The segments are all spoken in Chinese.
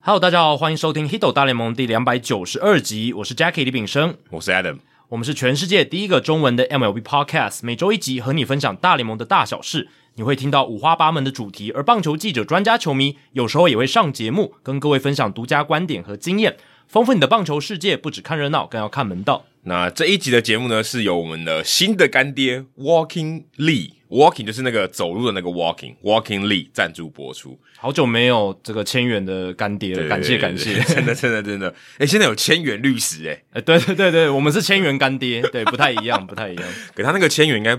Hello，大家好，欢迎收听《Hito 大联盟》第两百九十二集，我是 Jackie 李炳生，我是 Adam。我们是全世界第一个中文的 MLB Podcast，每周一集和你分享大联盟的大小事，你会听到五花八门的主题，而棒球记者、专家、球迷有时候也会上节目，跟各位分享独家观点和经验，丰富你的棒球世界。不只看热闹，更要看门道。那这一集的节目呢，是由我们的新的干爹 Walking Lee，Walking 就是那个走路的那个 Walking，Walking Lee 赞助播出。好久没有这个千元的干爹了，对感谢对感对谢。 对 真的真的真的。哎、现在有千元律师哎、哎，对对对对，我们是千元干爹，对，不太一样，不太一样。可他那个千元应该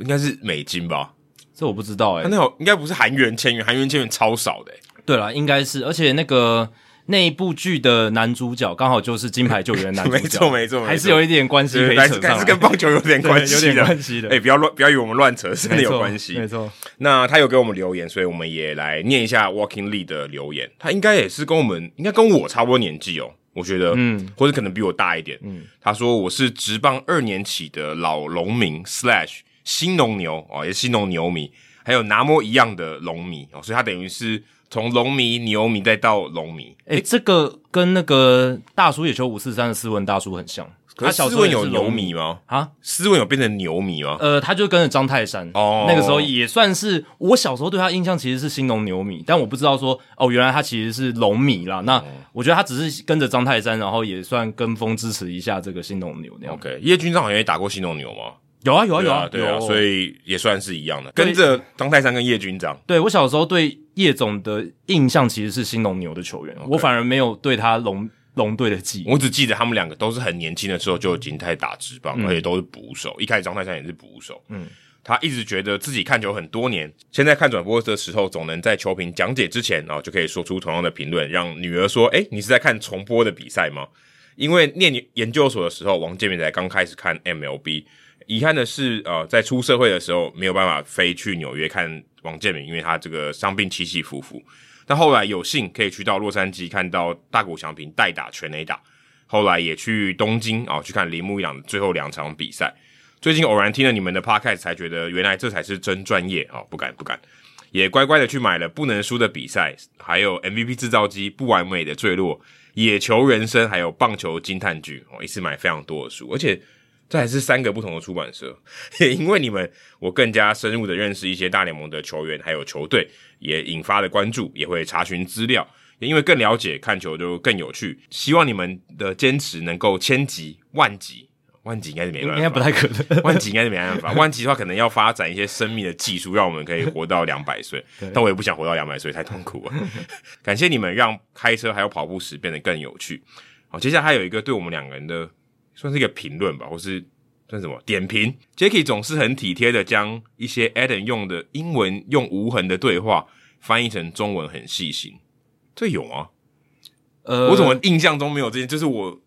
应该是美金吧？这我不知道哎、他那有应该不是韩元千元，韩元千元超少的、哎对啦，应该是，而且那个那一部剧的男主角刚好就是《金牌救援》男主角， 没错没错没错还是有一点关系可以还扯是上还来是跟棒球有点关系 的，对有点关系的哎、不要乱，不要以为我们乱扯，真的没错有关系没。错。那他有给我们留言，所以我们也来念一下 Walking Lee 的留言。他应该也是跟我们，应该跟我差不多年纪哦，我觉得，嗯，或者可能比我大一点。嗯，他说我是职棒二年起的老农民 slash 新农牛哦，也是新农牛迷，还有拿摸一样的农迷哦，所以他等于是从农迷、牛迷再到农迷。哎、这个跟那个大叔野球五四三的斯文大叔很像，可他是小时斯候文也是有牛龙迷吗？啊。斯文有变成牛迷吗？呃，他就跟着张泰山哦那个时候也算是我小时候对他印象其实是新农牛米，但我不知道说哦，原来他其实是龙米啦。哦那我觉得他只是跟着张泰山，然后也算跟风支持一下这个新农牛那样。 OK，叶军章好像也打过新农牛嘛，有嗯啊有啊有啊，对啊，有所以也算是一样的，对跟着张泰山跟叶军章。对我小时候对叶总的印象其实是新农牛的球员我反而没有对他龙龙队的记忆。我只记得他们两个都是很年轻的时候就已经在打职棒，而且都是捕手。一开始张泰山也是捕手，嗯，他一直觉得自己看球很多年，现在看转播的时候，总能在球评讲解之前，然、后就可以说出同样的评论，让女儿说：“哎、你是在看重播的比赛吗？”因为念研究所的时候，王建民才刚开始看 MLB。遗憾的是，呃，在出社会的时候没有办法飞去纽约看王建民，因为他这个伤病起起伏伏。但后来有幸可以去到洛杉矶看到大谷翔平代打全垒打，后来也去东京啊、去看铃木一朗的最后两场比赛。最近偶然听了你们的 podcast，才觉得原来这才是真专业啊、不敢不敢，也乖乖的去买了不能输的比赛，还有 MVP 制造机、不完美的坠落、野球人生，还有棒球惊叹剧哦，一次买非常多的书，而且这还是三个不同的出版社。 也因为你们，我更加深入的认识一些大联盟的球员还有球队，也引发了关注，也会查询资料。也因为更了解看球就更有趣，希望你们的坚持能够千级万级，万级应该是没办法，应该不太可 能。万吉应该是没办法，万吉的话可能要发展一些生命的技术，让我们可以活到两百岁。但我也不想活到两百岁，太痛苦了。 感谢你们让开车还有跑步时变得更有趣。好，接下来还有一个对我们两个人的算是一个评论吧，或是算什么点评。Jacky 总是很体贴的将一些 Adam 用的英文用无痕的对话翻译成中文，很细心。这有吗？呃，我怎么印象中没有这件？就是我，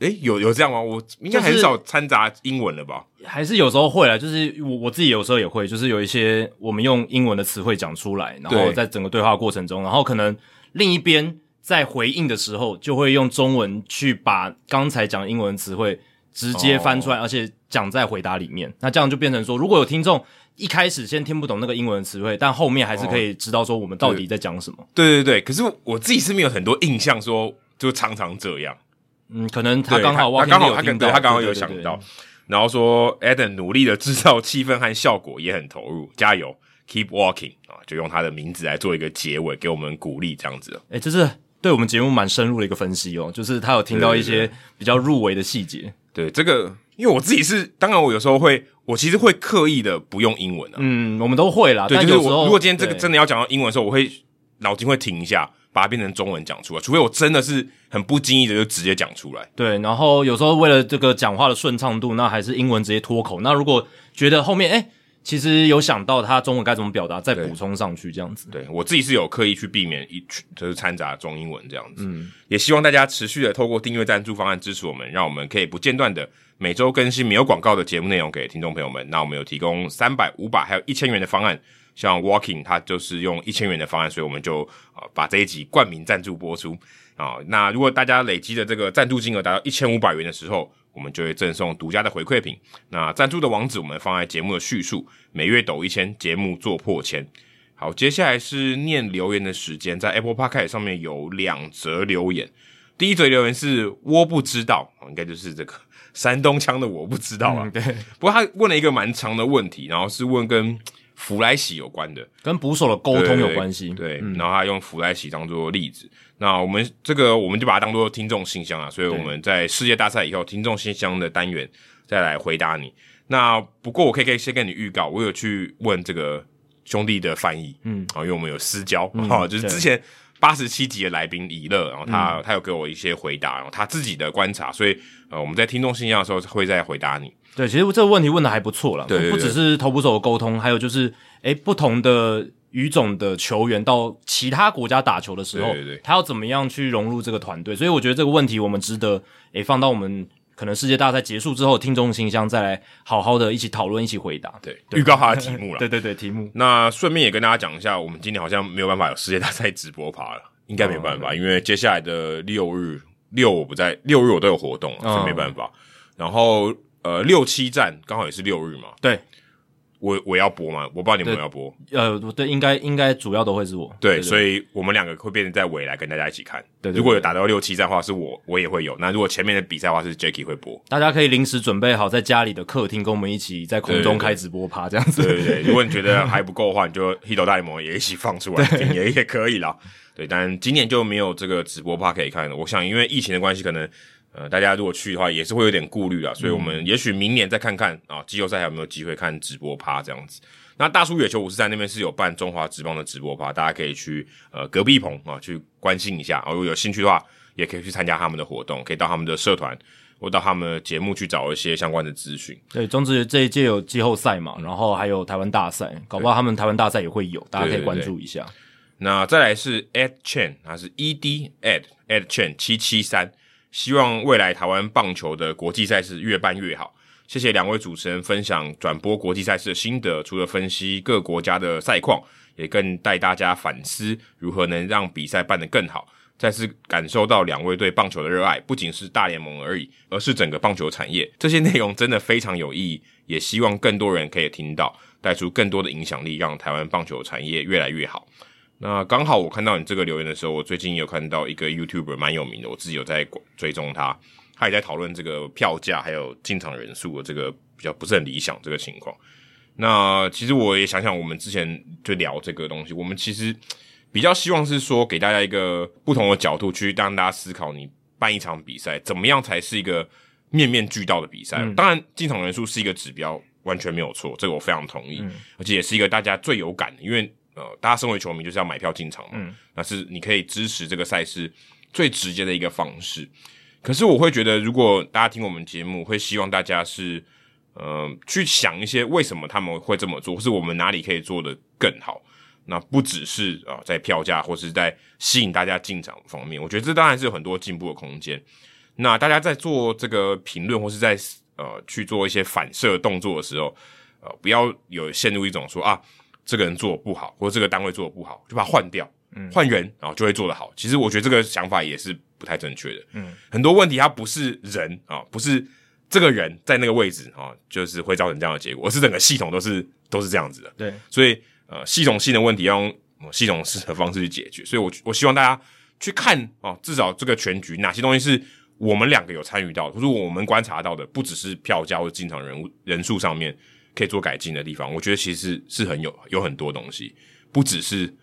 诶、有有这样吗？我应该就是很少掺杂英文了吧？还是有时候会啦，就是我我自己有时候也会，就是有一些我们用英文的词汇讲出来，然后对在整个对话过程中，然后可能另一边在回应的时候，就会用中文去把刚才讲英文词汇直接翻哦出来，而且讲在回答里面。那这样就变成说，如果有听众一开始先听不懂那个英文词汇，但后面还是可以知道说我们到底在讲什么。对对对，可是我自己是没有很多印象说，就常常这样。嗯，可能他对刚好他忘记刚好有他听跟到，对他刚好对有对想对到，然后说 Adam 努力的制造气氛和效果，也很投入，加油，Keep Walking 啊，就用他的名字来做一个结尾，给我们鼓励这样子。哎、这是对我们节目蛮深入的一个分析哦，就是他有听到一对对些比较入围的细节。对这个，因为我自己是，当然我有时候会，我其实会刻意的不用英文啊。嗯，我们都会啦，对，但就有是时候我如果今天这个对真的要讲到英文的时候，我会脑筋会停一下，把它变成中文讲出来，除非我真的是很不经意的就直接讲出来。对，然后有时候为了这个讲话的顺畅度，那还是英文直接脱口。那如果觉得后面哎、诶其实有想到他中文该怎么表达，再补充上去这样子。对我自己是有刻意去避免一就是掺杂中英文这样子，嗯，也希望大家持续的透过订阅赞助方案支持我们，让我们可以不间断的每周更新没有广告的节目内容给听众朋友们。那我们有提供三百、五百还有一千元的方案，像 Walking 它就是用一千元的方案，所以我们就啊、呃把这一集冠名赞助播出啊、那如果大家累积的这个赞助金额达到一千五百元的时候，我们就会赠送独家的回馈品。那赞助的网址我们放在节目的叙述，每月抖一千，节目做破千。好，接下来是念留言的时间，在 Apple Podcast 上面有两则留言。第一则留言是我不知道，哦应该就是这个山东腔的我不知道啊。嗯，对，不过他问了一个蛮长的问题，然后是问跟弗莱喜有关的，跟捕手的沟通有关系。嗯对，然后他用弗莱喜当做例子。那我们这个我们就把它当做听众信箱啊，所以我们在世界大赛以后，听众信箱的单元再来回答你。那不过我可以可以先跟你预告，我有去问这个兄弟的翻译，嗯，啊，因为我们有私交，哈、就是之前八十七集的来宾以乐，然后他、嗯他有给我一些回答，然后他自己的观察，所以呃，我们在听众信箱的时候会再回答你。对，其实这个问题问的还不错了，对对对不只是投捕手的沟通，还有就是，诶，不同的语种的球员到其他国家打球的时候，对对对他要怎么样去融入这个团队？所以我觉得这个问题我们值得诶放到我们可能世界大赛结束之后，听众信箱再来好好的一起讨论，一起回答。对，预告他的题目了。对对对，题目那顺便也跟大家讲一下，我们今年好像没有办法有世界大赛直播趴了，应该没办哦法，因为接下来的六日六我不在，六日我都有活动啊，嗯所以没办法。然后呃六七站刚好也是六日嘛，对，我我要播嘛，我不知道你们有没有要播，呃，对，应该应该主要都会是我。对，对所以我们两个会变成在尾来跟大家一起看。对对对如果有打到六七站的话，是我我也会有；那如果前面的比赛的话，是 Jacky 会播。大家可以临时准备好，在家里的客厅跟我们一起在空中对对对开直播趴，这样子。对对对，如果你觉得还不够的话，你就《h i t 大联盟》也一起放出来听，也也可以啦。对，但今年就没有这个直播趴可以看了。我想，因为疫情的关系，可能呃大家如果去的话，也是会有点顾虑啦。啊所以我们也许明年再看看啊，季后赛还有没有机会看直播趴这样子。那大叔野球五十三那边是有办中华职棒的直播趴，大家可以去呃隔壁棚啊去关心一下啊。如果有兴趣的话，也可以去参加他们的活动，可以到他们的社团或到他们的节目去找一些相关的资讯。对，中职这一届有季后赛嘛，然后还有台湾大赛，搞不好他们台湾大赛也会有，大家可以关注一下。那再来是 Ed Chen，他是 E D Ed Ed Chen 七七三，希望未来台湾棒球的国际赛事越办越好。谢谢两位主持人分享转播国际赛事的心得，除了分析各国家的赛况，也更带大家反思如何能让比赛办得更好。再次感受到两位对棒球的热爱，不仅是大联盟而已，而是整个棒球产业。这些内容真的非常有意义，也希望更多人可以听到，带出更多的影响力，让台湾棒球产业越来越好。那刚好我看到你这个留言的时候，我最近有看到一个 YouTuber 蛮有名的，我自己有在追踪他，他也在讨论这个票价还有进场人数的这个比较不是很理想这个情况。那其实我也想想，我们之前就聊这个东西，我们其实比较希望是说给大家一个不同的角度去让大家思考，你办一场比赛怎么样才是一个面面俱到的比赛。当然，进场人数是一个指标，完全没有错，这个我非常同意，而且也是一个大家最有感的，因为呃，大家身为球迷就是要买票进场嘛，那是你可以支持这个赛事最直接的一个方式。可是我会觉得，如果大家听我们节目，会希望大家是呃去想一些为什么他们会这么做，或是我们哪里可以做得更好。那不只是啊、呃在票价或是在吸引大家进场方面，我觉得这当然是有很多进步的空间。那大家在做这个评论或是在呃去做一些反射动作的时候，呃，不要有陷入一种说啊，这个人做得不好，或者这个单位做的不好，就把它换掉，换人，然后就会做得好。其实我觉得这个想法也是不太正确的。嗯，很多问题它不是人啊，不是这个人在那个位置啊，就是会造成这样的结果，而是整个系统都是都是这样子的。对，所以呃，系统性的问题要用呃系统式的方式去解决。所以我我希望大家去看哦，至少这个全局哪些东西是我们两个有参与到的，或者我们观察到的，不只是票价或者进场人物人数上面可以做改进的地方。我觉得其实是很有有很多东西，不只是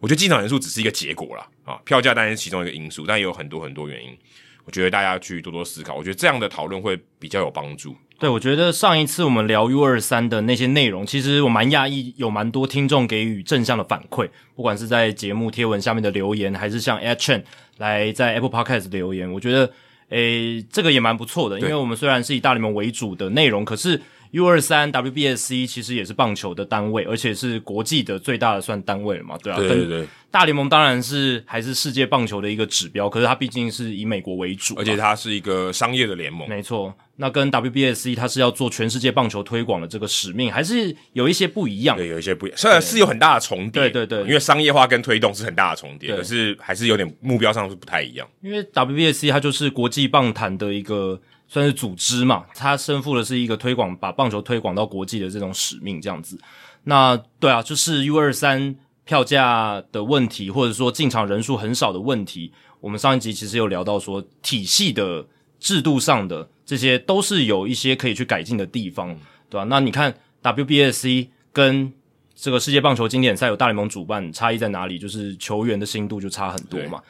我觉得进场人数只是一个结果啦，啊，票价当然是其中一个因素，但也有很多很多原因。我觉得大家去多多思考，我觉得这样的讨论会比较有帮助。对，我觉得上一次我们聊 U 二三的那些内容，其实我蛮讶异，有蛮多听众给予正向的反馈，不管是在节目贴文下面的留言，还是像 a c h e n 来在 Apple Podcast 留言，我觉得诶这个也蛮不错的，因为我们虽然是以大联盟为主的内容，可是 U 二三 WBSC 其实也是棒球的单位，而且是国际的最大的算单位了嘛，对啊，跟对，大联盟当然是还是世界棒球的一个指标，可是它毕竟是以美国为主嘛，而且它是一个商业的联盟，没错，那跟 WBSC 它是要做全世界棒球推广的这个使命，还是有一些不一样。对，有一些不一样，虽然是有很大的重叠，对对对因为商业化跟推动是很大的重叠，对可是还是有点目标上是不太一样。因为 WBSC 它就是国际棒坛的一个算是组织嘛，它身负的是一个推广把棒球推广到国际的这种使命，这样子。那对啊，就是 U 二三票价的问题，或者说进场人数很少的问题，我们上一集其实有聊到说体系的制度上的这些都是有一些可以去改进的地方，对吧、那你看 WBSC 跟这个世界棒球经典赛有大联盟主办，差异在哪里？就是球员的心度就差很多嘛。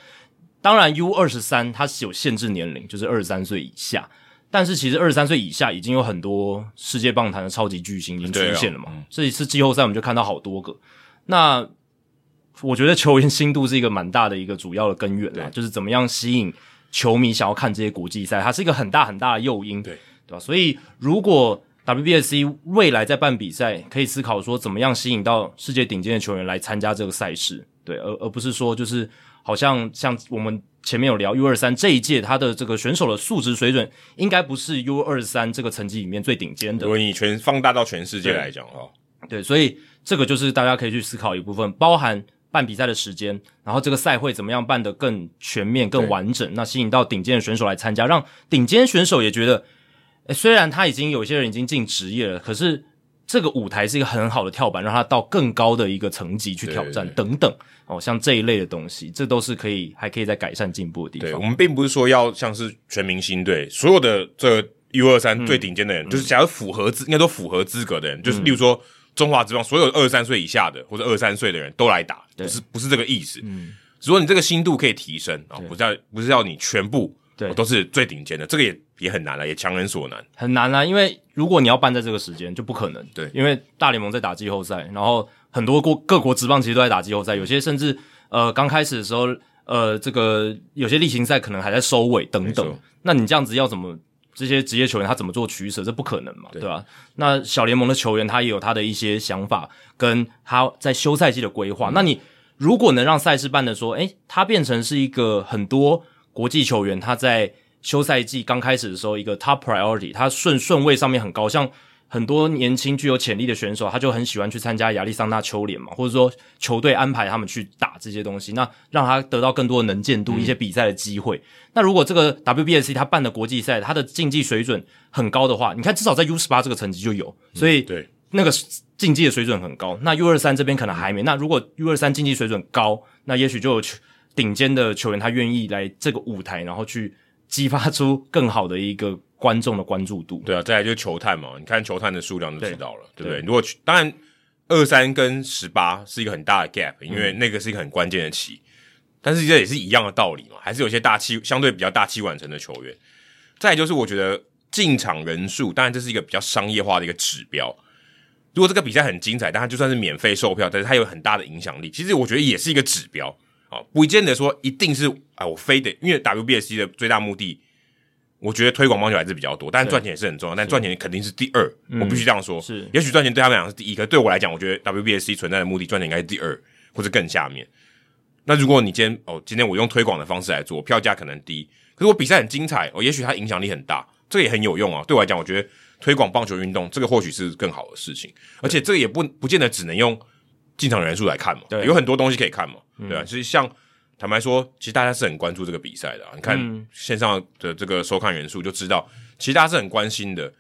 当然，U 二十三它是有限制年龄，就是二十三岁以下。但是其实二十三岁以下已经有很多世界棒坛的超级巨星已经出对啊现了嘛。这一次季后赛我们就看到好多个。那我觉得球员心度是一个蛮大的一个主要的根源啦，对就是怎么样吸引球迷想要看这些国际赛，它是一个很大很大的诱因，对对吧？所以如果 WBSC 未来在办比赛，可以思考说怎么样吸引到世界顶尖的球员来参加这个赛事，对，而而不是说就是好像像我们前面有聊 U 二三这一届，他的这个选手的素质水准应该不是 U 二三这个层级里面最顶尖的如，果你全放大到全世界对来讲哦，对，所以这个就是大家可以去思考一部分，包含办比赛的时间，然后这个赛会怎么样办得更全面、更完整，那吸引到顶尖的选手来参加，让顶尖选手也觉得，诶虽然他已经有些人已经进职业了，可是这个舞台是一个很好的跳板，让他到更高的一个层级去挑战，对对等等哦，像这一类的东西，这都是可以还可以再改善进步的地对我方。们并不是说要像是全明星队，所有的这 U 二嗯三最顶尖的人，就是假如符合资应该说符合资格的人，就是例如说中华职棒所有二十三岁以下的或者二十三岁的人都来打，不是不是这个意思。嗯，只不过你这个心度可以提升啊，不是要不是要你全部对哦都是最顶尖的，这个也也很难啊了，也强人所难。很难啊，因为如果你要办在这个时间，就不可能。对因为大联盟在打季后赛，然后很多国各国职棒其实都在打季后赛，有些甚至呃刚开始的时候，呃这个有些例行赛可能还在收尾等没等错。那你这样子要怎么这些职业球员他怎么做取舍？这不可能嘛，对吧、那小联盟的球员他也有他的一些想法，跟他在休赛季的规划。那你如果能让赛事办的说，诶，它变成是一个很多国际球员他在休赛季刚开始的时候一个 top priority，他顺顺位上面很高，像很多年轻具有潜力的选手，他就很喜欢去参加亚利桑那秋联嘛，或者说球队安排他们去打这些东西，那让他得到更多的能见度，一些比赛的机会。那如果这个 WBSC 他办的国际赛，他的竞技水准很高的话，你看至少在 U 十八这个层级就有，所以、对那个竞技的水准很高。那 U 二三这边可能还没。那如果 U 二三竞技水准高，那也许就有球顶尖的球员他愿意来这个舞台，然后去激发出更好的一个观众的关注度。对啊，再来就是球探嘛，你看球探的数量就知道了，对不对？对如果去当然二三跟十八是一个很大的 gap，因为那个是一个很关键的期，但是这也是一样的道理嘛，还是有一些大器相对比较大器晚成的球员。再来就是我觉得进场人数，当然这是一个比较商业化的一个指标。如果这个比赛很精彩，但它就算是免费售票，但是它有很大的影响力，其实我觉得也是一个指标啊，不见得说一定是啊，我非得因为 WBSC 的最大目的，我觉得推广棒球还是比较多，但是赚钱也是很重要，但赚钱肯定是第二，我必须这样说，是也许赚钱对他们来讲是第一，可对我来讲，我觉得 WBSC 存在的目的赚钱应该是第二或者更下面。那如果你今天哦，今天我用推广的方式来做，票价可能低，可是我比赛很精彩哦，也许它影响力很大，这个也很有用啊。对我来讲，我觉得推广棒球运动这个或许是更好的事情，而且这个也不不见得只能用进场人数来看嘛，对有很多东西可以看嘛，对啊。其实像坦白说，其实大家是很关注这个比赛的、啊，你看线上的这个收看人数就知道，其实大家是很关心的。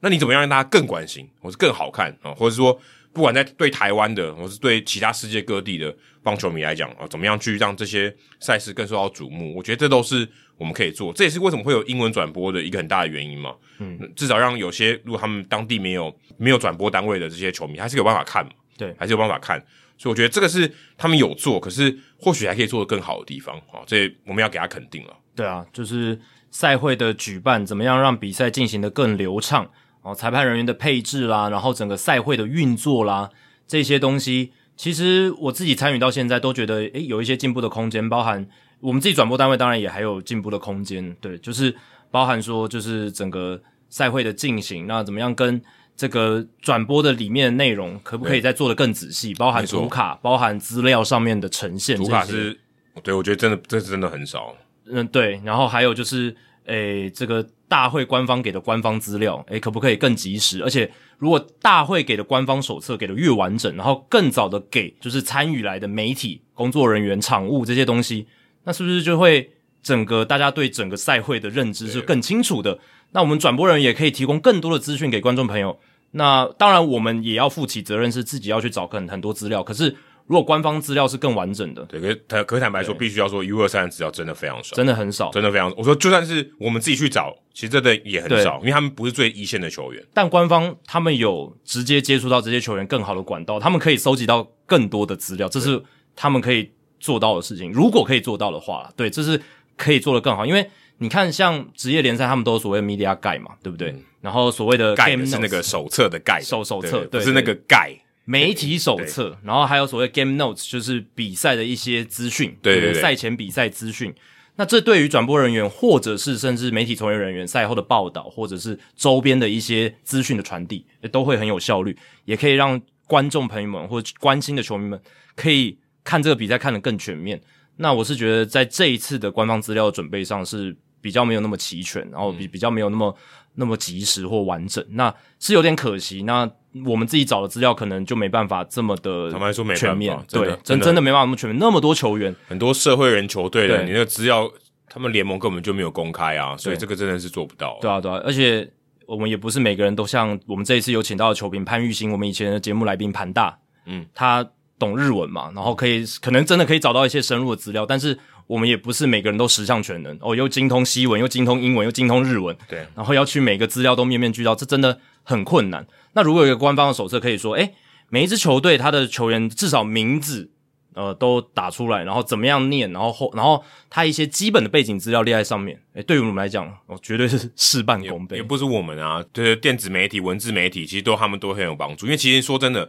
那你怎么样让大家更关心，或是更好看啊、或者说不管在对台湾的，或是对其他世界各地的棒球迷来讲啊、怎么样去让这些赛事更受到瞩目？我觉得这都是我们可以做，这也是为什么会有英文转播的一个很大的原因嘛。嗯，至少让有些如果他们当地没有没有转播单位的这些球迷，还是有办法看嘛。对还是有办法看。所以我觉得这个是他们有做，可是或许还可以做得更好的地方啊、哦，这我们要给他肯定了。对啊，就是赛会的举办，怎么样让比赛进行的更流畅？哦，裁判人员的配置啦，然后整个赛会的运作啦，这些东西，其实我自己参与到现在都觉得，诶，有一些进步的空间，包含我们自己转播单位当然也还有进步的空间，对，就是包含说就是整个赛会的进行，那怎么样跟这个转播的里面的内容，可不可以再做得更仔细？包含没错图卡，包含资料上面的呈现，卢卡这些是，对我觉得真的，这真的很少。嗯，对，然后还有就是，诶，这个大会官方给的官方资料，诶，可不可以更及时？而且，如果大会给的官方手册给的越完整，然后更早的给就是参与来的媒体、工作人员、场务这些东西，那是不是就会整个大家对整个赛会的认知是更清楚的？那我们转播人也可以提供更多的资讯给观众朋友。那当然，我们也要负起责任，是自己要去找很很多资料。可是，如果官方资料是更完整的，对，可是坦可是坦白说，必须要说 U 二三的资料真的非常少，真的很少。真的非常。我说就算是我们自己去找，其实真的也很少，因为他们不是最一线的球员。但官方他们有直接接触到这些球员更好的管道，他们可以收集到更多的资料，这是他们可以做到的事情。如果可以做到的话，对，这是可以做得更好。因为你看，像职业联赛，他们都有所谓的 media guide 嘛，对不对？然后所谓的盖 game 的是那 notes 个手册的盖，手手册不对是那个盖。媒体手册，然后还有所谓 game notes，就是比赛的一些资讯，对对对赛前比赛资讯。那这对于转播人员，或者是甚至媒体从业人员赛后的报道，或者是周边的一些资讯的传递，也都会很有效率，也可以让观众朋友们或者关心的球迷们可以看这个比赛看得更全面。那我是觉得在这一次的官方资料准备上是比较没有那么齐全，然后嗯比比较没有那么那么及时或完整，那是有点可惜。那我们自己找的资料可能就没办法这么的坦白说没办法全面，真的对，真真的真的没办法那么全面，那么多球员，很多社会人球队的，对你那个资料，他们联盟根本就没有公开啊，所以这个真的是做不到。对啊，对啊，而且我们也不是每个人都像我们这一次有请到的球评潘玉兴，我们以前的节目来宾潘大，嗯，他懂日文嘛，然后可以可能真的可以找到一些深入的资料，但是我们也不是每个人都十项全能哦，又精通西文，又精通英文，又精通日文，对然后要去每个资料都面面俱到，这真的很困难。那如果有一个官方的手册，可以说，诶，每一支球队他的球员至少名字。呃，都打出来，然后怎么样念，然后后，然后他一些基本的背景资料列在上面。诶，对于我们来讲，哦，绝对是事半功倍也。不是我们啊，对电子媒体、文字媒体，其实都他们都很有帮助。因为其实说真的，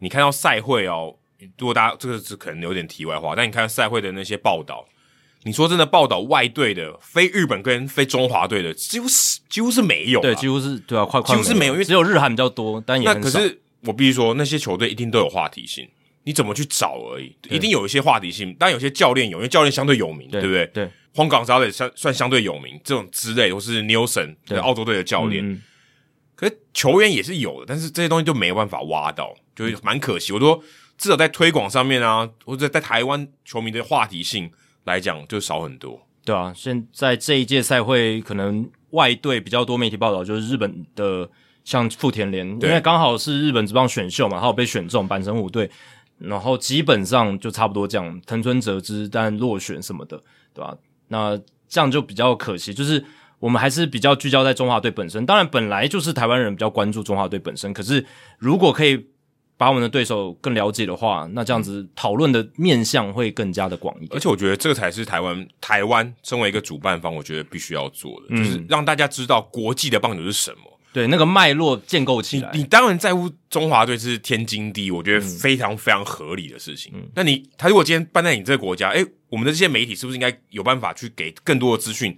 你看到赛会哦，如果大家这个是可能有点题外话，但你看赛会的那些报道，你说真的，报道外队的、非日本跟非中华队的，几乎是几乎是没有、啊，对，几乎是对啊，快快几乎是没有因为只有日韩比较多，但也那很可少。是我必须说，那些球队一定都有话题性，你怎么去找而已，一定有一些话题性。但有些教练有，因为教练相对有名，对不对？对，荒港沙的算算相对有名，这种之类，或是 Nielsen 对澳洲队的教练，嗯可是球员也是有的，但是这些东西就没有办法挖到，就是蛮可惜。我说至少在推广上面啊，或者在台湾球迷的话题性来讲，就少很多。对啊，现在这一届赛会可能外队比较多媒体报道，就是日本的像富田联，因对为刚好是日本职棒选秀嘛，还有被选中阪神虎队，然后基本上就差不多这样，藤村哲之但落选什么的，对吧、那这样就比较可惜，就是我们还是比较聚焦在中华队本身。当然，本来就是台湾人比较关注中华队本身，可是如果可以。把我们的对手更了解的话，那这样子讨论的面向会更加的广一点。而且我觉得这个才是台湾台湾身为一个主办方，我觉得必须要做的，就是让大家知道国际的棒球是什么。对那个脉络建构起来，你当然在乎中华队是天经地义，我觉得非常非常合理的事情。嗯那你他如果今天搬在你这个国家，诶，我们的这些媒体是不是应该有办法去给更多的资讯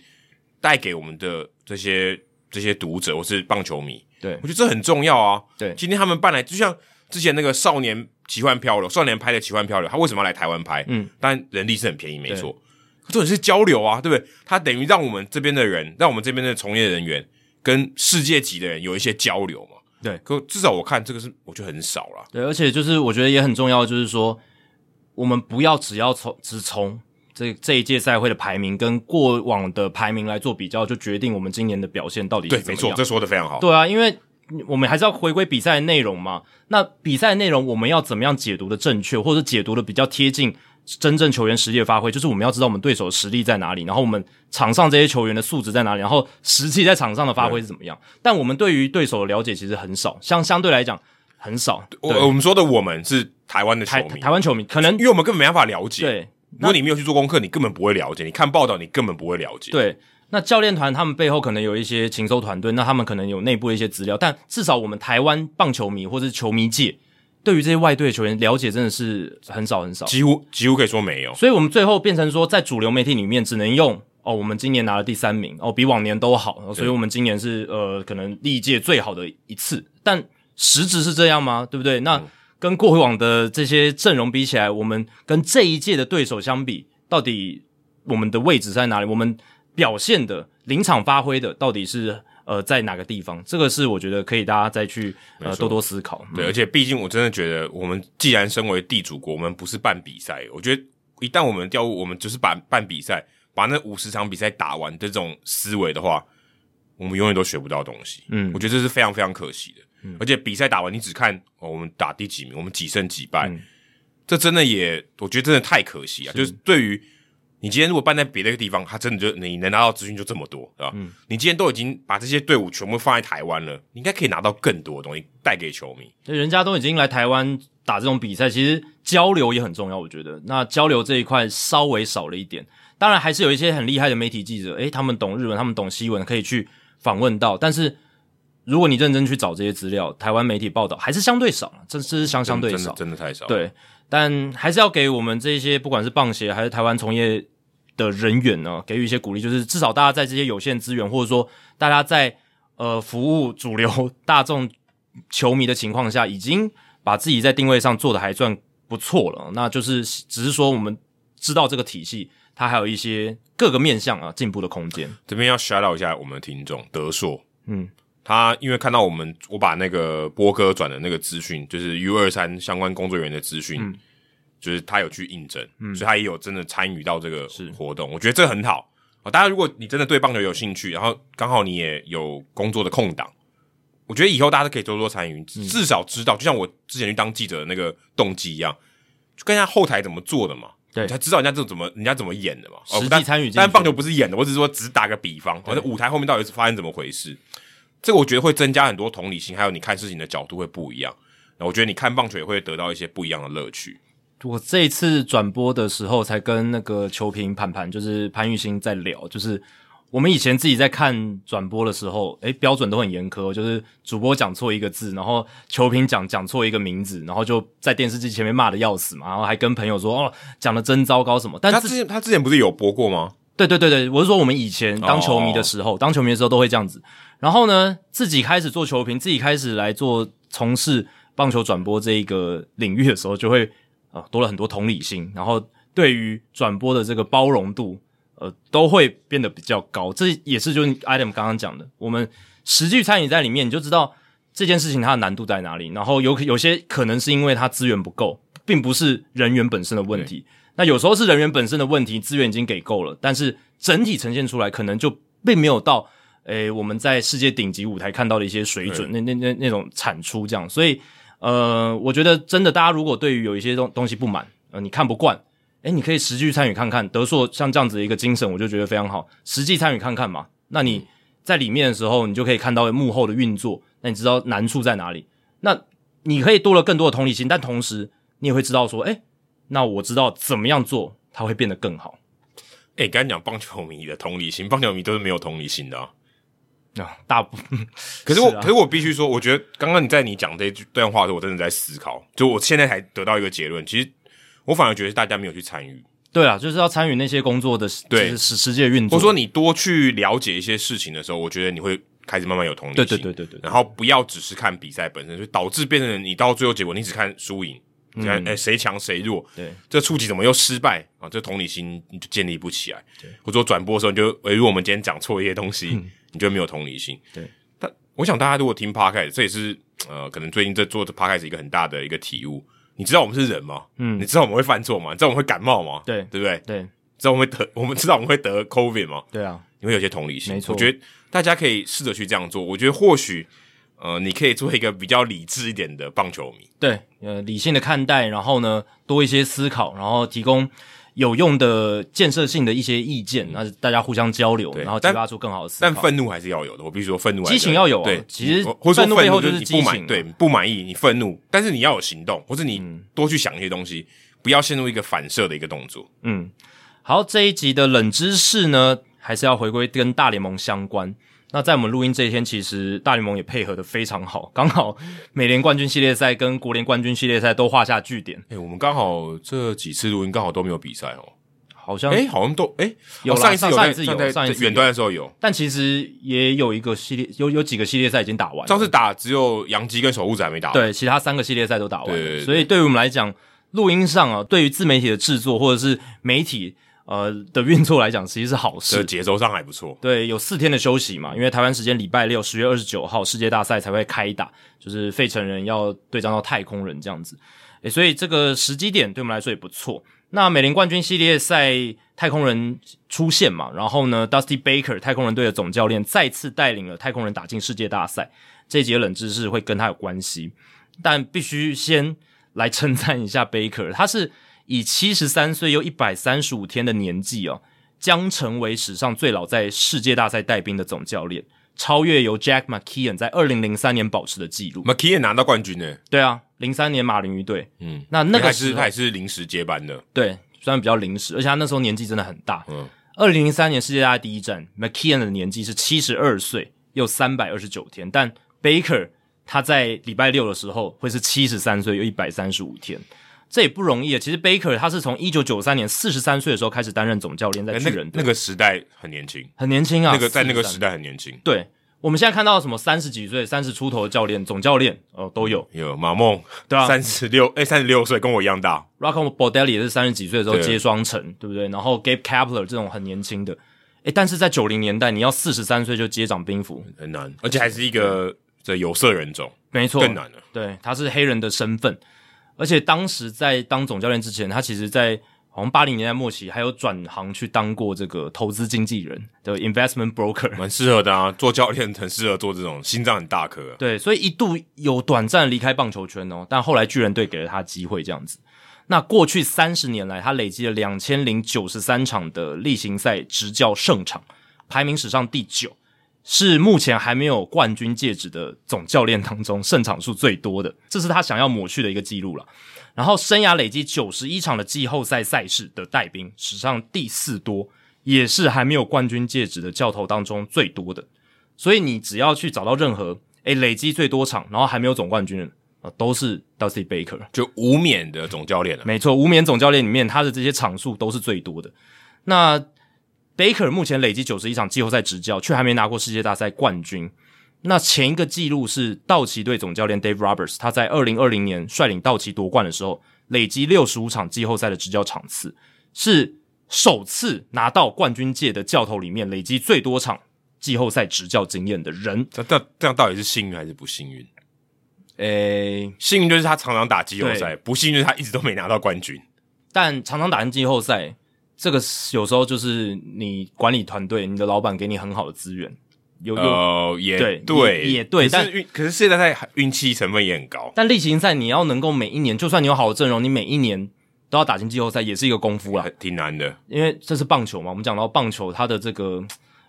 带给我们的这些这些读者或是棒球迷？对我觉得这很重要啊。对今天他们办来，就像之前那个少年奇幻漂流，少年拍的奇幻漂流，他为什么要来台湾拍？嗯，当然人力是很便宜，没错。可重点是交流啊，对不对？他等于让我们这边的人，让我们这边的从业人员跟世界级的人有一些交流嘛。对可至少我看这个是，我觉得很少啦。对，而且就是我觉得也很重要，就是说我们不要只要从只从这这一届赛会的排名跟过往的排名来做比较，就决定我们今年的表现到底是对，怎没么错，样这说的非常好。对啊，因为我们还是要回归比赛的内容嘛。那比赛的内容我们要怎么样解读的正确，或者解读的比较贴近真正球员实力的发挥？就是我们要知道我们对手的实力在哪里，然后我们场上这些球员的素质在哪里，然后实际在场上的发挥是怎么样。但我们对于对手的了解其实很少，相相对来讲很少。对我我们说的我们是台湾的球台迷，台湾球迷可能因为我们根本没办法了解。，对如果你没有去做功课，你根本不会了解。你看报道，你根本不会了解。对。那教练团他们背后可能有一些情搜团队，那他们可能有内部的一些资料，但至少我们台湾棒球迷或者是球迷界对于这些外队球员了解真的是很少很少，几乎几乎可以说没有。所以我们最后变成说，在主流媒体里面只能用哦，我们今年拿了第三名哦，比往年都好，哦所以我们今年是呃可能历届最好的一次，但实质是这样吗？对不对？那跟过往的这些阵容比起来，我们跟这一届的对手相比，到底我们的位置在哪里？我们表现的临场发挥的到底是呃在哪个地方？这个是我觉得可以大家再去呃多多思考。对，而且毕竟我真的觉得，我们既然身为地主国，我们不是办比赛，我觉得一旦我们调入，我们就是把办比赛，把那五十场比赛打完的这种思维的话，我们永远都学不到东西。嗯我觉得这是非常非常可惜的。而且比赛打完，你只看、哦、我们打第几名，我们几胜几败，这真的也，我觉得真的太可惜啊！就是对于你今天如果办在别的一个地方，他真的就你能拿到资讯就这么多，对吧？你今天都已经把这些队伍全部放在台湾了，你应该可以拿到更多的东西带给球迷。对人家都已经来台湾打这种比赛，其实交流也很重要，我觉得。那交流这一块稍微少了一点，当然还是有一些很厉害的媒体记者，诶，他们懂日文，他们懂西文，可以去访问到。但是如果你认真去找这些资料，台湾媒体报道还是相对少，这这是嗯相相对真的少。真的太少。，对，但还是要给我们这些不管是棒协还是台湾从业的人员呢，给予一些鼓励，就是至少大家在这些有限资源，或者说大家在呃服务主流大众球迷的情况下，已经把自己在定位上做的还算不错了。那就是只是说我们知道这个体系，它还有一些各个面向啊进步的空间。这边要 shout out 一下我们的听众德硕，嗯，他因为看到我们我把那个波哥转的那个资讯，就是 U 二三相关工作人员的资嗯讯，就是他有去应征，所以他也有真的参与到这个活动，我觉得这很好。啊，大家如果你真的对棒球有兴趣，然后刚好你也有工作的空档，我觉得以后大家都可以多多参嗯与，至少知道，就像我之前去当记者的那个动机一样，就跟人家后台怎么做的嘛。对你才知道人家这怎么人家怎么演的嘛，哦实际但参与进去但棒球不是演的，我只是说只打个比方，反正舞台后面到底是发生怎么回事，这个我觉得会增加很多同理心，还有你看事情的角度会不一样。那我觉得你看棒球也会得到一些不一样的乐趣。我这一次转播的时候，才跟那个球评盘盘，就是潘玉兴在聊，就是我们以前自己在看转播的时候，诶，标准都很严苛，就是主播讲错一个字，然后球评讲讲错一个名字，然后就在电视机前面骂的要死嘛，然后还跟朋友说哦，讲的真糟糕什么。但他是之前他之前不是有播过吗？对对对对，我是说我们以前当球迷的时候，当球迷的时候都会这样子。然后呢，自己开始做球评，自己开始来做从事棒球转播这一个领域的时候，就会啊、呃多了很多同理心，然后对于转播的这个包容度，呃，都会变得比较高。这也是就是 Adam 刚刚讲的，我们实际参与在里面，你就知道这件事情它的难度在哪里。然后有有些可能是因为它资源不够，并不是人员本身的问题。那有时候是人员本身的问题，资源已经给够了，但是整体呈现出来可能就并没有到诶、我们在世界顶级舞台看到的一些水准，那那那那种产出这样。所以呃，我觉得真的，大家如果对于有一些东东西不满，呃，你看不惯。诶，你可以实际参与看看。德硕像这样子的一个精神，我就觉得非常好。实际参与看看嘛，那你在里面的时候，你就可以看到幕后的运作，那你知道难处在哪里。那你可以多了更多的同理心，但同时你也会知道说，诶，那我知道怎么样做，它会变得更好。哎、刚才讲棒球迷的同理心，棒球迷都是没有同理心的、啊。啊，大部可是我，是啊可是我必须说，我觉得刚刚你在你讲这句段话的时候，我真的在思考，就我现在才得到一个结论，其实我反而觉得是大家没有去参与，对啊，就是要参与那些工作的，就对是实实际的运或作。者说你多去了解一些事情的时候，我觉得你会开始慢慢有同理对心。对对对对，然后不要只是看比赛本身，就导致变成你到最后结果你只看输赢，你嗯看哎谁强谁弱，对，这触及怎么又失败啊？这同理心你就建立不起来。或者说转播的时候你就，哎，如果我们今天讲错一些东西，你就没有同理心。嗯对，但我想大家如果听 podcast，这也是呃，可能最近在做这 podcast 一个很大的一个体悟。你知道我们是人吗？嗯你知道我们会犯错吗？你知道我们会感冒吗？对对不对？对知道我们会得，我们知道我们会得 COVID 吗？对啊，你会有些同理心。没错我觉得大家可以试着去这样做。我觉得或许呃，你可以做一个比较理智一点的棒球迷。对，呃，理性的看待，然后呢，多一些思考，然后提供有用的建设性的一些意见，那大家互相交流，嗯对然后激但发出更好的思但考。愤怒还是要有的，我必须说愤怒还是激情要有啊对，其实我或者愤怒说背后就就是你激不情满，啊嗯对，不满意你愤怒，但是你要有行动，或者你多去想一些东西，不要陷入一个反射的一个动作。嗯，好，这一集的冷知识呢，还是要回归跟大联盟相关。那在我们录音这一天，其实大联盟也配合的非常好， 刚好美联冠军系列赛跟国联冠军系列赛都画下句点，哎、我们刚好这几次录音刚好都没有比赛哦。好像哎、好像都哎、嗯有哦啦上一次有上上在一次有在上一次在有哎远端的时候有，但其实也有一个系列，有有几个系列赛已经打完了，上次打只有杨基跟守护者还没打完。对，其他三个系列赛都打完了对对对所以对于我们来讲，录音上啊，对于自媒体的制作或者是媒体呃的运作来讲，其实是好这事。节奏上还不错。对，有四天的休息嘛，因为台湾时间礼拜六十月二十九号世界大赛才会开打，就是费城人要对战到太空人这样子，诶，所以这个时机点对我们来说也不错。那美联冠军系列赛太空人出现嘛，然后呢，Dusty Baker 太空人队的总教练再次带领了太空人打进世界大赛，这一节冷知识会跟他有关系，但必须先来称赞一下 Baker，他是以七十三岁又一百三十五天的年纪哦，将成为史上最老在世界大赛带兵的总教练，超越由 Jack McKeon 在二零零三年保持的记录。 McKee 也拿到冠军呢、对啊，零三年马林鱼队，嗯，那那他个也时是候他也是临时接班的，对，虽然比较临时，而且他那时候年纪真的很大。嗯二零零三年世界大赛第一站，McKeon 的年纪是七十二岁又三百二十九天，但 Baker 他在礼拜六的时候会是七十三岁又一百三十五天。这也不容易啊！其实 Baker 他是从一九九三年四十三岁的时候开始担任总教练，在巨哎那人个队、那个时代很年轻，很年轻啊。那个在那个43时，代很年轻，对我们现在看到什么三十几岁、三十出头的教练、总教练哦都有。有马梦对啊三十六哎三十六岁跟我一样大， Rocco Baldelli 也是三十几岁的时候对接双城，对不对？然后 Gabe Kapler 这种很年轻的，诶，但是在九零年代，你要四十三岁就接掌兵符，很难，而且还是一个这有色人种，没错，更难了。嗯对，啊他是黑人的身份，而且当时在当总教练之前，他其实在好像八零年代末期还有转行去当过这个投资经纪人的 investment broker。蛮适合的啊，做教练很适合做这种心脏很大颗。对，所以一度有短暂离开棒球圈哦，但后来巨人队给了他机会，这样子。那过去三十年来，他累积了两千零九十三场的例行赛执教胜场，排名史上第九，是目前还没有冠军戒指的总教练当中胜场数最多的，这是他想要抹去的一个记录了。然后生涯累积九十一场的季后赛赛事的带兵，史上第四多，也是还没有冠军戒指的教头当中最多的。所以你只要去找到任何诶累积最多场，然后还没有总冠军的啊，都是 Dusty Baker。就无冕的总教练啊了、没错，无冕总教练里面他的这些场数都是最多的。那 Baker 目前累积九十一场季后赛执教，却还没拿过世界大赛冠军。那前一个记录是道奇队总教练 Dave Roberts，他在二零二零年率领道奇夺冠的时候，累积六十五场季后赛的执教场次，是首次拿到冠军界的教头里面累积最多场季后赛执教经验的人。这这这样到底是幸运还是不幸运？诶、幸运就是他常常打季后赛，不幸运就是他一直都没拿到冠军。但常常打进季后赛，这个是有时候就是你管理团队、你的老板给你很好的资源，有有。呃，也对对，也也对可但是运可是世界大赛运气成分也很高，但例行赛你要能够每一年，就算你有好的阵容，你每一年都要打进季后赛，也是一个功夫啦。很挺难的。因为这是棒球嘛，我们讲到棒球它的这个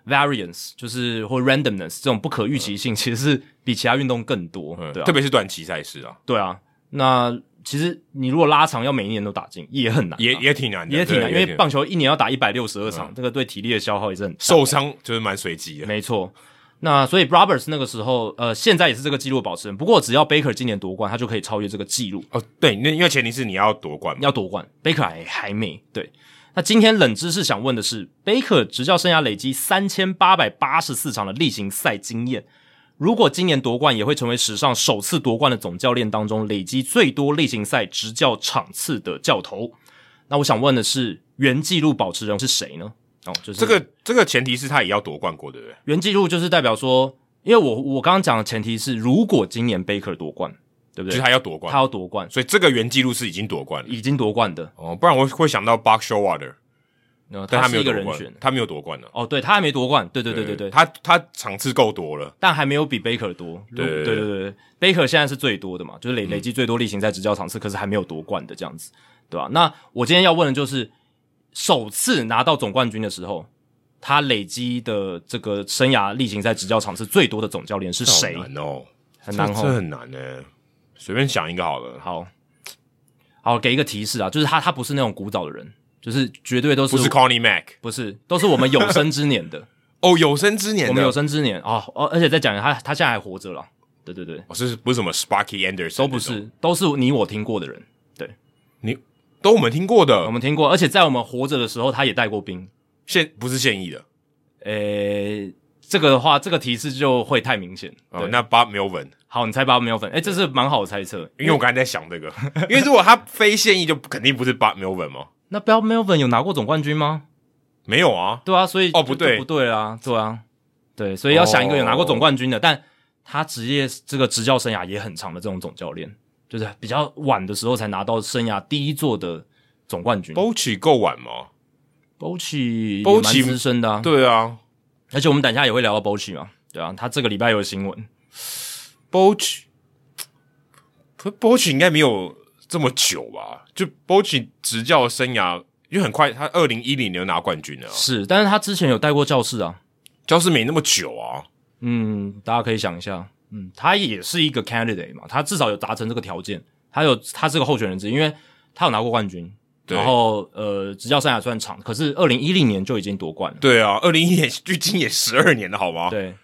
variance 就是或 randomness 这种不可预期性，其实是比其他运动更多，嗯，对啊特，别是短期赛事啊，对啊。那其实你如果拉长，要每一年都打进，也很难啊、也也挺难嗯的，也挺难，因对为棒球一年要打一百六十二场，这个对体力的消耗也是很大的受伤就是蛮随机的。没错。那所以 Roberts 那个时候，呃，现在也是这个记录的保持人。不过只要 Baker 今年夺冠，他就可以超越这个记录。哦，对，那因为前提是你要夺冠嘛。要夺冠，Baker 还还没。对，那今天冷知识想问的是，Baker 执教生涯累积三千八百八十四场的例行赛经验，如果今年夺冠，也会成为史上首次夺冠的总教练当中累积最多例行赛执教场次的教头。那我想问的是，原纪录保持人是谁呢？哦，就是这个这个前提是他也要夺冠过，对不对？原记录就是代表说，因为我我刚刚讲的前提是，如果今年 Baker 夺冠，对不就是对？他要夺冠他，要夺冠，所以这个原记录是已经夺冠了。已经夺冠的，哦，不然我会想到 Buck Showalter，呃，但他没是有一个夺人冠选，。他没有夺冠呢。哦，对他还没夺冠，对对对对对，他他场次够多了，但还没有比 Baker 多。如对对对嗯对对对，Baker 现在是最多的嘛，就是累累积最多例行赛执教场次，可是还没有夺冠的这样子，对吧、那我今天要问的就是，首次拿到总冠军的时候，他累积的这个生涯例行赛执教场次最多的总教练是谁？好难哦，很难这哦这很难呢。随便想一个好了，好好给一个提示啊，就是他他不是那种古早的人，就是绝对都是不是 Connie Mack 不是都是我们有生之 年的，哦，有生之年的我们有生之年哦哦，而且再讲一下他他现在还活着了，对对对，哦是不是什么 Sparky Anderson 都不那种，是都是你我听过的人，你都我们听过我的，们听过，而且在我们活着的时候他也带过兵，现不是现役的诶。这个的话，这个提示就会太明显。哦对，，那 Bob Melvin，好，你猜八没有粉，哎，这是蛮好的猜测。因为我刚才在想这个，因为如果他非现役就肯定不是 Bob Melvin 嘛，那 b e l m e l v i n 有拿过总冠军吗？没有啊，对啊，所以哦就不对哦就不对啊，对啊，对，所以要想一个有拿过总冠军的，但他职业这个执教生涯也很长的这种总教练，就是比较晚的时候才拿到生涯第一座的总冠军。 Bochy 够晚吗？ Bochy 也 Bochy- 蛮资深的、啊，对啊而且我们等一下也会聊到 Bochy 嘛，对啊，他这个礼哦拜有新闻， ，Bochy，Bochy 应该没有这么久吧？就 Bochy 执教生涯，因为很快他二零一零年拿冠军了、啊，是，但是他之前有带过教室啊，教室没那么久啊。嗯，大家可以想一下，嗯，他也是一个 candidate 嘛，他至少有达成这个条件，他有他是个候选人之一，因为他有拿过冠军，对然后呃，执教生涯算长，可是二零一零年就已经夺冠了，对啊，二零一年距今也十二年了，好吗？，对，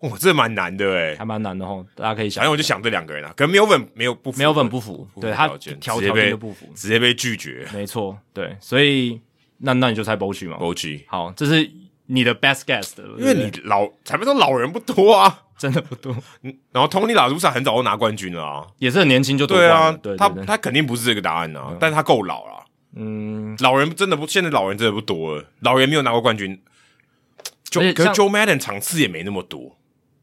哇，这蛮难的哎、还蛮难的吼，大家可以想反正我就想这两个人啊，跟 Melvin 没有不符没有本不符，符对合他条件条直接条件被就不符，直接被拒绝。没错，对，所以那那你就猜 b o c h 嘛， Bochy，好，这是你的 best guess 的，因为对你不对老裁判说老人不多啊，真的不多，然后 Tony 拉鲁萨很早就拿冠军了啊，也是很年轻就夺对冠啊了，对，，他对对他肯定不是这个答案啊，但他够老了，嗯，老人真的不，现在老人真的不多了，老人没有拿过冠军，就而且可是像 Joe Madden 场次也没那么多，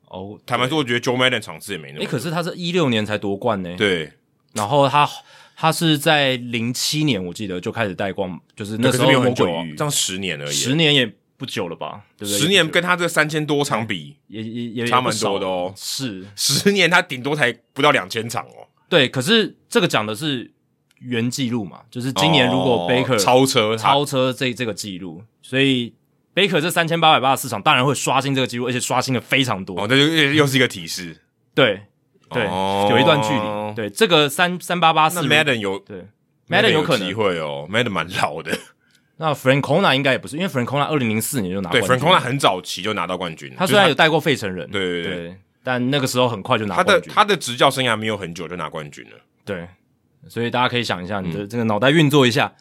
哦，坦白说，我觉得 Joe Madden 场次也没那诶，么可多，是他是一六年才夺冠呢，对，然后他他是在零七年我记得就开始带光，就是那时可是候没有很魔久鬼啊，鱼这样十年而已，十年也不久了吧，对不对？十年跟他这三千多场比，也也也差蛮也不少多的哦是十年他顶多才不到两千场哦，对，可是这个讲的是原记录嘛，就是今年如果哦 Baker 超车他超车这这个记录，所以 Baker 这三千八百八十四场当然会刷新这个记录，而且刷新的非常多。哦，那就又又是一个提示，对对、哦有一段距离。对，这个三三八八四那 Madden 有对 Madden 有可机能。会哦，Madden 蛮老的，那 Francona 应该也不是，因为 Francona 二零零四年就拿对冠军了。 ，Francona 很早期就拿到冠军了，他就是虽然有带过费城人，对对对但那个时候很快就拿他的冠军。他的执教生涯没有很久就拿冠军了，对，所以大家可以想一下，你的嗯这个脑袋运作一下，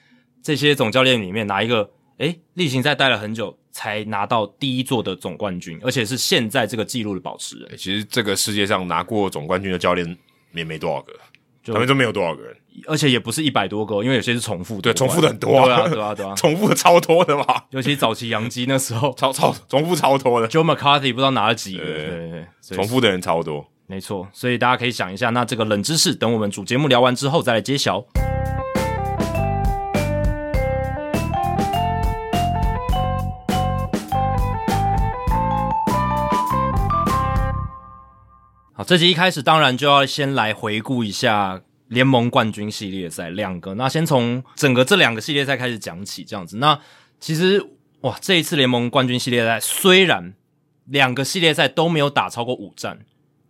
这些总教练里面哪一个，诶，例行赛待了很久才拿到第一座的总冠军，而且是现在这个记录的保持人，欸其实这个世界上拿过总冠军的教练也没多少个，就他们就没有多少个人，而且也不是一百多个，哦因为有些是重复夺冠，对重复的很多对啊 啊，对啊，对啊，重复的超多的吧，尤其早期杨基那时候 超超重复超多的， ，Joe McCarthy 不知道拿了几个，对对对对，所以重复的人超多。没错，所以大家可以想一下，那这个冷知识，等我们主节目聊完之后再来揭晓。好，这集一开始当然就要先来回顾一下联盟冠军系列赛两个。那先从整个这两个系列赛开始讲起，这样子。那其实哇，这一次联盟冠军系列赛虽然两个系列赛都没有打超过五战，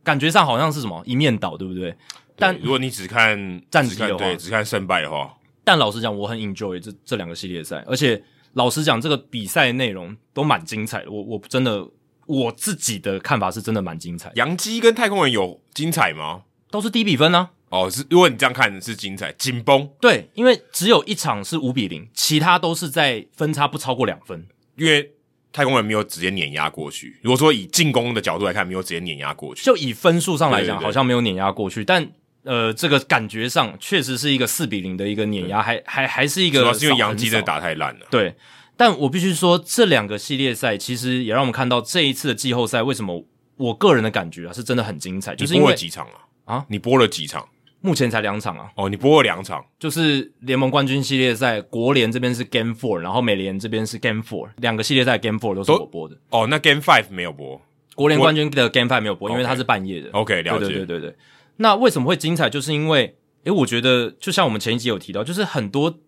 感觉上好像是什么一面倒，对不对？但对如果你只看战绩只看的话对，只看胜败的话，但老实讲，我很 enjoy 这这两个系列赛，而且老实讲，这个比赛内容都蛮精彩的。我我真的我自己的看法是真的蛮精彩的，杨基跟太空人有精彩吗？都是低比分啊。哦，是如果你这样看是精彩，紧绷，对，因为只有一场是五比零，其他都是在分差不超过两分。因为太空人没有直接碾压过去。如果说以进攻的角度来看，没有直接碾压过去，就以分数上来讲，对对对好像没有碾压过去，但呃，这个感觉上确实是一个四比零的一个碾压，还还还是一个主要是因为少杨基真的打太烂了。对，但我必须说，这两个系列赛其实也让我们看到这一次的季后赛为什么我个人的感觉啊是真的很精彩，就是你因播了为几场啊？啊，你播了几场？目前才两场啊，哦，你播了两场，就是联盟冠军系列赛，国联这边是 Game Four，然后美联这边是 Game Four，两个系列赛 Game Four 都是都我播的。哦，那 Game Five 没有播。国联我冠军的 Game Five 没有播，因为 OK 它是半夜的。 OK，了解。对对对对对。那为什么会精彩？就是因为，诶，我觉得就像我们前一集有提到，就是很多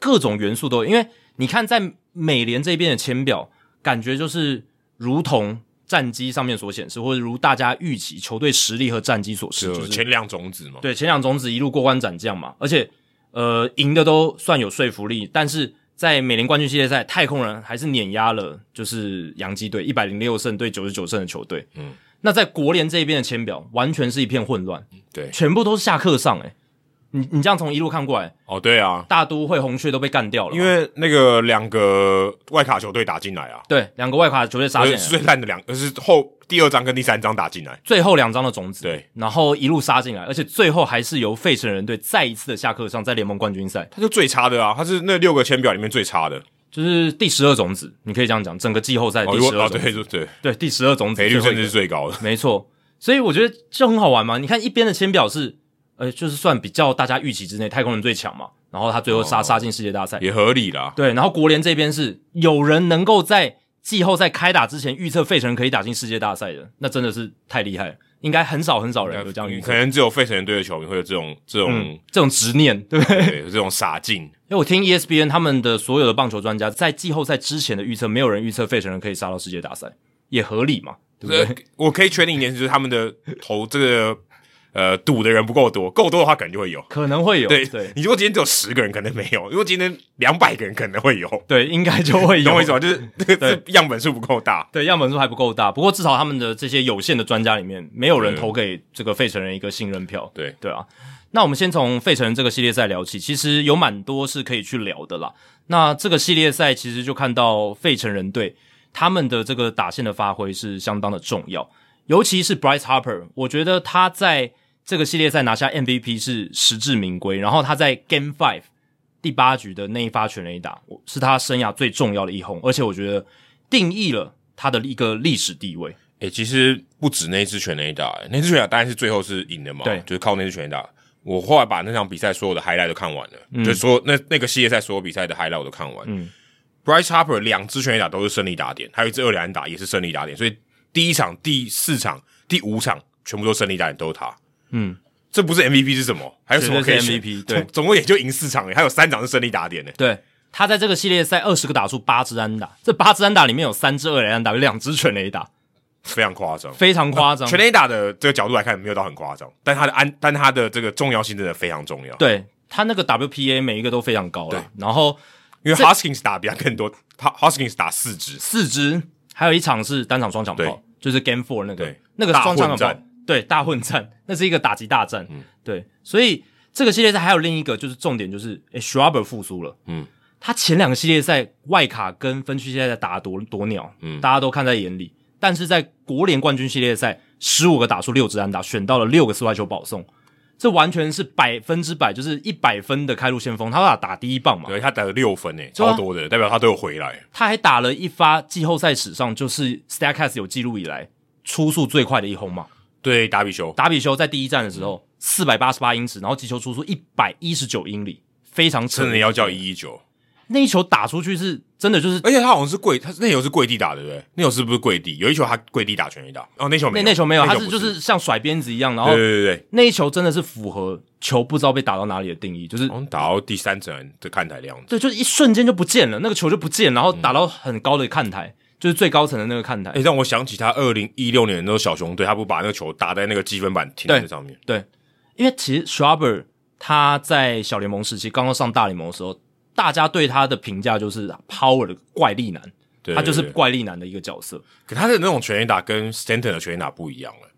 各种元素都有。因为你看，在美联这边的签表，感觉就是如同战绩上面所显示，或者如大家预期球队实力和战绩所示，就就是前两种子嘛，对前两种子一路过关斩将嘛，而且呃赢的都算有说服力，但是。在美联冠军系列赛，太空人还是碾压了就是洋基队一百零六胜对九十九胜的球队。嗯，那在国联这边的签表完全是一片混乱，对，全部都是下课上诶、欸你你这样从一路看过来，哦，对啊，大都会红雀都被干掉了嘛，因为那个两个外卡球队打进来啊，对两个外卡球队杀而进且来，是最烂的两，呃是后第二张跟第三张打进来，最后两张的种子，对，然后一路杀进来，而且最后还是由费城人队再一次的下课上，在联盟冠军赛他就最差的啊，他是那六个签表里面最差的。就是第十二种子，你可以这样讲，整个季后赛哦，第如十果二哦，种子，对对对，对第十二种子赔率最后甚一个至是最高的。没错，所以我觉得就很好玩嘛。你看一边的签表是，呃，就是算比较大家预期之内，太空人最强嘛，然后他最后杀哦杀进世界大赛，也合理啦。对，然后国联这边是有人能够在季后赛开打之前预测费城可以打进世界大赛的，那真的是太厉害了。应该很少很少人有这样嗯预测可，能只有费城队的球迷会有这种这种、这种执念，对不对？对这种傻劲。因为我听 E ESPN 他们的所有的棒球专家在季后赛之前的预测，没有人预测费城人可以杀到世界大赛，也合理嘛，对不对？呃我可以确定一点，就是他们的投这个呃赌的人不够多，够多的话可能就会有。可能会有，对对你如果今天只有十个人，可能没有；如果今天两百个人，可能会有。对，应该就会你有 懂我意思吗？就是这个是样本数不够大。对，样本数还不够大，不过至少他们的这些有限的专家里面，没有人投给这个费城人一个信任票。对对啊，那我们先从费城人这个系列赛聊起，其实有蛮多是可以去聊的啦。那这个系列赛其实就看到费城人队他们的这个打线的发挥是相当的重要，尤其是 Bryce Harper，我觉得他在这个系列赛拿下 MVP 是实至名归，然后他在 Game Five 第八局的那一发全垒打，我是他生涯最重要的一轰，而且我觉得定义了他的一个历史地位。诶、欸其实不止那一支全垒打、诶那支全垒打当然是最后是赢的嘛，对就是靠那支全垒打。我后来把那场比赛所有的 highlight 都看完了，就是说那那个系列赛所有比赛的 highlight 我都看完。嗯 Bryce Harper 两支全垒打都是胜利打点，还有一支二垒安打也是胜利打点，所以第一场、第四场、第五场全部都胜利打点都是他。嗯，这不是 MVP 是什么？还有什么可以绝对是选 MVP 对总总共也就赢四场、诶欸还有三场是胜利打点呢、对。他在这个系列赛二十个打数八支安打，这八支安打里面有三支二垒安打，有两支全垒打，非常夸张。非常夸张。哦全垒打的这个角度来看，没有到很夸张，但他的安，但他的这个重要性真的非常重要。对他那个 WPA 每一个都非常高对了，然后因为 Hoskins 打比他更多他，Hoskins 打四支，四支，还有一场是单场双场对炮，就是 Game Four 那个对那个大双场炮混战，嗯对大混战， 那是一个打击大战，对，所以这个系列赛还有另一个就是重点就是，诶 s c h r a b e r 复苏了，嗯，他前两个系列赛外卡跟分区系列赛打得多多鸟，嗯大家都看在眼里，但是在国联冠军系列赛十五个打出六支安打，选到了六个四外球保送。这完全是百分之百，就是一百分的开路先锋。他打打第一棒嘛，对，他打了六分诶、欸对啊超多的，代表他都有回来。他还打了一发季后赛史上就是 Stacks 有记录以来出速最快的一轰嘛。对，达比修，达比修在第一站的时候四百八十八英尺，然后击球出速一百一十九英里，非常扯。真的要叫一一九，那一球打出去是真的就是而且他好像是跪，他那球是跪地打的，对不对？那球是不是跪地？有一球他跪地打全垒打，哦，那球没那有，那球没有，他是不就是哦是像甩鞭子一样，然后对对对对，那一球真的是符合球不知道被打到哪里的定义，就是好像打到第三层的看台的样子。对，就是一瞬间就不见了，那个球就不见，然后打到很高的看台，就是最高层的那个看台哎、。让我想起他二零一六年的时候，小熊队他不把那个球打在那个积分板停在对上面，对，因为其实 Schwarber 他在小联盟时期，刚刚上大联盟的时候，大家对他的评价就是 power 的怪力男，对他就是对对怪力男的一个角色。可他的那种全垒打跟 Stanton 的全垒打不一样了。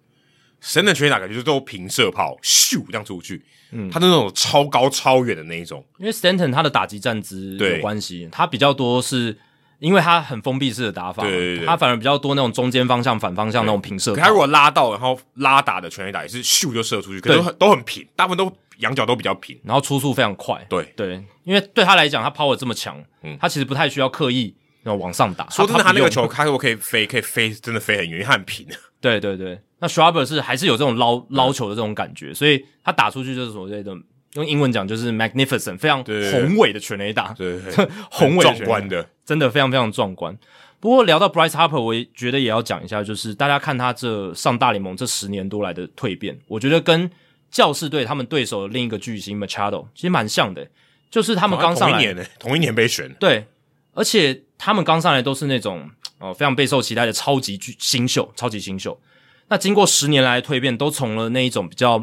Stanton 的全垒打感觉就是都平射炮，咻这样出去，嗯，他的那种超高超远的那一种，因为 Stanton 他的打击站姿对有关系，他比较多是因为他很封闭式的打法嘛，对对对他反而比较多那种中间方向、反方向那种平射可炮。他如果拉到，然后拉打的全垒打也是咻就射出去，可是都很都很平，大部分都仰角都比较平。然后出速非常快，对，对，因为对他来讲，他 power 这么强，嗯他其实不太需要刻意然后往上打。说真的，他不那个用 球，他如果可以飞，可以飞，真的飞很远，因为他很平。对对对，那 Schwarber 是还是有这种捞捞球的这种感觉，所以他打出去就是所谓的用英文讲就是 magnificent，非常对对对宏伟的全垒打，对对对， 宏伟的壮全垒打观的，真的非常非常壮观。不过聊到 Bryce Harper，我也觉得也要讲一下，就是大家看他这上大联盟这十年多来的蜕变，我觉得跟教士队他们对手的另一个巨星 Machado 其实蛮像的，就是 他他们刚上同一来年呢，同一年被选，对，而且他们刚上来都是那种呃非常备受期待的超级巨新秀、超级新秀。那经过十年来的蜕变，都从了那一种比较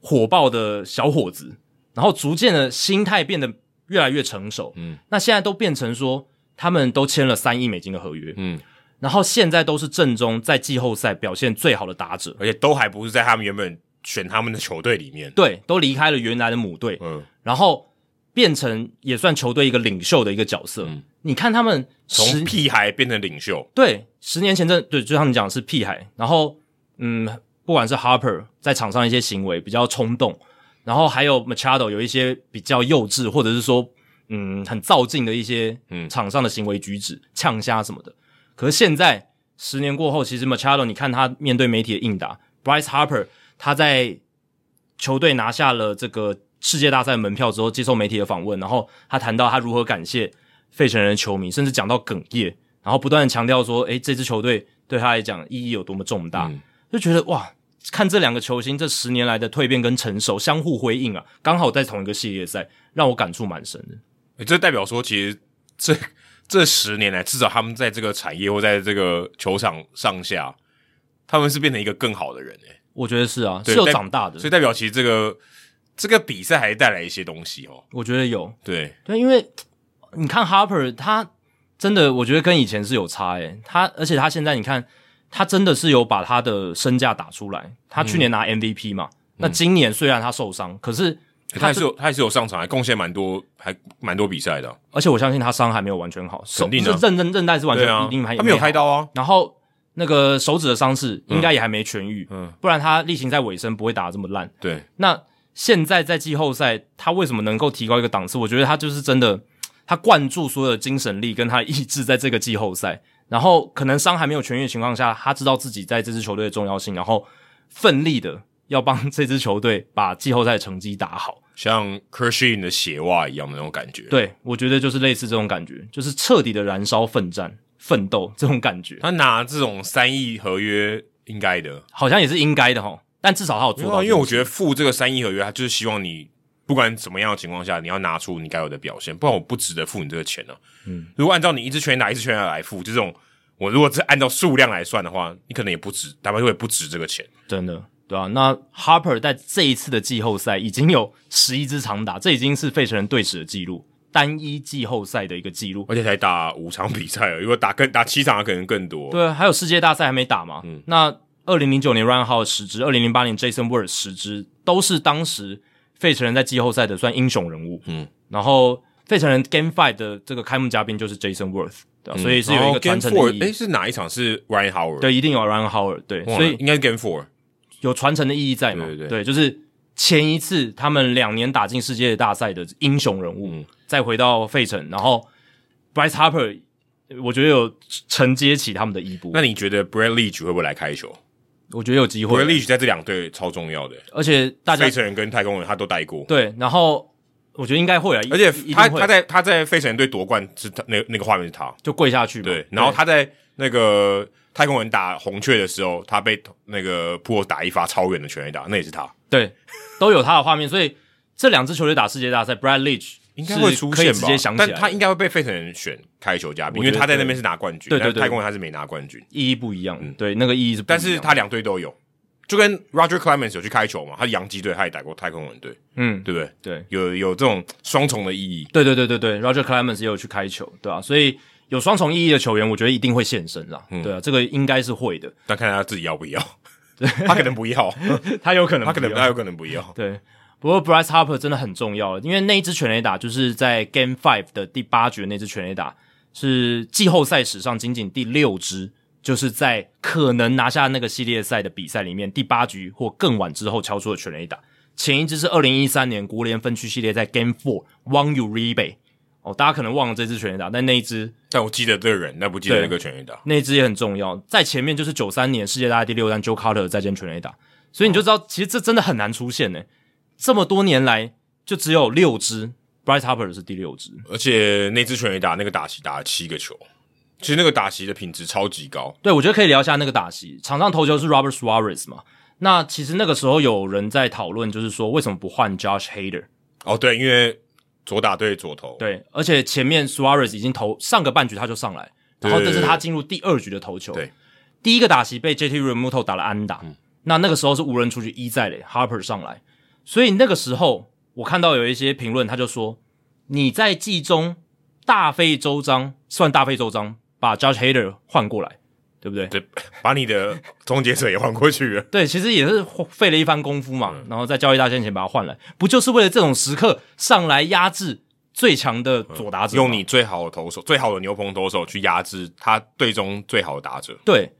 火爆的小伙子，然后逐渐的心态变得越来越成熟。嗯，那现在都变成说，他们都签了三亿美金的合约，嗯，然后现在都是正中在季后赛表现最好的打者，而且都还不是在他们原本选他们的球队里面。对，都离开了原来的母队，嗯，然后变成也算球队一个领袖的一个角色。嗯你看他们十从屁孩变成领袖，对，十年前这对，就像你讲的是屁孩，然后嗯，不管是 Harper 在场上的一些行为比较冲动，然后还有 Machado 有一些比较幼稚或者是说嗯很躁进的一些嗯场上的行为举止、呛虾什么的。可是现在十年过后，其实 Machado 你看他面对媒体的应答，Bryce Harper 他在球队拿下了这个世界大赛门票之后，接受媒体的访问，然后他谈到他如何感谢费城人的球迷，甚至讲到哽咽，然后不断的强调说，诶，这支球队对他来讲意义有多么重大，嗯就觉得哇，看这两个球星这十年来的蜕变跟成熟相互辉映啊，刚好在同一个系列赛，让我感触蛮深的。欸这代表说，其实这这十年来，至少他们在这个产业或在这个球场上下，他们是变成一个更好的人、欸，我觉得是啊，对是有代长大的所，以代表其实这个这个比赛还带来一些东西哦。我觉得有。对，对，因为你看 Harper，他真的我觉得跟以前是有差诶、他而且他现在你看，他真的是有把他的身价打出来。他去年拿 MVP 嘛，那今年虽然他受伤，可是欸他他还是是有他还是有上场，还贡献蛮多，还蛮多比赛的啊、而且我相信他伤还没有完全好，手肯定的啊是韧韧韧带是完对全啊一定还，他没有开到，刀啊，然后那个手指的伤势应该也还没痊愈，嗯不然他例行赛尾声不会打得这么烂。对，那现在在季后赛，他为什么能够提高一个档次？我觉得他就是真的，他灌注所有的精神力跟他的意志在这个季后赛，然后可能伤还没有痊愈的情况下，他知道自己在这支球队的重要性，然后奋力的要帮这支球队把季后赛成绩打好。像 Kershin 的鞋袜一样的那种感觉。对，我觉得就是类似这种感觉，就是彻底的燃烧、奋战、奋斗这种感觉，他拿这种三亿合约应该的，好像也是应该的哈。但至少他有没做有到啊，这件事，因为我觉得付这个三亿合约，他就是希望你不管怎么样的情况下，你要拿出你该有的表现，不然我不值得付你这个钱呢、嗯，如果按照你一支拳打一支拳打来付，这种我如果是按照数量来算的话，你可能也不值，打白会不值这个钱。真的，对啊。那 Harper 在这一次的季后赛已经有十一支长打，这已经是费城人队史的记录，单一季后赛的一个记录。而且才打五场比赛而已，如果打更打七场，可能更多。嗯对啊，还有世界大赛还没打嘛。那二零零九年 Ryan Howard 十支，二零零八年 Jason Word 十支，都是当时费城人在季后赛的算英雄人物。嗯，然后费城人 Game Five 的这个开幕嘉宾就是 Jason Worth，对、嗯啊所以是有一个传承的意哎，诶义。是哪一场是 Ryan Howard？，对，一定有 Ryan Howard，对，忘了所以应该是 Game Four。有传承的意义在嘛？对对对就是前一次他们两年打进世界大赛的英雄人物，嗯再回到费城，然后 Bryce Harper，我觉得有承接起他们的衣钵那，你觉得 Brad Leach 会不会来开球我觉得有机会，？Brad Leach 在这两队超重要的，而且大家费城人跟太空人他都带过。对，然后我觉得应该会啊，而且一他一定会他在他在费城队夺冠是他那那个画面是他，就跪下去嘛，对，然后他在那个太空人打红雀的时候，他被那个普尔打一发超远的全垒打，那也是他，对都有他的画面，所以这两支球队打世界大赛，Brad Leach 应该会是出可以现直吧接想起但来，他应该会被费城人选开球嘉宾，我因觉为得他在那边是拿冠军，对对对但太空人他是没拿冠军，意义不一样，对，那个意义是不一样嗯但的，是他两队都有，就跟 Roger Clemens 有去开球嘛，他洋基队他也打过太空人队，嗯，对不对？对。有有这种双重的意义，对对对对对，Roger Clemens 也有去开球，对啊，所以有双重意义的球员，我觉得一定会现身啦。嗯对啊，这个应该是会的，但看他自己要不要，他可能不要， 他有 可能他可能不要他有可能不要。对。不过 Bryce Harper 真的很重要了，因为那一支全垒打就是在 Game Five 的第八局的那支全垒打，是季后赛史上仅仅第六支，就是在可能拿下那个系列赛的比赛里面，第八局或更晚之后敲出的全垒打。前一支是二零一三年国联分区系列赛 Game Four Wang Uribe，哦，大家可能忘了这支全垒打，但那一支但我记得这个人，但不记得对那个全垒打。那一支也很重要。在前面就是九三年世界大赛第六战 Joe Carter 的再见全垒打，所以你就知道，其实这真的很难出现呢、这么多年来，就只有六支，Bryce Harper 是第六支，而且那支全垒打那个打席打了七个球，其实那个打席的品质超级高。对，我觉得可以聊一下那个打席。场上投球是 Robert Suarez 嘛？那其实那个时候有人在讨论，就是说为什么不换 Josh Hader？哦，对，因为左打对左投，对，而且前面 Suarez 已经投上个半局他就上来，然后这是他进入第二局的投球。对，嗯第一个打席被 JT Remuto 打了安打，那那个时候是无人出局一再垒，Harper 上来，所以那个时候我看到有一些评论，他就说你在季中大费周章，算大费周章把 Judge Hader 换过来，对不对？对， 把你的终结者也换过去了。对，其实也是费了一番功夫嘛，嗯然后在交易大限前把他换来，不就是为了这种时刻上来压制最强的左打者吗、用你最好的投手、最好的牛棚投手去压制他队中最好的打者，对，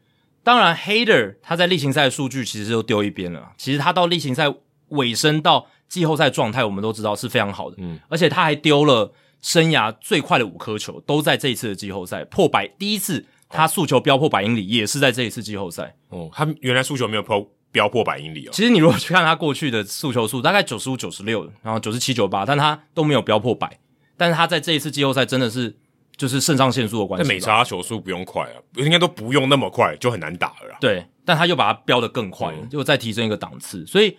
当然 Hader 他在例行赛的数据其实都丢一边了。其实他到例行赛尾声到季后赛状态，我们都知道是非常好的。嗯，而且他还丢了生涯最快的五颗球，都在这一次的季后赛破百。第一次他速球飙破百英里，也是在这一次季后赛。哦，他原来速球没有破飙破百英里哦，其实你如果去看他过去的速球数，大概九十五、九十六，然后九十七、九八，但他都没有飙破百。但是他在这一次季后赛真的是就是肾上腺素的关那系吧，美差球速不用快啊，应该都不用那么快，就很难打了啦。对，但他又把它标得更快了，又再提升一个档次。所以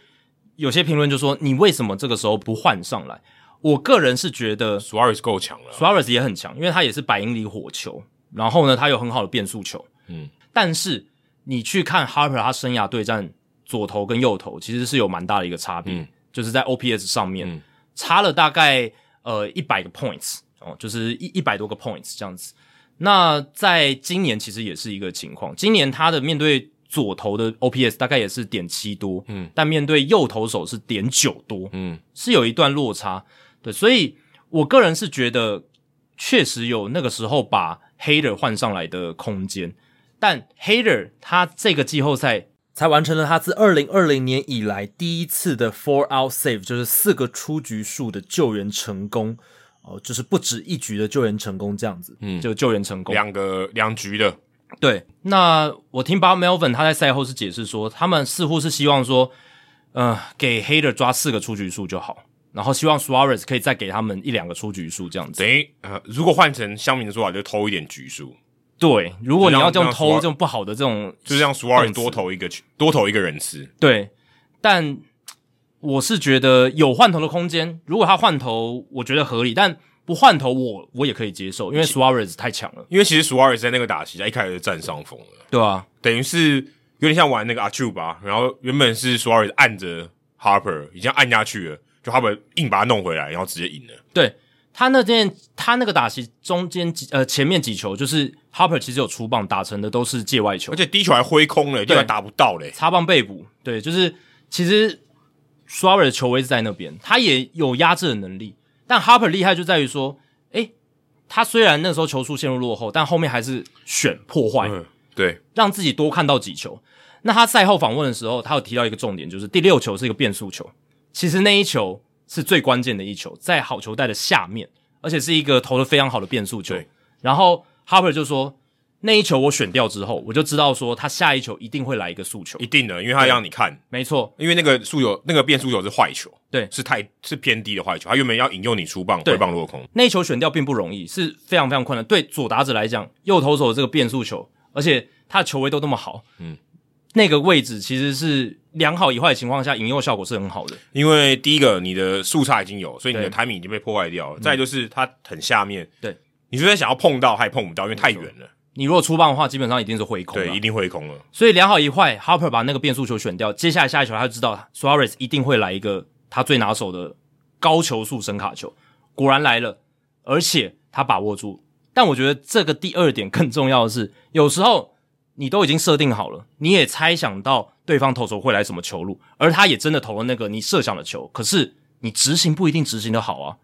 有些评论就说，你为什么这个时候不换上来？我个人是觉得 Suarez 够强了， Suarez 也很强，因为他也是百英里火球，然后呢，他有很好的变速球。嗯，但是你去看 Harper 他生涯对战左投跟右投，其实是有蛮大的一个差别，嗯就是在 OPS 上面、嗯差了大概呃一百个 points 哦，就是一一百多个 points 这样子。那在今年其实也是一个情况，今年他的面对左投的 OPS 大概也是点七多，嗯，但面对右投手是点九多，嗯是有一段落差。对，所以我个人是觉得确实有那个时候把 Hater 换上来的空间，但 Hater 他这个季后赛才完成了他自二零二零年以来第一次的 four out save，就是四个出局数的救援成功，哦，就是不止一局的救援成功这样子。嗯，就救援成功，两个两局的，对，那我听 Bob Melvin 他在赛后是解释说，他们似乎是希望说，呃，给 Hater 抓四个出局数就好，然后希望 Suarez 可以再给他们一两个出局数这样子。等于呃，如果换成乡民的说法，就偷一点局数，对，如果你要这种就让偷 Suarez- 这种不好的这种，就是让 Suarez 动词多投一个球多投一个人次，对，但我是觉得有换头的空间。如果他换头，我觉得合理，但不换头我，我也可以接受，因为 Suarez 太强了，因为其实 Suarez 在那个打席，他一开始就占上风了。对啊，等于是有点像玩那个阿丘吧，然后原本是 Suarez 按着 Harper，已经按下去了，就 Harper 硬把他弄回来，然后直接赢了。对他那件他那个打席中间几呃前面几球，就是 Harper 其实有出棒打成的都是界外球而，且第一球还挥空了，对还打不到嘞。插棒被捕，对，就是其实 Suarez 的球位是在那边，他也有压制的能力，但 Harper 厉害就在于说，诶，他虽然那时候球速陷入落后，但后面还是选破坏，嗯，对，让自己多看到几球。那他赛后访问的时候，他有提到一个重点，就是第六球是一个变速球，其实那一球是最关键的一球，在好球带的下面，而且是一个投的非常好的变速球对。然后 Harper 就说，那一球我选掉之后，我就知道说他下一球一定会来一个速球一。定的，因为他让你看，没错，因为那个速球那个变速球是坏球，对是太是偏低的坏球，他原本要引诱你出棒，对挥棒落空。那一球选掉并不容易，是非常非常困难。对左打者来讲，右投手的这个变速球，而且他的球威都那么好，嗯，那个位置其实是良好以坏的情况下，引诱效果是很好的。因为第一个你的速差已经有，所以你的对嗯 timing 已经被破坏掉了。再来就是它很下面，对，你就算想要碰到，还碰不到，因为太远了，你如果出棒的话，基本上一定是挥空对，了一。定挥空了。所以两好一坏，Harper 把那个变速球选掉，接下来下一球他就知道 Suarez 一定会来一个他最拿手的高球速声卡球，果然来了，而且他把握住。但我觉得这个第二点更重要的是，有时候你都已经设定好了，你也猜想到对方投手会来什么球路，而他也真的投了那个你设想的球，可是你执行不一定执行的好啊，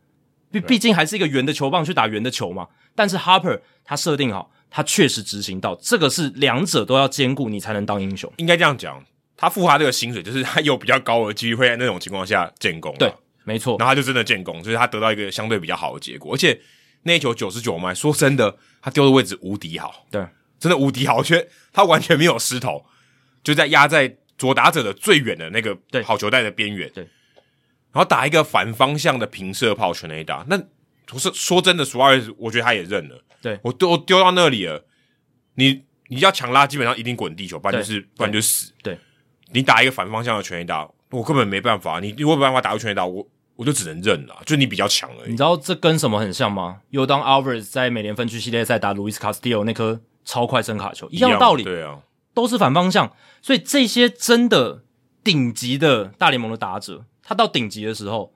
毕毕竟还是一个圆的球棒去打圆的球嘛。但是 Harper 他设定好，他确实执行到，这个是两者都要兼顾，你才能当英雄。应该这样讲，他付他这个薪水，就是他有比较高的机率会在那种情况下建功。对，啊没错然，后他就真的建功，所以他得到一个相对比较好的结果。而且那一球九十九迈，说真的，他丢的位置无敌好，对真的无敌好，我觉得他完全没有失头，就在压在左打者的最远的那个对好球带的边缘。对然后打一个反方向的平射炮全垒打，那不是说真的，数二，我觉得他也认了。对我丢我丢到那里了，你你要强拉，基本上一定滚地球，不然对就是不然就死。对，你打一个反方向的全垒打，我根本没办法。你如果没办法打到全垒打，我我就只能认了，就你比较强而你已。知道这跟什么很像吗？又当 Alvarez 在美联分区系列赛打 Luis Castillo 那颗超快声卡球一一样的道理，对啊，都是反方向。所以这些真的顶级的大联盟的打者，他到顶级的时候，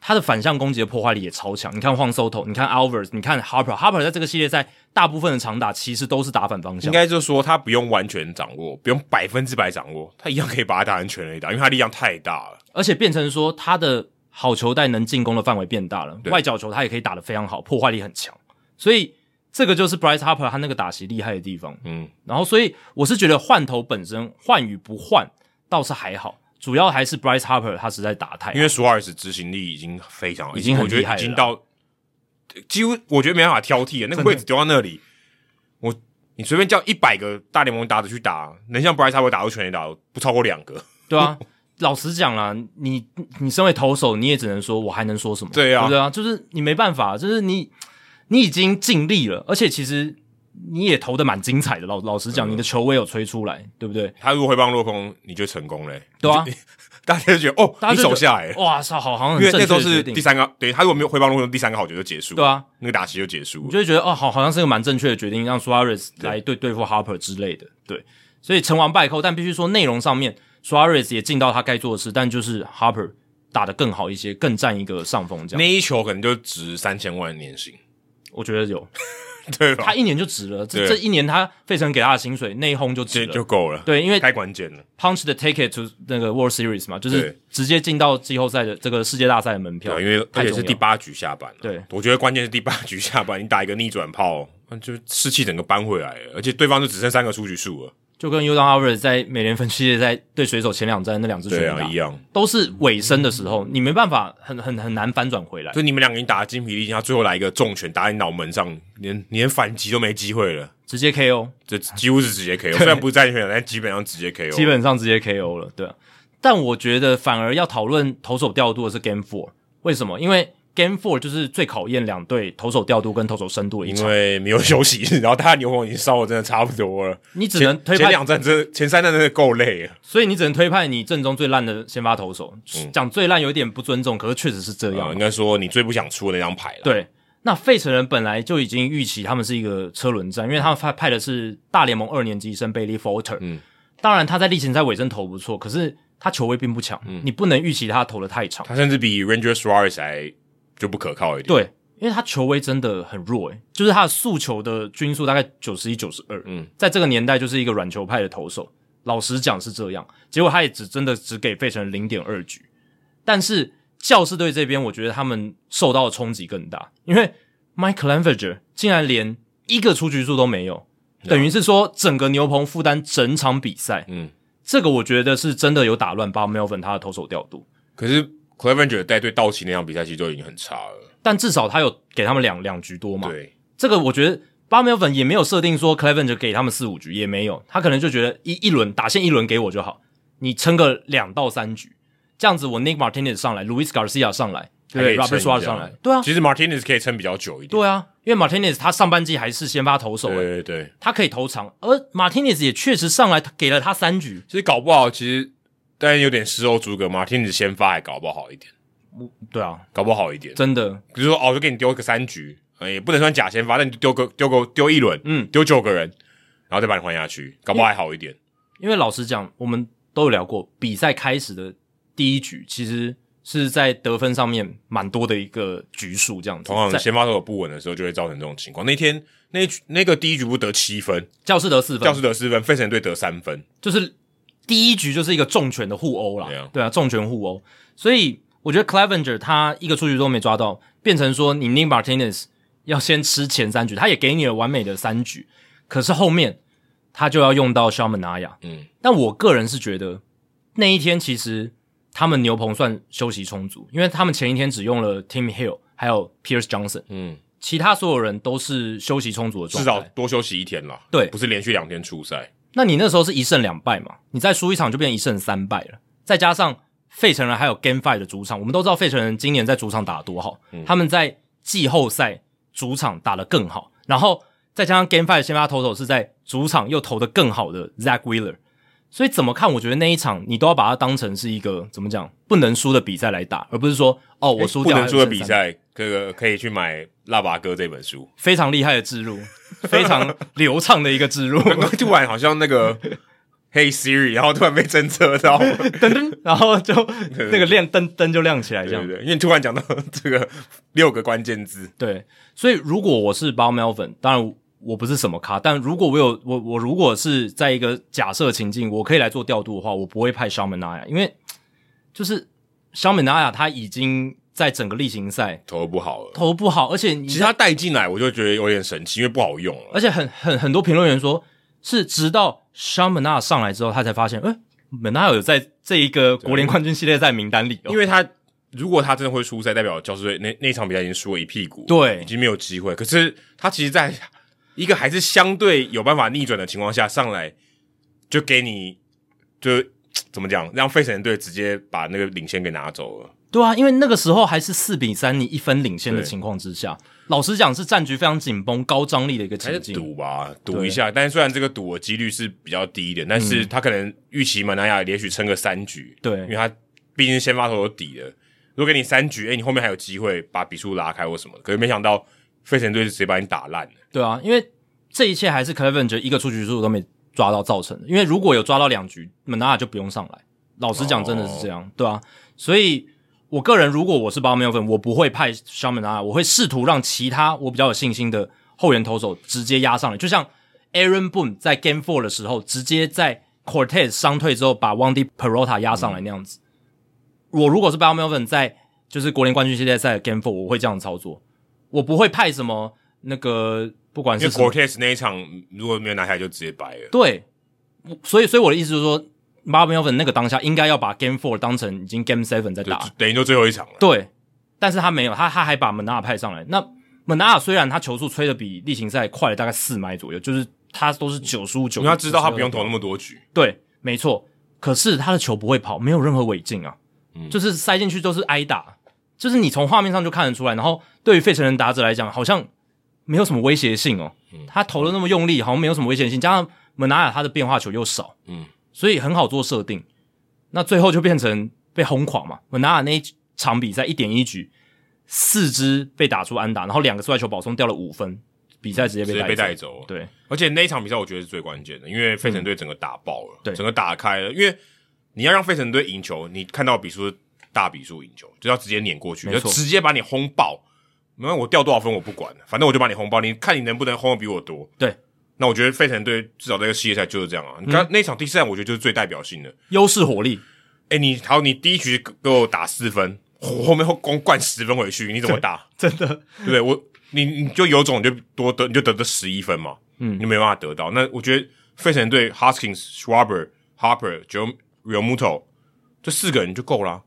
他的反向攻击的破坏力也超强。你看晃 Soto，你看 Alvarez，你看 Harper，Harper 在这个系列赛大部分的长打其实都是打反方应向。该就是说他不用完全掌握，不用百分之百掌握，他一样可以把它打成全垒打，因为他力量太大了。而且变成说他的好球带能进攻的范围变大了，对外角球他也可以打得非常好，破坏力很强，所以这个就是 Bryce Harper 他那个打席厉害的地方。嗯，然后，所以我是觉得换头本身换与不换倒是还好，主要还是 Bryce Harper 他实在打得太好，因为索尔斯执行力已经非常，哎已经很我觉厉害了得已经到几乎我觉得没办法挑剔了。那个位置丢到那里，我你随便叫一百个大联盟打者去打，能像 Bryce Harper 打到全垒打不超过两个。对啊。 老实讲啦，你你身为投手，你也只能说我还能说什么？对啊对不对啊，就是你没办法，就是你你已经尽力了，而且其实你也投的蛮精彩的。老老实嗯讲，你的球也有吹出来，对不对？他如果会帮落空，你就成功嘞、欸对啊，大家就觉得哦，大家你就觉手得下来了，哇操，好好像因很为正确那时候的是决定第，三个，对他如果没有会帮落空，第三个好球就结束，对啊，那个打席就结束你了。就会觉得哦，好，好像是个蛮正确的决定，让 Suarez 来对对付 Harper 之类的。对，所以成王败寇，但必须说内容上面 Suarez 也尽到他该做的事，但就是 Harper 打得更好一些，更占一个上风。这那样，一球可能就值三千万年薪， 我觉得有对吧他？一年就值了，这对这一年他费城给他的薪水内讧就值这了。就够了，对，因为太关键了。 punch the ticket to 那个 World Series 嘛，就是对直接进到季后赛的这个世界大赛的门票对，。因为啊太而重要且是第八局下半、啊对，嗯我觉得关键是第八局下半，你打一个逆转炮，就士气整个扳回来了，而且对方就只剩三个出局数了，就跟 u d a n Alvarez 在美联分系列赛对水手前两战那两支全对垒打、啊，一样。都是尾声的时嗯候，你没办法很很很难反转回来。就你们两个已经打得精疲力尽，他最后来一个重拳打你脑门上，连 连反击都没机会了，直接 KO，这几乎是直接 KO。虽然不是战选，但基本上直接 KO。基本上直接 KO 了，对啊。但我觉得反而要讨论投手调度的是 Game Four，为什么？因为 Game Four 就是最考验两队投手调度跟投手深度的一因场，为没有休息，然后大家牛棚已经烧的真的差不多了。你只能推前派，两站真的前三站真的够累了，所以你只能推派你阵中最烂的先发投手。嗯讲最烂有点不尊重，可是确实是这样啊，。应该说你最不想出的那张牌了。，对，那费城人本来就已经预期他们是一个车轮战，因为他们派派的是大联盟二年级生贝利 Folter，嗯，当然他在例行赛尾声投不错，可是他球威并不强，嗯你不能预期他投的太长。他甚至比 Ranger Suarez 还就不可靠一点。对，因为他球威真的很弱，诶，就是他的速球的均速大概九十一、九十二，嗯，在这个年代就是一个软球派的投手。老实讲是这样，结果他也只真的只给费城零点二局，但是教士队这边，我觉得他们受到的冲击更大，因为 Mike Clevenger 竟然连一个出局数都没有，等于是说整个牛棚负担整场比赛，嗯，这个我觉得是真的有打乱 Bob Melvin 他的投手调度，可是 Clevenger 带队道奇那场比赛其实就已经很差了。但至少他有给他们两两局多嘛，对，这个我觉得巴梅尔粉也没有设定说 Clevenger 给他们四五局，也没有，他可能就觉得一一轮打线一轮给我就好，你撑个两到三局，这样子我 Nick Martinez 上来，Luis Garcia 上来，还可对以撑 Robert 一 Suarez 下上来，对啊，其实 Martinez 可以撑比较久一点。对啊，因为 Martinez 他上半季还是先发投手、欸，对对啊对，他可以投长，而 Martinez 也确实上来给了他三局，其实搞不好，其实但有点事后诸葛，Martinez 先发还搞不好一点，对啊，搞不好一点。真的比如说哦，就给你丢个三局，呃也不能算假先发，但你就丢个丢个丢一轮，嗯，丢九个人，然后再把你换下去，搞不好还好一点。因为老实讲，我们都有聊过，比赛开始的第一局其实是在得分上面蛮多的一个局数，这样子。同样在先发投手不稳的时候，就会造成这种情况。那天那一局那个第一局不得七分，教士得四分教，士得四分，费城队得三分，就是第一局就是一个重拳的互殴啦，对啊对啊，重拳互殴。所以我觉得 Clevenger 他一个出局都没抓到，变成说你 Nick Martinez 要先吃前三局，他也给你了完美的三局，可是后面他就要用到 s h a m a n a y a 嗯，但我个人是觉得那一天其实他们牛棚算休息充足，因为他们前一天只用了 Tim Hill 还有 Pierce Johnson，嗯，其他所有人都是休息充足的至状少态。多休息一天啦。对不是连续两天出赛，那你那时候是一胜两败嘛？你再输一场就变一胜三败了，再加上费城人还有 Game Five 的主场，我们都知道费城人今年在主场打得多好，嗯他们在季后赛主场打得更好，然后再加上 Game Five 的先发投手是在主场又投得更好的 Zach Wheeler，所以怎么看？我觉得那一场你都要把它当成是一个怎么讲不能输的比赛来打，而不是说哦我输哎不掉能输的比还有剩三，赛，这个可以去买《腊八哥》这本书。 非常厉害的置入，非常流畅的一个 置入，刚刚突然好像那 个 Hey Siri，然后突然被侦测到，噔噔，然后就那个亮灯灯就亮起来，这对样不对？因为你突然讲到这个六个关键字，对。所以如果我是 b o m e l v i n 当然我不是什么咖，但如果我有我我如果是在一个假设情境，我可以来做调度的话，我不会派 s h a m a n a y a 因为就是肖美纳雅他已经在整个例行赛投的不好了。投不好，而且你其实他带进来，我就觉得有点神奇，因为不好用了。而且很很很多评论员说，是直到 s h a m a n a y a 上来之后，他才发现，诶 m a n a 有在这一个国联冠军系列赛名单里、哦，因为他如果他真的会出赛，代表教师队那那场比赛已经输了一屁股，对已经没有机会。可是他其实在一个还是相对有办法逆转的情况下上来，就给你就怎么讲，让费城队直接把那个领先给拿走了。对啊，因为那个时候还是四比三，你一分领先的情况之下，老实讲是战局非常紧绷、高张力的一个还情是境。赌吧，赌一下。但是虽然这个赌的几率是比较低一点，但是他可能预期马南亚也许撑个三局，对因为他毕竟先发投有底的。如果给你三局，哎、你后面还有机会把比数拉开或什么的。可是没想到费城队是直接把你打烂了。对啊，因为这一切还是 Clevenger 一个出局数都没抓到造成的。因为如果有抓到两局，门纳就不用上来。老实讲，真的是这哦样，对啊。所以我个人如果我是巴梅尔粉，我不会派 s h a m a n a 我会试图让其他我比较有信心的后援投手直接压上来，就像 Aaron Boone 在 Game Four 的时候，直接在 Cortez 伤退之后把 Wandy Perota 压上来那样子。我如果是 b a m e l v i n 在就是国联冠军系列赛的 Game Four，我会这样操作，我不会派什么那个不管因是为什么 Cortez 那一场如果没有拿下来，就直接白了。对，我所以所以我的意思就是说 b a m e l v i n 那个当下应该要把 Game Four 当成已经 Game Seven 在对，打，等于就最后一场了。对，但是他没有，他他还把门纳派上来。那门纳虽然他球速吹的比例行赛快了大概四迈左右，就是他都是九十五九，因为他知道他不用投那么多局，对，没错。可是他的球不会跑，没有任何违禁啊，嗯就是塞进去都是挨打，就是你从画面上就看得出来。然后对于费城人打者来讲，好像没有什么威胁性哦。嗯他投的那么用力，好像没有什么危险性，加上门纳尔他的变化球又少，嗯，所以很好做设定。那最后就变成被轰垮嘛。门纳尔那一场比赛一点一局，四支被打出安打，然后两个摔球保送掉了五分，比赛直接嗯直被接带走被带走了。对，嗯而且那一场比赛我觉得是最关键的，因为费城队整个打爆了，对整个打开了。因为你要让费城队赢球，你看到比数是大比数赢球，就要直接碾过去，没就错直接把你轰爆。没关系我掉多少分我不管，反正我就把你轰爆，你看你能不能轰的比我多。对，嗯那我觉得费城队至少这个系列赛就是这样啊。你看那场第四战，我觉得就是最代表性的。优势火力，哎、你好，你第一局给我打四分，我后面后光灌十分回去，你怎么打？真的对不对？我你你就有种你就多得你就得这十一分嘛，嗯，你就没办法得到。那我觉得费城队 Hoskins、Schwarber、Harper、Joe Real Muto 这四个人就够啦。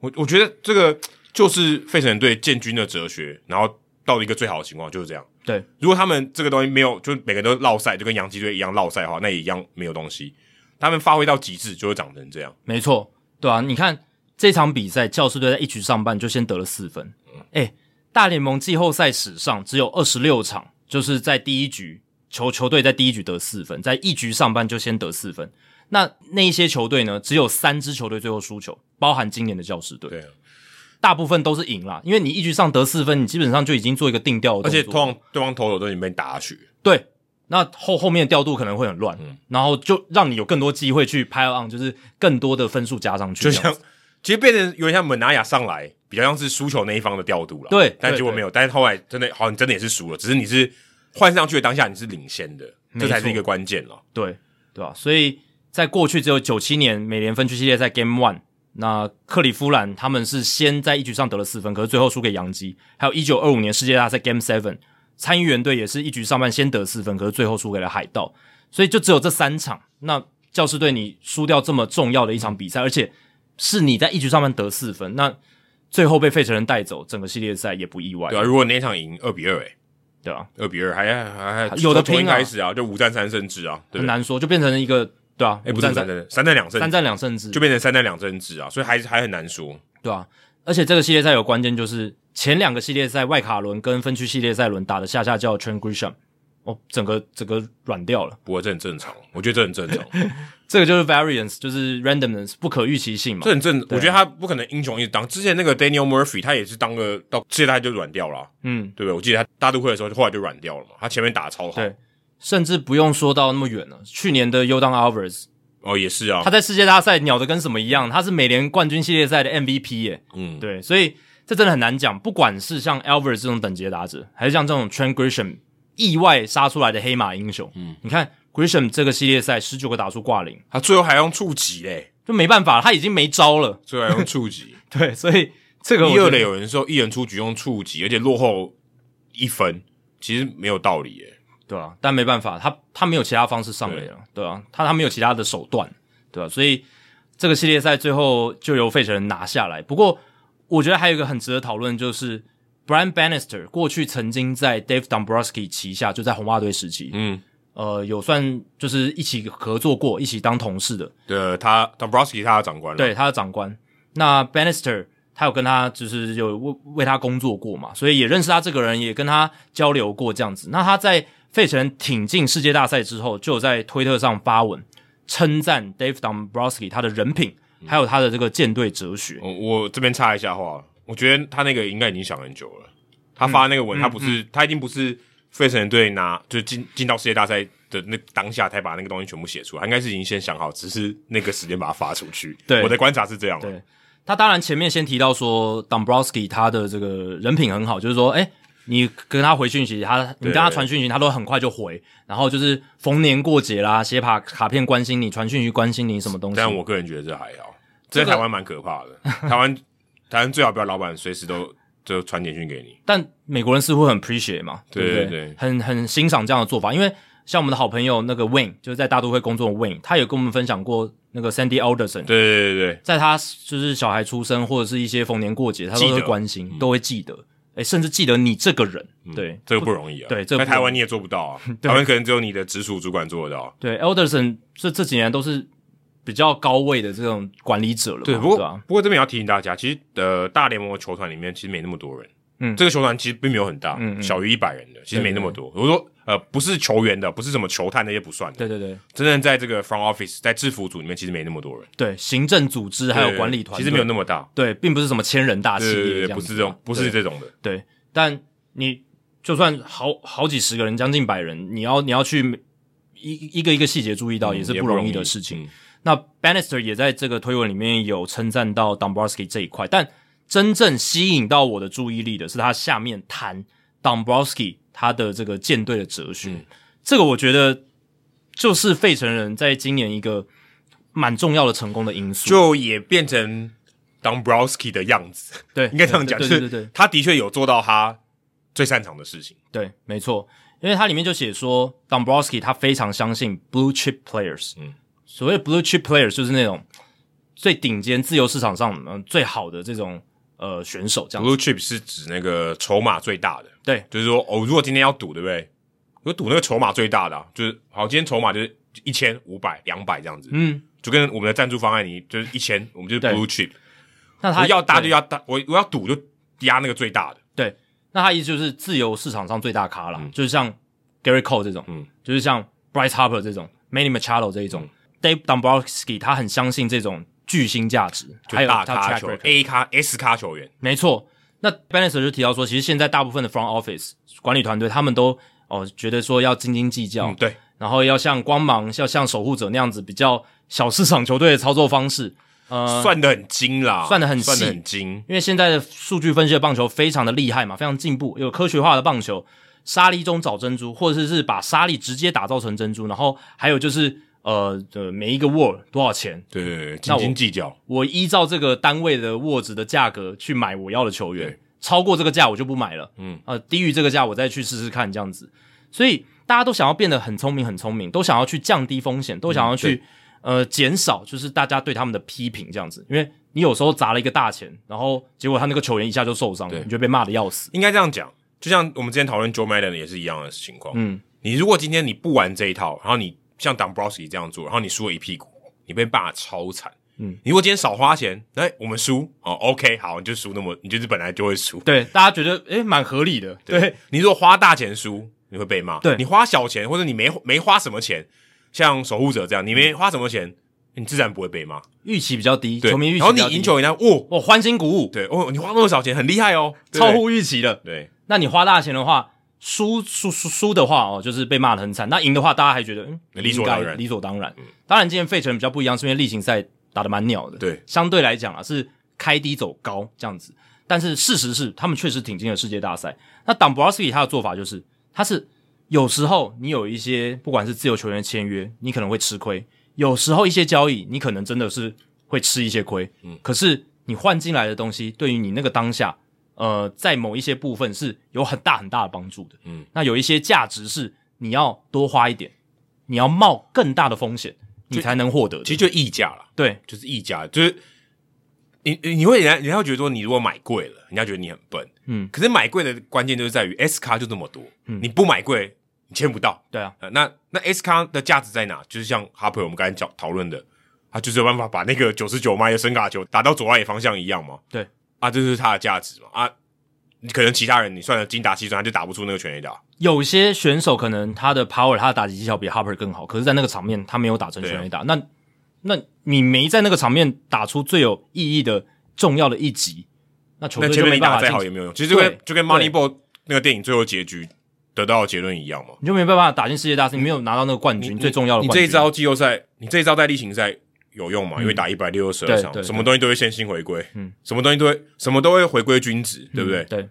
我我觉得这个就是费城队建军的哲学，然后到了一个最好的情况就是这样。对。如果他们这个东西没有，就是每个人都落赛，就跟洋基队一样落赛的话，那也一样没有东西。他们发挥到极致就会长成这样。没错，对啊，你看这场比赛，教士队在一局上半就先得了四分。哎、大联盟季后赛史上只有二十六场，就是在第一局球球队在第一局得四分，在一局上半就先得四分。那那一些球队呢，只有三支球队最后输球，包含今年的教士队，对啊，大部分都是赢啦，因为你一局上得四分，你基本上就已经做一个定调的而动作，且通常对方投手都已经被打下去，对，那后后面的调度可能会很乱，嗯然后就让你有更多机会去 pile on，就是更多的分数加上去这就样子，像其实变成有点像门拿雅上来，比较像是输球那一方的调度了。对但对结果没有，但是后来真的好，你真的也是输了，只是你是换上去的当下你是领先的，这错才是一个关键了。对对吧、所以在过去只有九七年美联分区系列赛 Game One，那克利夫兰他们是先在一局上得了四分，可是最后输给洋基；还有一九二五年世界大赛 Game Seven，参议员队也是一局上半先得四分，可是最后输给了海盗。所以就只有这三场，那教师队你输掉这么重要的一场比赛，而且是你在一局上半得四分，那最后被费城人带走，整个系列赛也不意外，对啊，如果那一场赢二比二，哎，对啊吧、二比二还还还有的拼啊从一开始啊，就五战三胜制啊，对很不对？难说，就变成一个对啊，哎，不五是战五战三胜，三战两胜三战两胜制，就变成三战两胜制啊，所以还还很难说。对啊，而且这个系列赛有关键就是前两个系列赛外卡轮跟分区系列赛轮打的下下叫 Trent Grisham，哦，整个整个软掉了。不过这很正常，我觉得这很 正啊常，啊这个就是 variance，就是 randomness，不可预期性嘛这。很正。我觉得他不可能英雄一直当。之前那个 Daniel Murphy 他也是当个到世界大赛就软掉了啊、嗯，对不对？我记得他大都会的时候，后来就软掉了嘛。他前面打得超好，对甚至不用说到那么远了。去年的 Yodan Alvarez，哦，也是啊他，在世界大赛鸟的跟什么一样，他是美联冠军系列赛的 MVP 耶、嗯，对，所以这真的很难讲。不管是像 Alvarez 这种等级的打者，还是像这种 Trent Grisham 意外杀出来的黑马英雄，嗯，你看 Grisham 这个系列赛十九个打出挂零。他最后还用触及嘞，就没办法，他已经没招了。最后还用触及。 对，所以这个我一觉二得垒有人说一人出局用触及，而且落后一分，其实没有道理耶。对啊，但没办法，他他没有其他方式上垒了，对啊，他他没有其他的手段，对啊，所以这个系列赛最后就由费城人拿下来。不过我觉得还有一个很值得讨论，就是 Brian Bannister 过去曾经在 Dave Dombrowski 旗下，就在红袜队时期，嗯，呃，有算就是一起合作过，一起当同事的，对，他 Dombrowski 他的长官了，啊对，他的长官。那 Bannister 他有跟他就是有为为他工作过嘛，所以也认识他这个人，也跟他交流过这样子。那他在费城挺进世界大赛之后，就有在推特上发文称赞 Dave Dombrowski 他的人品，嗯还有他的这个舰队哲学。我我这边插一下话，我觉得他那个应该已经想很久了。他嗯发那个文，他不是、他一定不是费城人队拿就进进到世界大赛的那当下才把那个东西全部写出来，他应该是已经先想好，只是那个时间把它发出去。对我的观察是这样啊。对他当然前面先提到说，Dombrowski 他的这个人品很好，就是说，哎、你跟他回讯息，他你对跟他传讯息，他都很快就回，然后就是逢年过节啦，写卡卡片关心你，传讯息关心你什么东西。但我个人觉得这还好，这在个台湾蛮可怕的。台湾台湾最好不要老板随时都就传简讯给你。但美国人似乎很 appreciate 嘛，对不对？对对很很欣赏这样的做法，因为像我们的好朋友那个 Wayne，就是在大都会工作的 Wayne，他有跟我们分享过那个 Sandy Alderson，对对对对，在他就是小孩出生或者是一些逢年过节，他都记会得关心，都会记得，哎，甚至记得你这个人，嗯对这个不容易啊。对这个在不容易台湾你也做不到 啊，台湾可能只有你的直属主管做得到。对，Elderson 这这几年都是比较高位的这种管理者了嘛，对，哦对，啊不过、吧？不过这边也要提醒大家，其实呃，大联盟的球团里面其实没那么多人，嗯这个球团其实并没有很大，嗯嗯小于一百人的其实没那么多。我说呃，不是球员的，不是什么球探那些不算的，对对对真正在这个 front office 在制服组里面其实没那么多人，对，行政组织还有对管理团其队，实没有那么大，对，并不是什么千人大企对对对业，对，不是这这样种子，啊不是这种的，对，但你就算好好几十个人，将近百人，你要你要去一一个一个细节注意嗯到，也是嗯也不不容容易的易事情。嗯那 Bannister 也在这个推文里面有称赞到 Dombrowski 这一块，但真正吸引到我的注意力的是他下面谈 Dombrowski 他的这个舰队的哲学，嗯这个我觉得就是费城人在今年一个蛮重要的成功的因素。就也变成 Dombrowski 的样子， 对，应该这样讲，就对对对对是他的确有做到他最擅长的事情，对，没错，因为它里面就写说，Dombrowski 他非常相信 blue chip players。嗯嗯，所谓 blue chip players 就是那种最顶尖自由市场上嗯、最好的这种呃选手，这样子。 Blue chip 是指那个筹码最大的，对，就是说，哦，如果今天要赌，对不对？我赌那个筹码最大的、啊，就是好，今天筹码就是一千、五百、两百这样子，嗯，就跟我们的赞助方案你就是一千，我们就是对 blue chip，那他我要大就对要大，我我要赌就压那个最大的，对，那他意思就是自由市场上最大咖啦，嗯就是像 Gary Cole 这种，嗯就是像 Bryce Harper 这种，Manny Machado 这一种、d 嗯 a v e Dombrowski 他很相信这种巨星价值，就还有大他咖 track 球 record。 A 咖、S 咖球员，没错，那 Bannister 就提到说，其实现在大部分的 front office 管理团队，他们都哦觉得说要斤斤计较，嗯，对，然后要像光芒、要像守护者那样子比较小市场球队的操作方式。呃，算的很精啦，算得很细算的很精，因为现在的数据分析的棒球非常的厉害嘛，非常进步，有科学化的棒球，沙粒中找珍珠，或者是是把沙粒直接打造成珍珠，然后还有就是呃呃每一个 word 多少钱，对对对，那斤我斤计较，我依照这个单位的握值的价格去买我要的球员对，超过这个价我就不买了。嗯，呃，低于这个价我再去试试看这样子。所以大家都想要变得很聪明，很聪明，都想要去降低风险，都想要去、呃减少就是大家对他们的批评这样子。因为你有时候砸了一个大钱，然后结果他那个球员一下就受伤了，对你就被骂的要死。应该这样讲，就像我们之前讨论 Joe Madden 也是一样的情况，嗯，你如果今天你不玩这一套，然后你像 Dombrowski 这样做，然后你输了一屁股，你被骂超惨。嗯，你如果今天少花钱，哎、我们输哦，OK，好，你就输那么，你就是本来就会输。对，大家觉得诶蛮合理的，对你如果花大钱输，你会被骂。对你花小钱或者你没没花什么钱，像守护者这样，你没花什么钱，你自然不会被骂。预期比较低，对，球迷预期然后比你较低赢，球，人家哦，我、欢欣鼓舞，对哦，你花那么少钱，很厉害哦，对超乎预期的。对那你花大钱的话，输输输输的话哦，就是被骂的很惨；那赢的话，大家还觉得嗯，理所当然嗯应该理所当然。当然，今天费城比较不一样，是因为例行赛打得蛮鸟的，对，相对来讲啊是开低走高这样子。但是事实是，他们确实挺进了世界大赛。那 d o m b r o w s k i 他的做法就是，他是有时候你有一些不管是自由球员签约，你可能会吃亏；有时候一些交易，你可能真的是会吃一些亏。嗯，可是你换进来的东西，对于你那个当下，呃，在某一些部分是有很大很大的帮助的。嗯，那有一些价值是你要多花一点，你要冒更大的风险，你才能获得的。其实就溢价了，对就是溢价，就是你你你会人家人家会觉得说，你如果买贵了，人家觉得你很笨。嗯，可是买贵的关键就是在于 S 卡就这么多，你不买贵，你签不到。对啊，呃、那那 S 卡的价值在哪？就是像哈佩我们刚才讲讨论的，他就是有办法把那个九十九迈的声卡球打到左外野方向一样嘛。对，啊，这就是他的价值嘛啊。你可能其他人你算了精打细算，他就打不出那个全垒打。有些选手可能他的 power 他的打击技巧比 Harper 更好，可是，在那个场面他没有打成啊全垒打。那那你没在那个场面打出最有意义的重要的一击，那球那队前就面没你办打法再进好也没有用，其实就跟对就跟 Moneyball 那个电影最后结局得到的结论一样嘛。你就没办法打进世界大赛，你没有拿到那个冠军，最重要的你冠这军。一招季后赛，你这一招在例行赛有用吗？因为打一百六十二对场，对什么东西都会先行回归，嗯什么东西都会什么都会回归均值，对不对？对，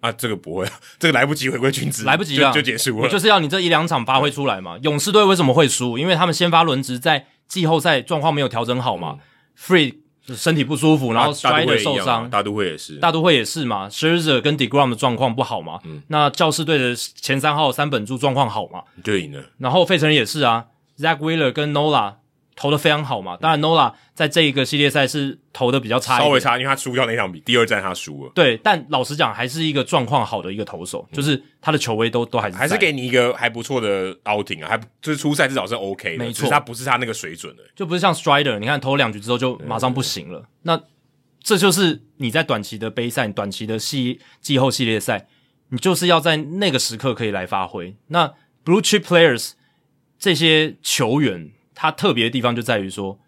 啊， 这个不会，这个来不及回归均值，来不及就啊，就结束了。就是要你这一两场发挥出来嘛。勇士队为什么会输？因为他们先发轮值在季后赛状况没有调整好嗯嘛。Free 身体不舒服，然后大大 Strider 都会一样受啊伤，大都会也是。大都会也是嘛 s h i r z e r 跟 Degrom 的状况不好嘛。嗯那教士队的前三号三本柱状况好嘛。你就赢了。然后费城人也是啊，Zach Wheeler 跟 Nola 投的非常好嘛。当然 Nola 在这一个系列赛是投的比较差一点，稍微差，因为他输掉那场比，第二战他输了，对，但老实讲，还是一个状况好的一个投手，就是他的球威都都还是还是在给你一个还不错的 outing 啊，还不就是初赛至少是 OK 的，没只错是他不是他那个水准的。就不是像 Strider，你看投两局之后就马上不行了。那这就是你在短期的杯赛、短期的系季后系列赛，你就是要在那个时刻可以来发挥。那 Blue Chip Players 这些球员，他特别的地方就在于说，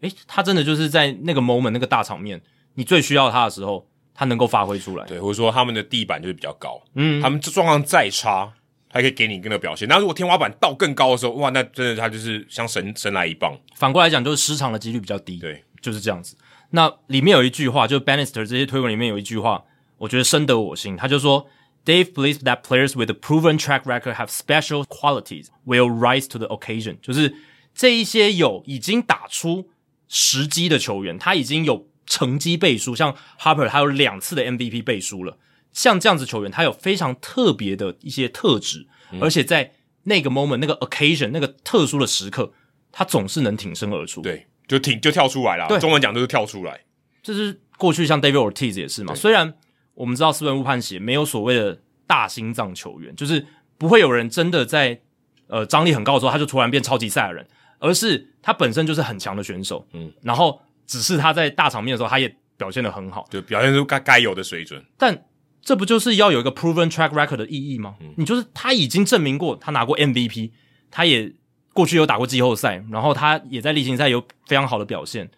诶，他真的就是在那个 moment 那个大场面，你最需要他的时候，他能够发挥出来。对，或者说他们的地板就是比较高，嗯他们这状况再差，还可以给你更的表现。那如果天花板到更高的时候，哇，那真的他就是像神神来一棒。反过来讲，就是失常的几率比较低。对，就是这样子。那里面有一句话，就是 Bannister 这些推文里面有一句话，我觉得深得我心。他就说，Dave believes that players with a proven track record have special qualities will rise to the occasion。就是这一些有已经打出时机的球员，他已经有成绩背书，像 Harper 他有两次的 MVP 背书了。像这样子球员，他有非常特别的一些特质，而且在那个 moment、那个 occasion、那个特殊的时刻，他总是能挺身而出。对，就挺就跳出来啦。哦对中文讲就是跳出来，就是过去像 David Ortiz 也是嘛，虽然我们知道斯文乌判协没有所谓的大心脏球员，就是不会有人真的在呃张力很高的时候他就突然变超级赛亚人，而是他本身就是很强的选手，嗯，然后只是他在大场面的时候他也表现的很好，就表现出该该有的水准。但这不就是要有一个 proven track record 的意义吗？你就是他已经证明过，他拿过 MVP，他也过去有打过季后赛，然后他也在例行赛有非常好的表现，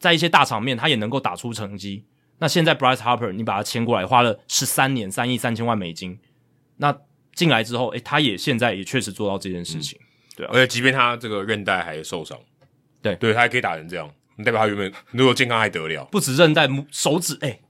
在一些大场面他也能够打出成绩。那现在 Bryce Harper 你把他签过来，花了十三年三亿三千万美金，那进来之后，诶，他也现在也确实做到这件事情。而且即便他这个韧带还受伤，对对他还可以打成这样，代表他原本如果健康还得了。不止韧带、拇手指，诶，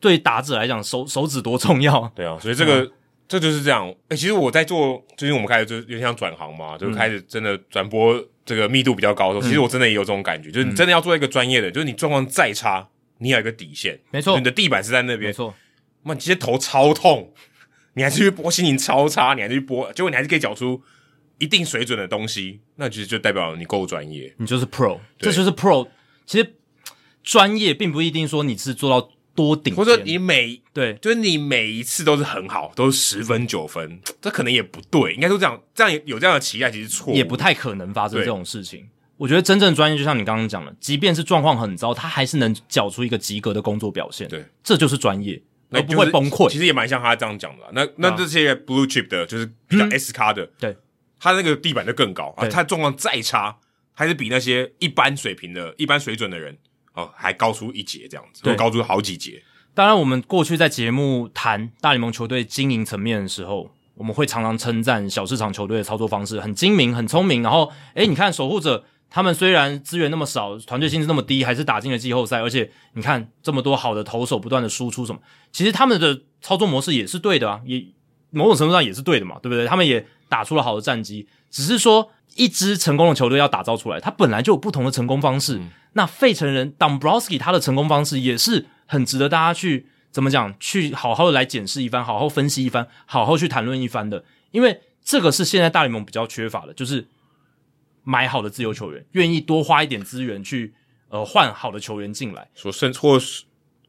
对打者来讲，手手指多重要啊！对啊，所以这个、这就是这样。哎、其实我在做，最近我们开始就有点像转行嗯嘛，就开始真的转播这个密度比较高的时候，其实我真的也有这种感觉，嗯就是你真的要做一个专业的，就是你状况再差，你有一个底线，没错你的地板是在那边没，错，妈，你今天头超痛，你还是去播，心情超差，你还是去播，结果你还是可以缴出一定水准的东西，那其实就代表你够专业。你就是 pro，对这就是 pro。其实专业并不一定说你是做到多顶尖，或者你每对就是你每一次都是很好，都是十分九分，这可能也不对，应该说这样，这样有有这样的期待其实错误，也不太可能发生对这种事情。我觉得真正专业，就像你刚刚讲的，即便是状况很糟，他还是能缴出一个及格的工作表现。对，这就是专业，那而哎就不是会崩溃。其实也蛮像他这样讲的啦。那那啊嗯这些 blue chip 的，就是比较 S 咖的，对，他那个地板就更高啊，对他状况再差，还是比那些一般水平的、一般水准的人哦，还高出一截这样子，对或高出好几截。当然，我们过去在节目谈大联盟球队经营层面的时候，我们会常常称赞小市场球队的操作方式很精明、很聪明。然后，诶，你看守护者他们虽然资源那么少，团队薪资那么低，还是打进了季后赛。而且，你看这么多好的投手不断的输出什么，其实他们的操作模式也是对的啊，也某种程度上也是对的嘛，对不对？他们也打出了好的战绩，只是说一支成功的球队要打造出来，它本来就有不同的成功方式。那费城人 Dombrowski 他的成功方式也是很值得大家去怎么讲，去好好的来检视一番，好好分析一番，好好去谈论一番的，因为这个是现在大联盟比较缺乏的，就是买好的自由球员，愿意多花一点资源去呃换好的球员进来。说甚或是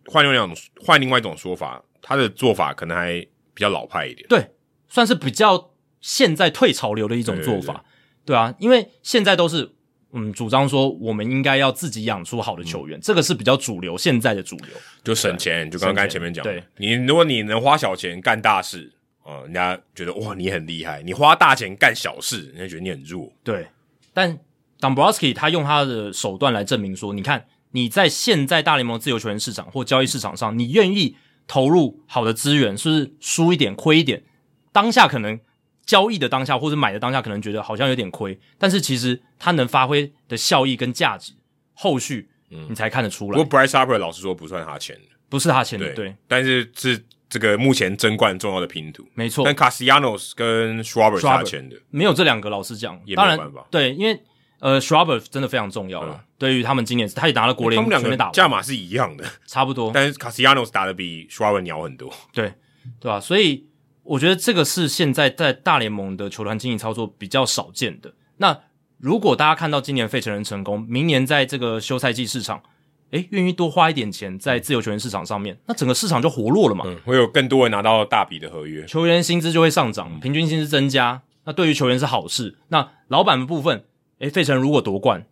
换另外一种换另外一种说法，他的做法可能还比较老派一点。对，算是比较现在退潮流的一种做法，对啊，因为现在都是嗯主张说我们应该要自己养出好的球员，这个是比较主流现在的主流。就省钱，就刚刚前面讲的，对你如果你能花小钱干大事，哦、人家觉得哇你很厉害，你花大钱干小事，人家觉得你很弱，对，但 Dombrowski 他用他的手段来证明说，你看你在现在大联盟自由球员市场或交易市场上，你愿意投入好的资源，是不是输一点亏一点？当下可能交易的当下或者买的当下，可能觉得好像有点亏，但是其实它能发挥的效益跟价嗯值，后续你才看得出不来。过 Bryce Harper 老实说不算他钱，不是他签的，对对，但是是这个目前争冠重要的拼图。没错。但 Castellanos 跟 Schwarber 是他 Schwarber 签的，没有这两个，老实讲，也没有当然办法嗯对，因为呃 s c h r a b e r 真的非常重要了。对于他们今年，他也拿了国联他们两全个垒打王，嗯价码是一样的，差不多。但是 Castellanos 打的比 Schwarber 鸟很多。对对吧、所以我觉得这个是现在在大联盟的球团经营操作比较少见的。那如果大家看到今年费城人成功，明年在这个休赛季市场，诶，愿意多花一点钱在自由球员市场上面，那整个市场就活络了嘛。嗯，会有更多人拿到大笔的合约。球员薪资就会上涨，平均薪资增加，那对于球员是好事。那老板的部分，诶，费城如果夺冠，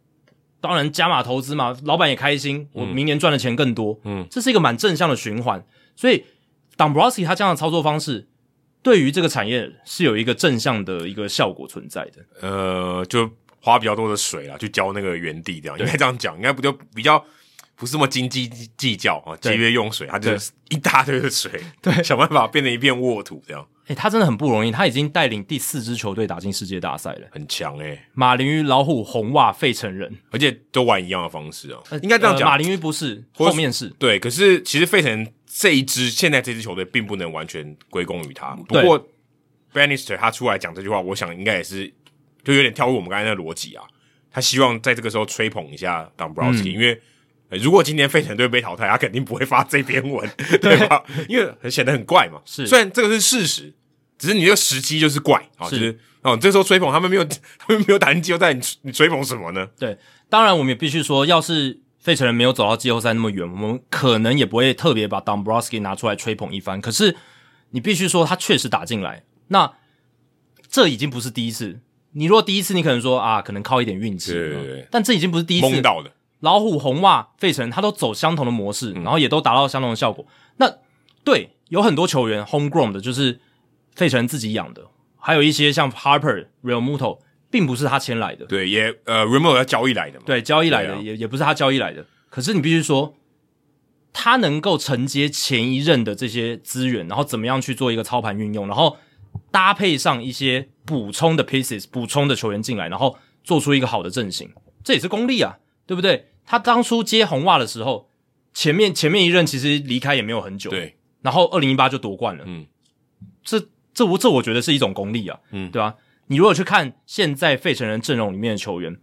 当然加码投资嘛，老板也开心，我明年赚的钱更多，嗯，这是一个蛮正向的循环。所以 d o m b r o w s k i 他这样的操作方式，对于这个产业是有一个正向的一个效果存在的。呃，就花比较多的水啦，去浇那个原地，这样应该这样讲，应该不就比较不是那么斤斤计较啊，节约用水，它就是一大堆的水，对，想办法变成一片沃土，这样诶，他真的很不容易，他已经带领第四支球队打进世界大赛了。很强哎、马林鱼、老虎、红袜、费城人，而且都玩一样的方式啊，应该这样呃讲。马林鱼不是，或是后面是对，可是其实费城这一支现在这支球队并不能完全归功于他。不对过 Bannister 他出来讲这句话，我想应该也是就有点跳入我们刚才那逻辑啊。他希望在这个时候吹捧一下 Dombrowski，、嗯因为、呃如果今年费城队被淘汰，他肯定不会发这篇 文，对吧？因为很显得很怪嘛。是虽然这个是事实，只是你这个时机就是怪啊，是就是哦，这时候吹捧他们没有， 他们没有打进季后赛，你你吹捧什么呢？对，当然我们也必须说，要是费城人没有走到季后赛那么远，我们可能也不会特别把 Dombrowski 拿出来吹捧一番。可是你必须说，他确实打进来，那这已经不是第一次。你如果第一次，你可能说啊，可能靠一点运气，啊对对对但这已经不是第一蒙次。到的，老虎、红袜、费城，他都走相同的模式，嗯然后也都达到相同的效果。那对，有很多球员 homegrown 的，就是费城自己养的，还有一些像 Harper、Real Muto，并不是他签来的。对，也呃 r e m o 要交易来的嘛，对，交易来的、对啊也也不是他交易来的。可是你必须说，他能够承接前一任的这些资源，然后怎么样去做一个操盘运用，然后搭配上一些补充的 pieces、补充的球员进来，然后做出一个好的阵型，这也是功力啊，对不对？他当初接红袜的时候，前面前面一任其实离开也没有很久，对，然后二零一八就夺冠了，嗯，这这我这我觉得是一种功力啊，嗯对吧、你如果去看现在费城人阵容里面的球员，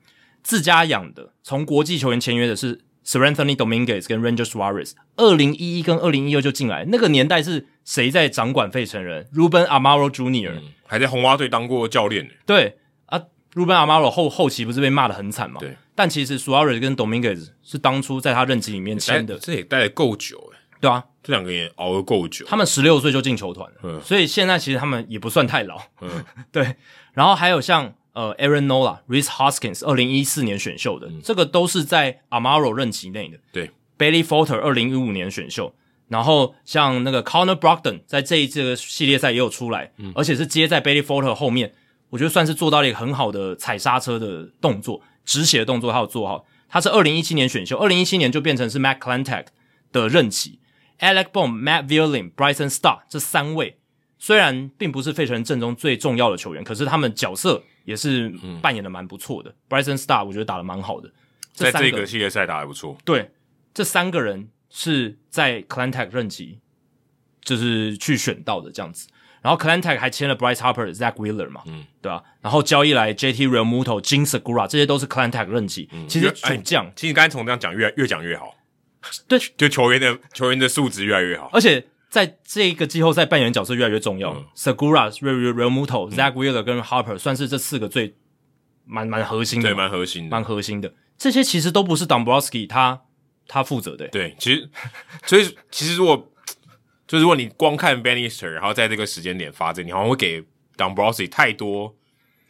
自家养的，从国际球员签约的是 s e r a n t h o n y Dominguez 跟 Ranger Suarez，二零一一跟二零一二就进来，那个年代是谁在掌管费城人？Ruben Amaro Jr.、嗯还在红蛙队当过教练呢。对啊，Ruben Amaro 后后期不是被骂的很惨嘛？对，但其实 Suarez 跟 Dominguez 是当初在他任期里面签的但，这也待的够久哎，对啊，这两个也熬得够久。他们十六岁就进球团了，嗯所以现在其实他们也不算太老。嗯 对，然后还有像呃 Aaron Nola、Reese Hoskins，二零一四年选秀的，这个都是在 Amaro 任期内的。嗯对，Bailey Falter 二零一五年选秀，然后像那个 Connor Brogdon 在这一这个系列赛也有出来，嗯而且是接在 Bailey Falter 后面，我觉得算是做到了一个很好的踩刹车的动作，止血的动作他有做好。他是二零一七年选秀，二零一七年就变成是 Matt Clantac 的任期，Alec Bohm、Matt Violin、Bryson Star 这三位虽然并不是费城阵中最重要的球员，可是他们角色也是嗯扮演的蛮不错的。Bryson Star 我觉得打的蛮好的，在三这个系列赛打得不错，对，这三个人是在 Clantech 任期就是去选到的这样子。然后 Clantech 还签了 Bryce Harper、Zach Wheeler 嘛，嗯，对吧、然后交易来 JT Realmuto、Jim Segura，这些都是 Clantech 任期。其实主哎将、其实刚才从这样讲越越讲越好，对，就球员的 球员的素质越来越好。而且在这个季后赛扮演的角色越来越重要。Segura、Real Real Muto、Zach Wheeler 跟 Harper 算是这四个最蛮蛮核心对，的嘛，蛮核心的蛮。核心的。这些其实都不是 Dombrowski 他他负责的、欸对，其实 所以其实如果就如果你光看 Bannister，然后在这个时间点发这，你好像会给 Dombrowski 太多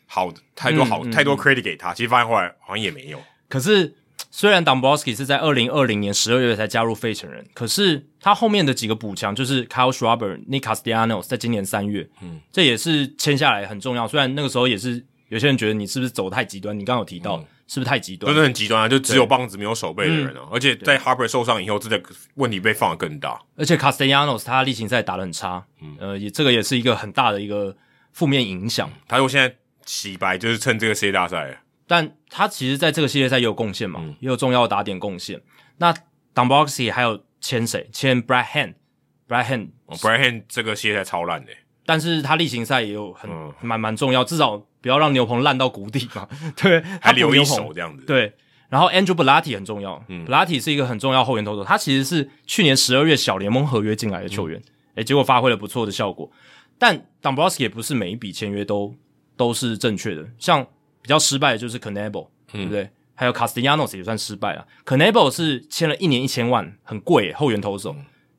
好太多好、嗯嗯太多 credit 给他，其实发现后来好像也没有。可是虽然 Dombrowski 是在二零二零年十二月才加入费城人，可是他后面的几个补强就是 Kyle Schwarber、Nick Castellanos，在今年三月，嗯，这也是签下来很重要。虽然那个时候也是有些人觉得你是不是走太极端，你刚刚有提到、是不是太极端真的？很极端啊，就只有棒子没有手背的人哦、而且在 Harper 受伤以后，真的问题被放得更大。而且 Castellanos 他例行赛打得很差，呃，也这个也是一个很大的一个负面影响。他说现在洗白就是趁这个世界大赛了，但他其实在这个系列赛也有贡献嘛，也有重要的打点贡献。那 Dombrowski 还有签谁？签 Brad Hand，Brad Hand 哦、Brian Hand 这个系列赛超烂的、但是他例行赛也有很嗯蛮蛮重要，至少不要让牛棚烂到谷底嘛。 对，他还补留一牛棚手。嗯这样子。，对，然后 Andrew Belatti 很重要、b e l a t t i 是一个很重要后援投手，他其实是去年十二月小联盟合约进来的球员，嗯诶、结果发挥了不错的效果。但 Dombrowski 也不是每一笔签约都都是正确的，像比较失败的就是 Canable，、对嗯不对？还有 Castellanos 也算失败了。Canable 是签了一年一千万，很贵耶后援投手，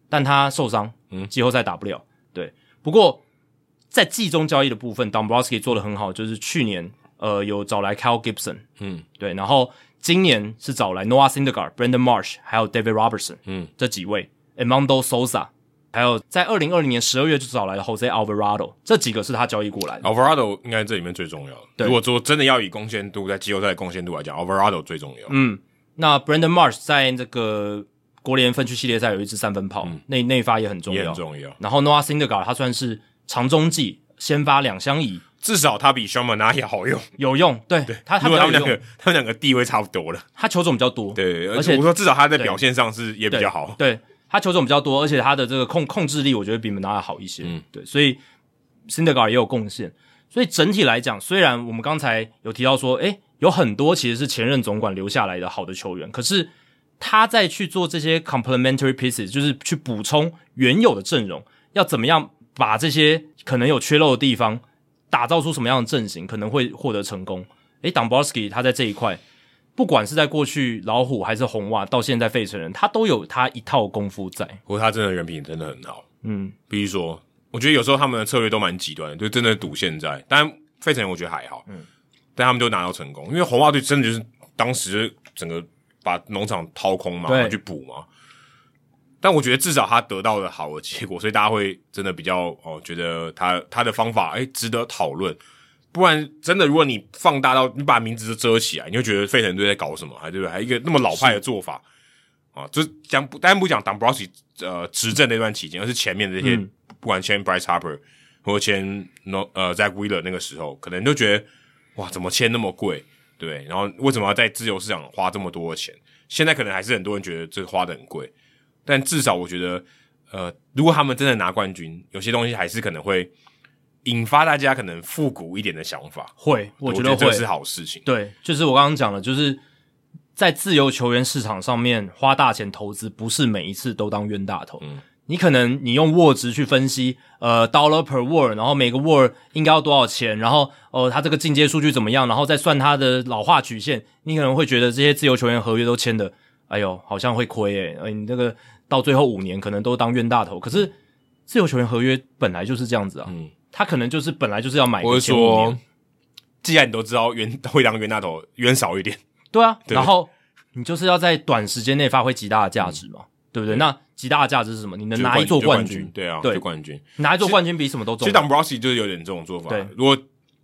但他受伤，季后赛打不了。对，不过在季中交易的部分，Dombrowski 做的很好，就是去年呃有找来 Kyle Gibson，嗯，对，然后今年是找来 Noah Syndergaard、Brandon Marsh 还有 David Robertson，嗯，这几位 a m o n d o Sosa，还有在二零二零年十二月就找来了 Jose Alvarado，这几个是他交易过来的。 Alvarado 应该这里面最重要的。对如果说真的要以贡献度在季后赛的贡献度来讲，Alvarado 最重要。嗯，那 Brandon Marsh 在这个国联分区系列赛有一支三分炮，那那一发也很重嗯也要很。重要。然后 Noah Syndergaard 他算是长中计，先发两相宜，至少他比 s h a m a n a y a 好用。有用。对他他如比果他较们两有个用，他们两个地位差不多了。他球种比较多，对，而且我说至少他在表现上是也比较好。对他球种比较多，而且他的这个控控制力，我觉得比 m a n a 好一些。嗯对，所以 s i n d e r g a r 也有贡献。所以整体来讲，虽然我们刚才有提到说，诶，有很多其实是前任总管留下来的好的球员，可是他在去做这些 complementary pieces，就是去补充原有的阵容，要怎么样把这些可能有缺漏的地方打造出什么样的阵型，可能会获得成功。诶 d o m b r o w s k i 他在这一块不管是在过去老虎还是红袜，到现在费城人，他都有他一套功夫在。不过他真的人品真的很好。嗯，必须说，我觉得有时候他们的策略都蛮极端的，就真的赌现在。当然，费城人我觉得还好，嗯，但他们就拿到成功，因为红袜队真的就是当时整个把农场掏空嘛，对然后去补嘛。但我觉得至少他得到了好的结果，所以大家会真的比较哦，觉得他他的方法哎、值得讨论。不然真的，如果你放大到你把名字都遮起来，你就觉得费城队在搞什么，还对不对？还一个那么老派的做法，啊，就是讲不，当然不讲 Dombrowski 呃执政那段期间，而是前面的这些，嗯不管签 Bryce Harper 或签 No 呃 Zach Wheeler 那个时候，可能就觉得哇，怎么签那么贵，对不对？然后为什么要在自由市场花这么多的钱？现在可能还是很多人觉得这花的很贵，但至少我觉得，呃，如果他们真的拿冠军，有些东西还是可能会引发大家可能复古一点的想法。会，我我觉得这会。是好事情。对，就是我刚刚讲的，就是在自由球员市场上面花大钱投资，不是每一次都当冤大头。嗯你可能你用 word 值去分析，呃，dollar per word，然后每个 word 应该要多少钱，然后呃，他这个进阶数据怎么样，然后再算他的老化曲线，你可能会觉得这些自由球员合约都签的，哎呦，好像会亏诶、哎，你这个到最后五年可能都当冤大头。可是自由球员合约本来就是这样子啊，嗯他可能就是本来就是要买个我是前五年说，既然你都知道冤会当冤大头，冤少一点，对啊，对然后你就是要在短时间内发挥极大的价值嘛，对不对？那极大的价值是什么？你能拿一座嗯就冠军，对啊，对就冠军。拿一座冠军比什么都重其实要。 Dombrowski 就是有点这种做法对，如果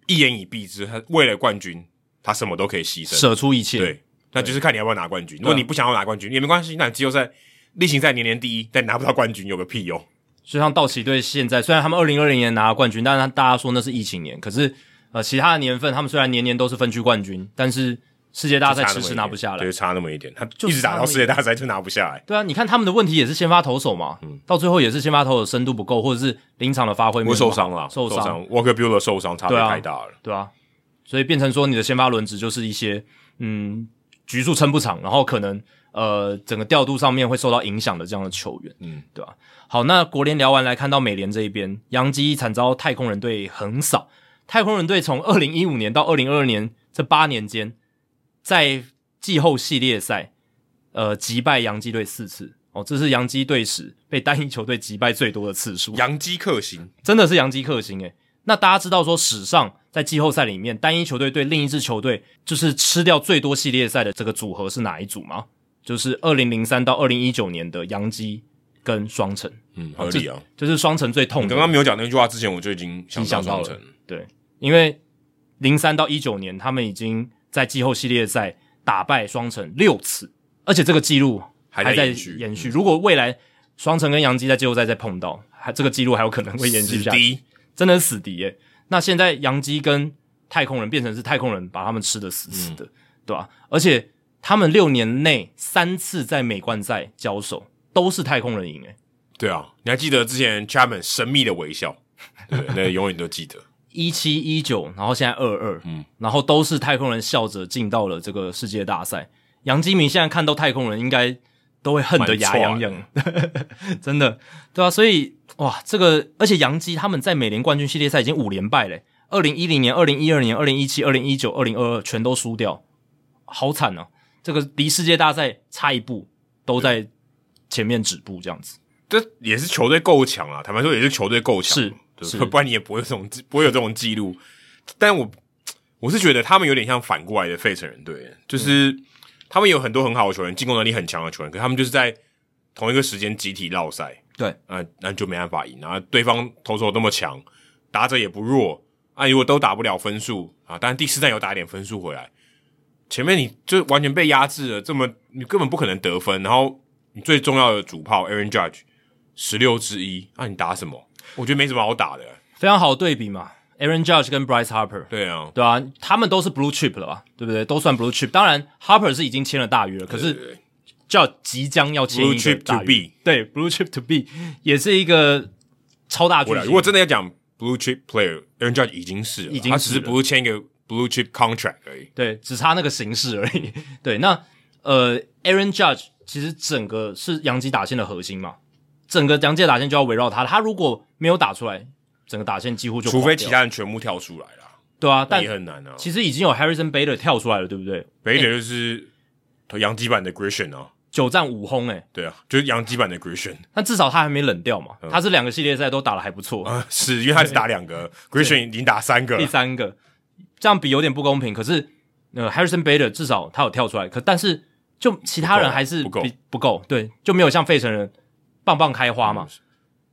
一言以蔽之，他为了冠军，他什么都可以牺牲。舍出一切，对，那就是看你要不要拿冠军。啊如果你不想要拿冠军，也没关系，那你季后赛、例行赛年年第一，但拿不到冠军有个屁用。就像道奇队现在，虽然他们二零二零年拿了冠军，但是大家说那是疫情年，可是呃，其他的年份他们虽然年年都是分区冠军，但是世界大赛就差那么迟一迟点拿不下来对，。差那么一点，他就一直打差那到么世界大赛就拿不下来。对啊，你看他们的问题也是先发投手嘛，嗯到最后也是先发投手深度不够，或者是临场的发挥没有我那么受好伤了，受伤伤，Walker Bueller 受伤，差别对啊太大了。对啊，所以变成说你的先发轮值就是一些嗯局数撑不长，然后可能呃整个调度上面会受到影响的这样的球员，嗯，对吧、好，那国联聊完来看到美联这一边，洋基惨遭太空人队横扫，太空人队从二零一五年到二零二二年这八年间，在季后系列赛呃击败洋基队四次。哦，这是洋基队史被单一球队击败最多的次数，杨基克星，真的是洋基克星诶、欸那大家知道说，史上在季后赛里面，单一球队对另一支球队就是吃掉最多系列赛的这个组合是哪一组吗？就是二零零三到二零一九年的洋基跟双城，嗯，合理啊。这就是双城最痛你的。刚刚没有讲那句话之前，我就已经想已经想到到了双城对，因为零三到一九年，他们已经在季后系列赛打败双城六次，而且这个记录还在在延续如果未来双城跟杨基在季后赛再碰到，还这个记录还有可能会延续死下去，敌，真的是死敌耶、那现在杨基跟太空人变成是太空人把他们吃的死死的，对吧、而且他们六年内三次在美冠赛交手都是太空人赢，诶，对啊，你还记得之前 Chapman 神秘的微笑，对，那永远都记得。一七一九，然后现在二二，嗯嗯，然后都是太空人笑着进到了这个世界大赛。杨基明现在看到太空人，应该都会恨得牙痒痒， 真的，对啊，所以哇，这个而且杨基他们在美联冠军系列赛已经五连败嘞，二零一零年、二零一二年、二零一七、二零一九、二零二二全都输掉，好惨啊！这个离世界大赛差一步，都在前面止步这样子。这也是球队够强啊，坦白说也是球队够强，是对是不然你也不会有这种不会有这种记录。但我我是觉得他们有点像反过来的费城人队，就是、嗯他们有很多很好的球员，进攻能力很强的球员，可他们就是在同一个时间集体落赛，对，那、那就没办法赢。然后对方投手那么强，打者也不弱，啊，如果都打不了分数啊，当然第四站有打一点分数回来，前面你就完全被压制了，这么你根本不可能得分。然后你最重要的主炮 Aaron Judge 十六之一，啊，你打什么？我觉得没什么好打的。非常好对比嘛，Aaron Judge 跟 Bryce Harper，对啊，对啊，他们都是 blue chip 了吧，对不对？都算 blue chip。当然，Harper 是已经签了大约了，可是对叫即将要签 Blue 一个 chip to 大约 be 对 blue chip to be 也是一个超大巨我来星。如果真的要讲 Blue Chip Player，Aaron Judge 已经是了已经他是只是了不是签一个 Blue Chip Contract 而已。对，只差那个形式而已。 对，那呃，Aaron Judge 其实整个是洋基打线的核心嘛，整个洋基的打线就要围绕他。他如果没有打出来，整个打线几乎就除垮非掉其他人全部跳出来啦，对啊，但但也很难啊。其实已经有 Harrison Bader 跳出来了，对不对？北者就是洋基版的 Grisham 啊，九战五轰诶、欸对啊，就是洋基版的 Grisham 但至少他还没冷掉嘛，嗯他是两个系列赛都打得还不错，啊，是因为他只打两个，Grisham 已经打三个第了，三个，这样比有点不公平。可是，呃，Harrison Bader 至少他有跳出来，可但是就其他人还是不够比不够，对，就没有像费城人棒棒开花嘛。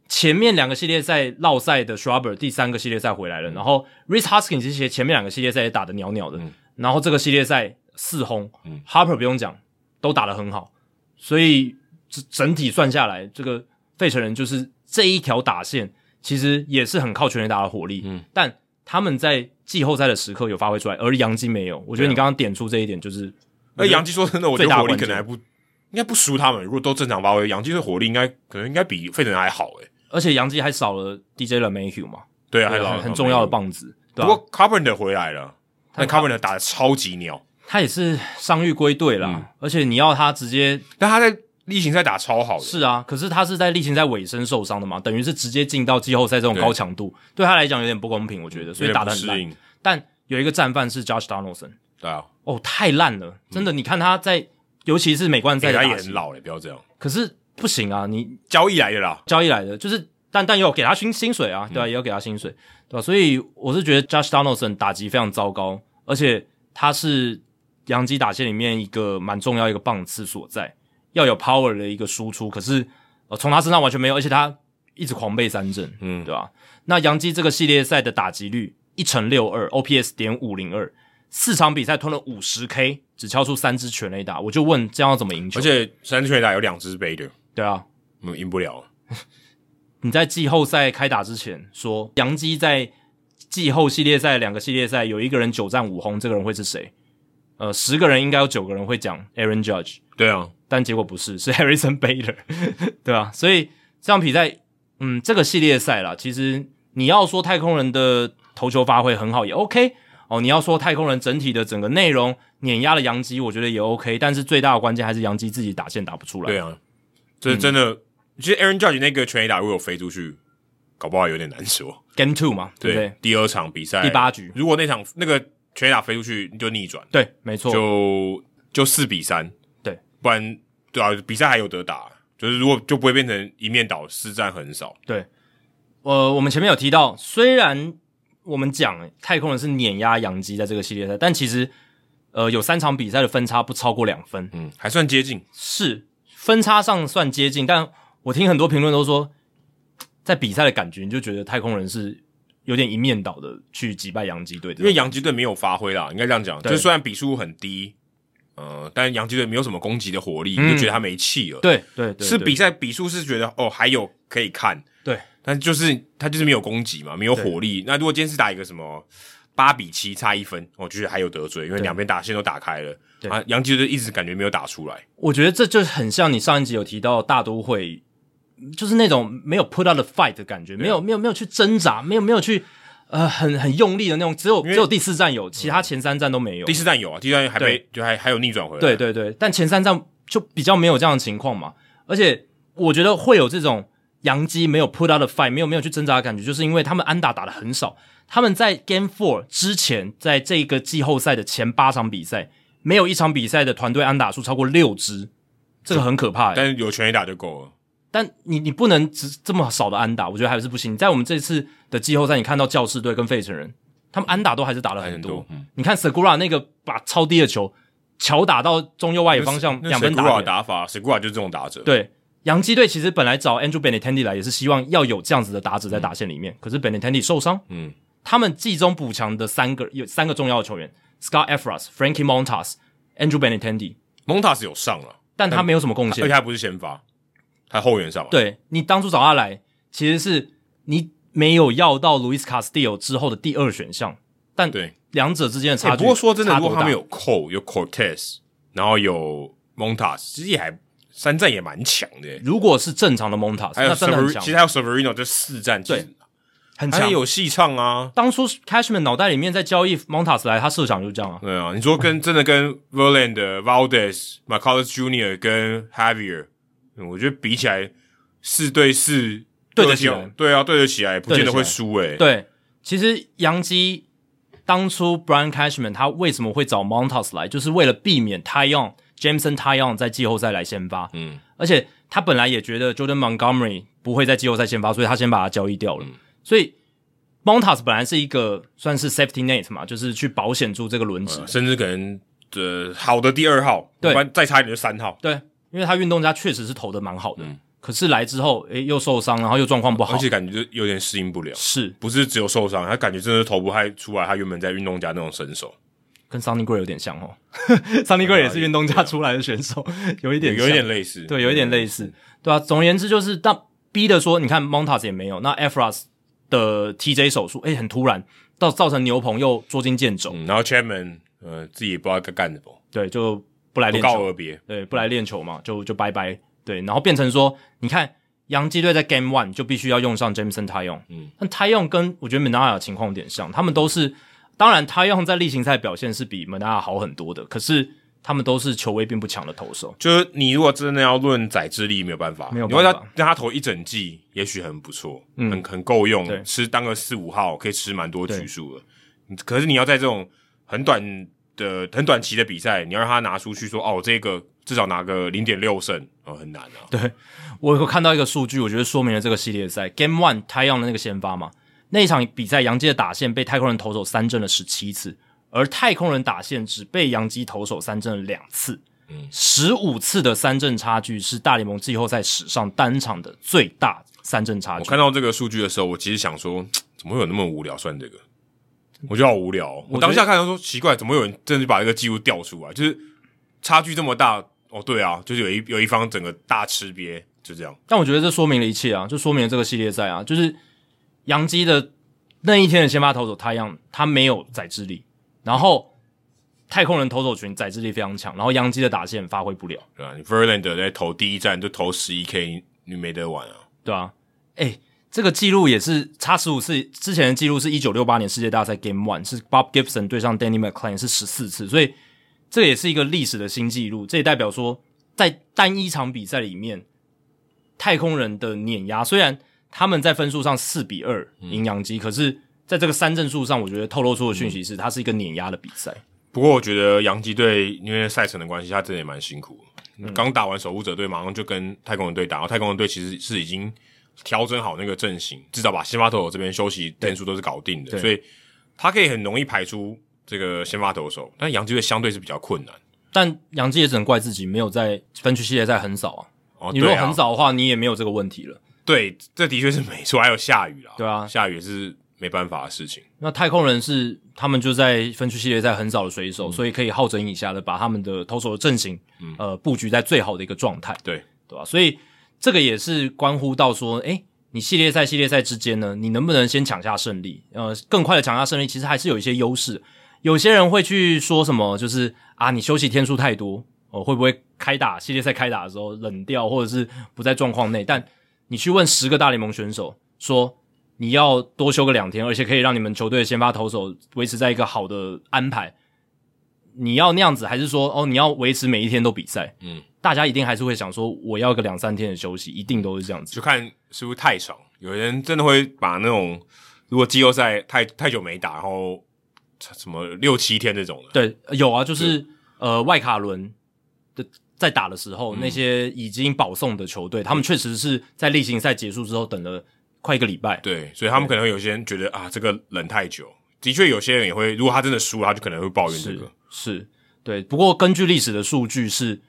前面两个系列赛落赛的 Schreiber，第三个系列赛回来嗯了，然后 Rich Hoskins 这些前面两个系列赛也打得袅袅的，然后这个系列赛四轰、h 嗯 a r p e r 不用讲，都打得很好，所以整整体算下来，这个费城人就是这一条打线其实也是很靠全垒打的火力，嗯但他们在季后赛的时刻有发挥出来，而杨基没有。我觉得对啊你刚刚点出这一点，就是那杨基说真的，我觉最得大火力关可键能还不应该不输他们。如果都正常发挥，杨基的火力应该可能应该比费城人还好诶、而且杨基还少了 DJ 了 Mayhew 嘛，对啊，还对老很很重要的。棒子，对啊不吧、过 Carpenter 回来了，但 Carpenter 打的超级鸟，他也是伤愈归队啦，嗯而且你要他直接但他在例行赛打超好的，是啊，可是他是在例行赛尾声受伤的嘛，等于是直接进到季后赛这种对嗯高强度，对他来讲有点不公平，我觉得，所以打的得很烂。但有一个战犯是 Josh Donaldson，对啊，哦，太烂了，真的，你看他在，尤其是美冠赛欸的嗯他打也击很老了，不要这样，可是不行啊，你交易来的啦，交易来的，就是但但也有给他薪薪水啊，嗯对啊，也有给他薪水，对吧、所以我是觉得 Josh Donaldson 打击非常糟糕，而且他是洋基打线里面一个蛮重要一个棒次所在，要有 power 的一个输出，可是呃从他身上完全没有，而且他一直狂被三振，嗯对吧、那洋基这个系列赛的打击率一乘六二，OPS 点五零二。四场比赛吞了五十 K，只敲出三支全垒打，我就问这样要怎么赢球？而且三圈打有两支杯的，对啊，嗯，赢不了。你在季后赛开打之前说，杨基在季后系列赛两个系列赛有一个人九战五轰，这个人会是谁？呃，十个人应该有九个人会讲 Aaron Judge，对啊，但结果不是， 是 Harrison Bader，对吧、所以这场比赛，嗯，这个系列赛啦，其实你要说太空人的投球发挥很好也 OK 哦，你要说太空人整体的整个内容碾压了杨基，我觉得也 OK，但是最大的关键还是杨基自己打线打不出来。对啊，这真的，其实 Aaron Judge 那个全垒打如果飞出去，搞不好有点难说。 Game Two 嘛，对不对？第二场比赛第八局如果那场那个全垒打飞出去你就逆转，对，没错，就就四比三，对，不然对啊，比赛还有得打，就是如果就不会变成一面倒，四战很少，呃，我们前面有提到，虽然我们讲太空人是碾压洋基在这个系列赛，但其实呃有三场比赛的分差不超过两分，嗯，还算接近，是分差上算接近，但我听很多评论都说，在比赛的感觉你就觉得太空人是有点一面倒的去击败洋基队的，因为洋基队没有发挥啦，应该这样讲，啊对就虽然比数很低，呃，但洋基队没有什么攻击的火力，嗯你就觉得他没气了。，对对对是对比赛比数是觉得哦还有可以看，对，但就是他就是没有攻击嘛，没有火力。那如果今天是打一个什么八比七差一分，我觉得还有得追，因为对两边打线都打开了对啊，洋基队一直感觉没有打出来。我觉得这就很像你上一集有提到大都会，就是那种没有 put out the fight 的感觉，没有没有没有去挣扎，没有没有去呃很很用力的那种，只有因只为有第四站有，其他前三站都没有第。四站有啊，第四站还没就还还有逆转回来。对对对，但前三站就比较没有这样的情况嘛，而且我觉得会有这种洋基没有 put out the fight，没有没有去挣扎的感觉，就是因为他们安打打的很少，他们在 Game Four 之前，在这个季后赛的前八场比赛，没有一场比赛的团队安打数超过六支。这个很可怕、欸，但是有全垒打就够了。但你你不能只这么少的安打，我觉得还是不行。在我们这次的季后赛，你看到教士队跟费城人，他们安打都还是打了很多。打很多嗯你看 Segura 那个把超低的球巧打到中右外野哎方向那两分 Segura 打的点。打法，Segura 就是这种打者。对，洋基队其实本来找 Andrew Benintendi 来也是希望要有这样子的打者在打线里面，可是 Benintendi 受伤，嗯，他们季中补强的三个有三个重要的球员，Scott Efras、Frankie Montas、Andrew Benintendi， ，Montas 有上了，但他没有什么贡而献且。他不是先发，他后援上哎嘛。对你当初找他来，其实是你没有要到 Luis Castillo 之后的第二选项，但对两者之间的差欸距、不过说真的，差如多果他大们有扣有 Cortez，然后有 Montas，其实也还三战也蛮强的欸。如果是正常的 Montas，还有那 s 真 e 的 v e 很 r i 其实强，还有 Severino 这四战，对其实很他强也。有戏唱啊。当初 Cashman 脑袋里面在交易 Montas 来，他设想就这样啊，对啊，你说跟真的跟 Verlander、Valdez、m a c a l l i s Junior 跟 Javier，嗯我觉得比起来四对四对得起来对啊，对得起来，不见得对会得起输欸诶。对，其实杨基当初 Brian Cashman 他为什么会找 Montas 来，就是为了避免 Tyon Jameson Tyon 在季后赛来先发，嗯，而且他本来也觉得 Jordan Montgomery 不会在季后赛先发，所以他先把他交易掉嗯了。所以 Montas 本来是一个算是 safety net 嘛，就是去保险住这个轮值。甚至可能呃好的第二号，对不然再差一点就三号，对，因为他运动家确实是投的蛮好的，可是来之后，诶又受伤，然后又状况不好嗯而，且感觉就有点适应不了。是不是只有受伤，他感觉真的是投不太出来，他原本在运动家那种身手，跟 Sonny Gray 有点像 哦。Sonny Gray 也啊是运动家出来的选手，有一点有一像点类似，对，有一点类似，对啊。总而言之，就是但逼的说，你看 Montas 也没有，那 Efras 的 TJ 手术，诶、很突然，到造成牛棚又捉襟见肘，嗯。然后 Chapman，呃，自己也不知道该干什么，对，就不来不练告球，而别。对，不来练球嘛，就就拜拜，对，然后变成说，你看洋基队在 Game One 就必须要用上 Jameson t y o n 嗯，但 t y o n 跟我觉得 Manaya 情况有点像，他们都是，当然 t y o n 在例行赛表现是比 Manaya 好很多的，可是他们都是球威并不强的投手，就是你如果真的要论载智力，没有办法，没有你要办让法嗯他让他投一整季，也许很不错，很很够对用，吃当个四五号可以吃蛮多对局数了。可是你要在这种很短的、很短期的比赛，你要让他拿出去说，哦，这个至少拿个零点六胜，哦，很难啊。对我有看到一个数据，我觉得说明了这个系列赛 Game One t y o n 的那个先发嘛，那一场比赛洋基的打线被太空人投手三振了十七次，而太空人打线只被洋基投手三振了两次，嗯十五次的三振差距是大联盟季后赛史上单场的最大三振差我距。看到这个数据的时候，我其实想说，怎么会有那么无聊算这个？我觉得好无聊、哦。我我觉得当下看到说奇怪，怎么有人真的把这个记录调出来？就是差距这么大哦，对啊，就是有一有一方整个大吃瘪，就这样。但我觉得这说明了一切啊，就说明了这个系列赛啊，就是杨基的那一天的先发投手太阳，他没有宰制力，然后太空人投手群宰制力非常强，然后杨基的打线发挥不了。对啊，你 Verlander 在投第一站就投十一 K，你你没得玩啊！对啊，哎、这个记录也是差十五次，之前的记录是一九六八年世界大赛 Game One 是 Bob Gibson 对上 Danny McClain 是十四次，所以这也是一个历史的新纪录。这也代表说，在单一场比赛里面，太空人的碾压虽然他们在分数上四比二嗯赢洋基，可是在这个三振数上，我觉得透露出的讯息嗯是，它是一个碾压的比赛。不过我觉得洋基队因为赛程的关系，他嗯真的也蛮辛苦的。刚打完守护者队，马上就跟太空人队打，然后太空人队其实是已经调整好那个阵型，至少把先发投手这边休息天数都是搞定的，所以他可以很容易排出这个先发投手。但洋基队相对是比较困难。但杨基也只能怪自己没有在分区系列赛很少啊。哦，你如对果啊很少的话，你也没有这个问题了。对，这的确是没错。还有下雨啦，对啊下雨也是没办法的事情。那太空人是他们就在分区系列赛很少的水手，所以可以好整以下的把他们的投手的阵型，呃，布局在最好的一个状态，对对吧、所以这个也是关乎到说，诶、你系列赛系列赛之间呢，你能不能先抢下胜利？呃，更快的抢下胜利，其实还是有一些优势。有些人会去说什么，就是啊，你休息天数太多，哦、会不会开打系列赛开打的时候冷掉，或者是不在状况内？但你去问十个大联盟选手，说你要多休个两天，而且可以让你们球队的先发投手维持在一个好的安排，你要那样子，还是说哦，你要维持每一天都比赛？嗯，大家一定还是会想说，我要个两三天的休息，一定都是这样子就。看是不是太爽。有人真的会把那种如果季后赛太太久没打，然后什么六七天这种的，对，有啊，就是呃外卡轮的在打的时嗯候，那些已经保送的球队，他们确实是在例行赛结束之后等了快一个礼拜。对，所以他们可能会有些人觉得啊，这个冷太久。的确，有些人也会，如果他真的输了，他就可能会抱怨这个。是是，对。不过根据历史的数据是，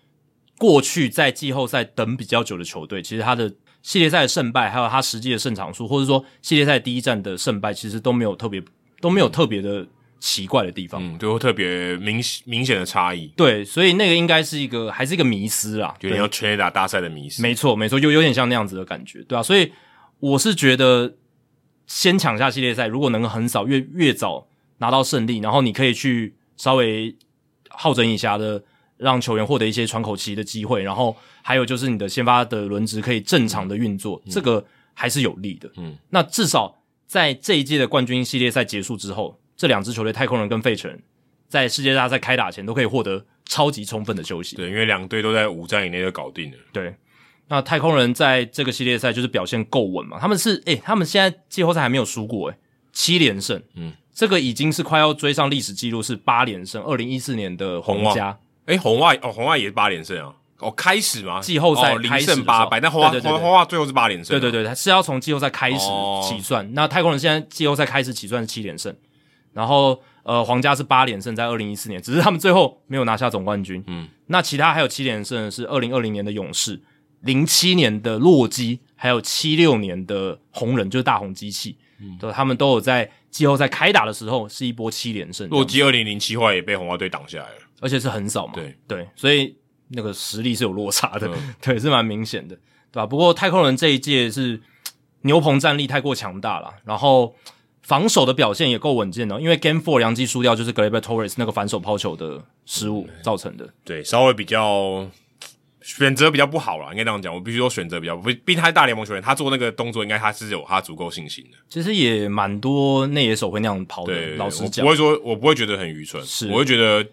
过去在季后赛等比较久的球队，其实他的系列赛的胜败，还有他实际的胜场数，或者说系列赛第一战的胜败，其实都没有特别都没有特别的奇怪的地方。嗯，对，会特别明明显的差异，对，所以那个应该是一个还是一个迷思啊啦，有点像全垒打大赛的迷失。没错，没错，有有点像那样子的感觉，对啊，所以我是觉得先抢下系列赛，如果能很早越越早拿到胜利，然后你可以去稍微好整以暇的让球员获得一些喘口气的机会，然后还有就是你的先发的轮值可以正常的运作，这个还是有利的。嗯，那至少在这一届的冠军系列赛结束之后，这两支球队太空人跟费城人在世界大赛开打前都可以获得超级充分的休息。对，因为两队都在五战以内就搞定了。对，那太空人在这个系列赛就是表现够稳嘛，他们是诶、他们现在季后赛还没有输过诶、七连胜，嗯，这个已经是快要追上历史记录，是八连胜，二零一四年的红红袜家，哎，红袜哦，红袜也是八连胜啊。哦，开始吗？季后赛哦零开始的时胜候八败，但红袜对对对红对红袜最后是八连胜对啊。对对，他是要从季后赛开始哦起算，那太空人现在季后赛开始起算是七连胜，然后呃皇家是八连胜，在二零一四年，只是他们最后没有拿下总冠军，嗯，那其他还有七连胜的是二零二零年的勇士。零七年的洛基，还有七六年的红人，就是大红机器，嗯对，他们都有在季后赛开打的时候是一波七连胜，洛基二零零七后来也被红袜队挡下来了。而且是很少嘛，对对，所以那个实力是有落差的，嗯 对，是蛮明显的，对吧？不过太空人这一届是牛棚战力太过强大了，然后防守的表现也够稳健哦了，因为 Game Four 杨基输掉就是 g l e b e r Torres 那个反手抛球的失误造成的，嗯对，稍微比较选择比较不好啦，应该这样讲。我必须说选择比较不，毕竟他是大联盟球员，他做那个动作应该他是有他足够信心的。其实也蛮多内野手会那样抛的对，，老实我讲不，会说我不会觉得很愚蠢，是我会觉得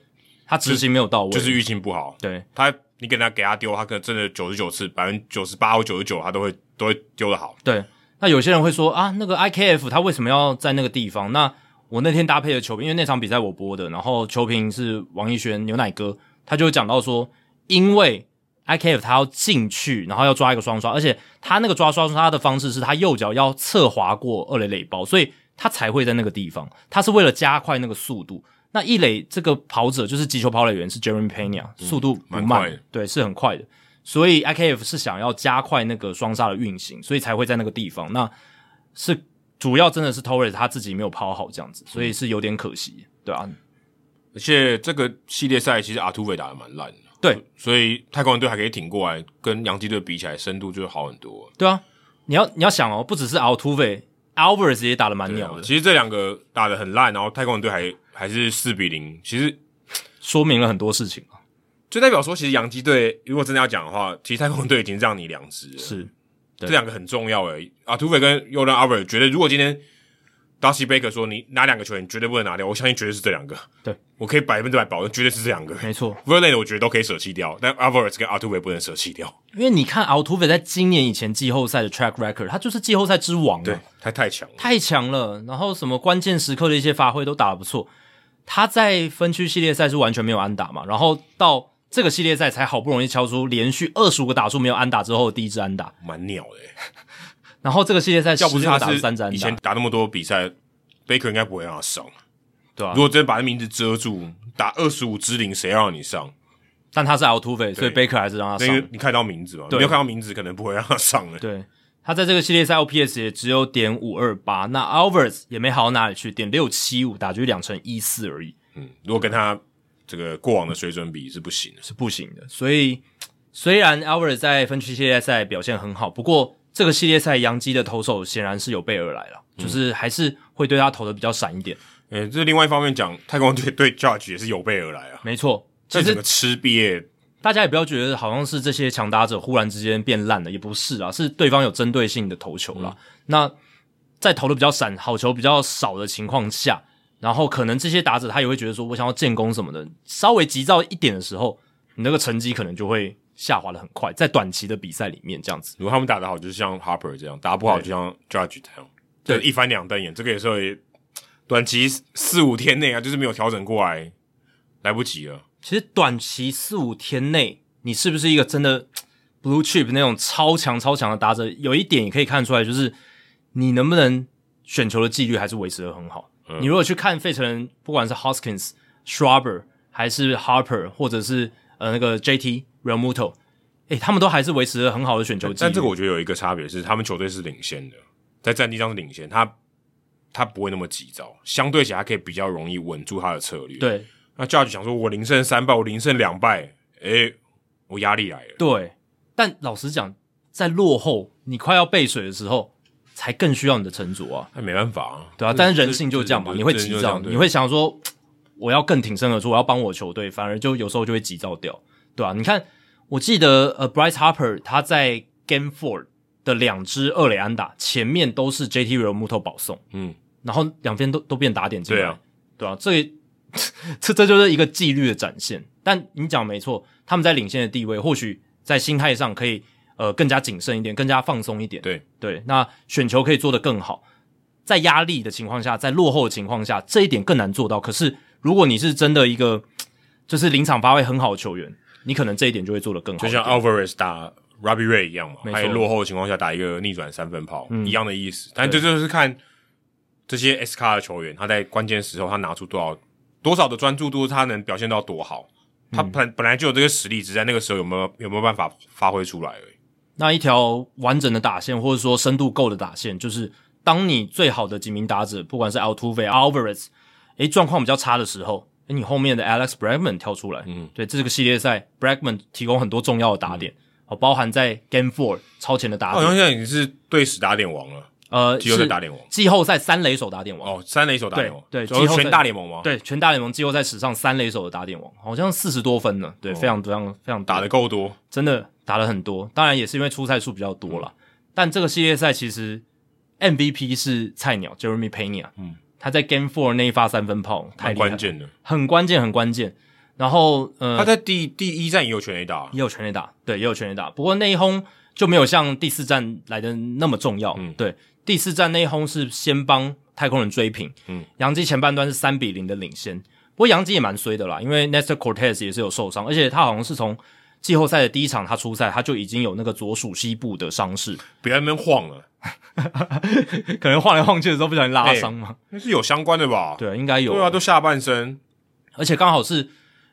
他执行没有到位，就是运气不好。对。他你给他给他丢，他可能真的九十九次，百分之九十八或九十九，他都会都会丢的好。对，那有些人会说啊，那个 IKF 他为什么要在那个地方？那我那天搭配的球评，因为那场比赛我播的，然后球评是王一轩、牛奶哥，他就讲到说，因为 IKF 他要进去，然后要抓一个双刷，而且他那个抓双刷的方式是他右脚要侧滑过二垒垒包，所以他才会在那个地方，他是为了加快那个速度。那一垒这个跑者就是击球跑垒员是 Jeremy Pena，速度不蛮快慢，的对，是很快的。所以 IKF 是想要加快那个双杀的运行，所以才会在那个地方。那是主要真的是 Torres 他自己没有抛好这样子，所以是有点可惜，对嗯啊，而且这个系列赛其实阿图菲打的蛮烂的，对所以太空人队还可以挺过来，跟洋基队比起来，深度就好很多。对啊。你要你要想哦，不只是 Altuve。Alvarez 也打得蛮对鸟啊的，其实这两个打的很烂，然后太空人队还还是四比零，其实说明了很多事情啊。就代表说，其实洋基队如果真的要讲的话，其实太空队已经让你两支了，是这两个很重要诶。啊，土匪跟尤伦阿伯觉得，如果今天 Darcy Baker 说你哪两个球员绝对不能拿掉，我相信绝对是这两个。对，我可以百分之百保证，绝对是这两个。没错， v e r l a n 我觉得都可以舍弃掉，但 Alvarez 跟 a r t u v e 不能舍弃掉，因为你看 Altuve 在今年以前季后赛的 track record，他就是季后赛之王、啊，对，他太强了。太强了。然后什么关键时刻的一些发挥都打得不错。他在分区系列赛是完全没有安打嘛，然后到这个系列赛才好不容易敲出连续二十五个打数没有安打之后的第一支安打，蛮鸟的欸，然后这个系列赛要不是16他打是三战以前打那么多比赛，Baker 应该不会让他上。对啊如果真的把他名字遮住，打二十五支零，谁让你上？但他是 L two 费，所以对 Baker 还是让他因为上。你看到名字嘛，对没有看到名字，可能不会让他上欸了。对，他在这个系列赛 OPS 也只有点五二八，那 Alvers 也没好到哪里去，点六七五，打局两成一四而已，嗯，如果跟他这个过往的水准比是不行的。是不行的。所以虽然 Alvers 在分区系列赛表现很好，不过这个系列赛杨基的投手显然是有备而来了，就是还是会对他投的比较闪一点。嗯，这另外一方面讲，太空队对 Judge 也是有备而来啊。没错，这其整实个吃瘪，大家也不要觉得好像是这些强打者忽然之间变烂了，也不是啊，是对方有针对性的投球啦。嗯那在投的比较散、好球比较少的情况下，然后可能这些打者他也会觉得说，我想要建功什么的，稍微急躁一点的时候，你那个成绩可能就会下滑的很快，在短期的比赛里面这样子。如果他们打得好，就是像 Harper 这样；打不好，对就像 Judge 这样，对就是一翻两瞪眼。这个也是会短期四五天内啊，就是没有调整过来，来不及了。其实短期四五天内，你是不是一个真的 blue chip 那种超强超强的打者？有一点也可以看出来，就是你能不能选球的纪律还是维持的很好。嗯你如果去看费城人，不管是 Hoskins、Schwarber 还是 Harper，或者是呃那个 JT、Real Muto，诶、他们都还是维持了很好的选球纪律。但这个我觉得有一个差别是，他们球队是领先的，在战绩上是领先，他他不会那么急躁，相对起来他可以比较容易稳住他的策略。，对那 Judge 想说，我零胜三败，我零胜两败，诶、我压力来了。对，但老实讲，在落后你快要背水的时候，才更需要你的沉着啊。那没办法啊，对啊，这但是人性就是这样嘛，这你会这人急就这躁，样对你会想说，我要更挺身而出，我要帮我球队，反而就有时候就会急躁掉，对啊，你看，我记得呃，Bryce Harper 他在 Game Four 的两支二垒安打前面都是 JT Real 木头保送，嗯，然后两边都都变打点进来，对啊，对啊，这这 这就是一个纪律的展现。但你讲没错，他们在领先的地位，或许在心态上可以呃更加谨慎一点，更加放松一点。对对，那选球可以做得更好，在压力的情况下，在落后的情况下，这一点更难做到。可是如果你是真的一个就是临场发挥很好的球员，你可能这一点就会做得更好就一像点。 Alvarez 打 Robbie Ray 一样嘛，没错他也落后的情况下打一个逆转三分炮，嗯一样的意思。但这就是看这些 S 卡的球员，他在关键时候他拿出多少多少的专注度，他能表现到多好。嗯他本本来就有这个实力，只在那个时候有没有有没有办法发挥出来而已。那一条完整的打线，或者说深度够的打线，就是当你最好的几名打者，不管是 Altuve、Alvarez，诶，状况比较差的时候，诶，你后面的 Alex Bregman 跳出来，嗯，对，这个系列赛 Bregman 提供很多重要的打点，哦，包含在 Game Four 超前的打他好像点，现在已经是队史打点王了，呃，哦季后赛是打点王季后赛三垒手打点王，哦，三垒手打点王，对对然后季后赛全大联盟吗？，对，全大联盟季后赛史上三垒手的打点王，好像四十多分呢，哦对，非常非常非常多打的够多。真的打了很多，当然也是因为出赛数比较多啦。嗯但这个系列赛其实 MVP 是菜鸟 Jeremy Pena，嗯，他在 Game Four 那一发三分炮太蛮厉害关，键的，很关键，很关键。然后呃，他在第第一站也有全垒打，也有全垒打，对，也有全垒打。不过那一轰就没有像第四站来的那么重要。嗯对，第四站那一轰是先帮太空人追平，嗯，杨基前半段是三比零的领先。不过杨基也蛮衰的啦，因为 Nestor Cortez 也是有受伤，而且他好像是从季后赛的第一场他出赛，他就已经有那个左属膝部的伤势，不要在那边晃了， 可能晃来晃去的时候不小心拉伤嘛。那是有相关的吧？对，应该有。对啊，都下半身，而且刚好是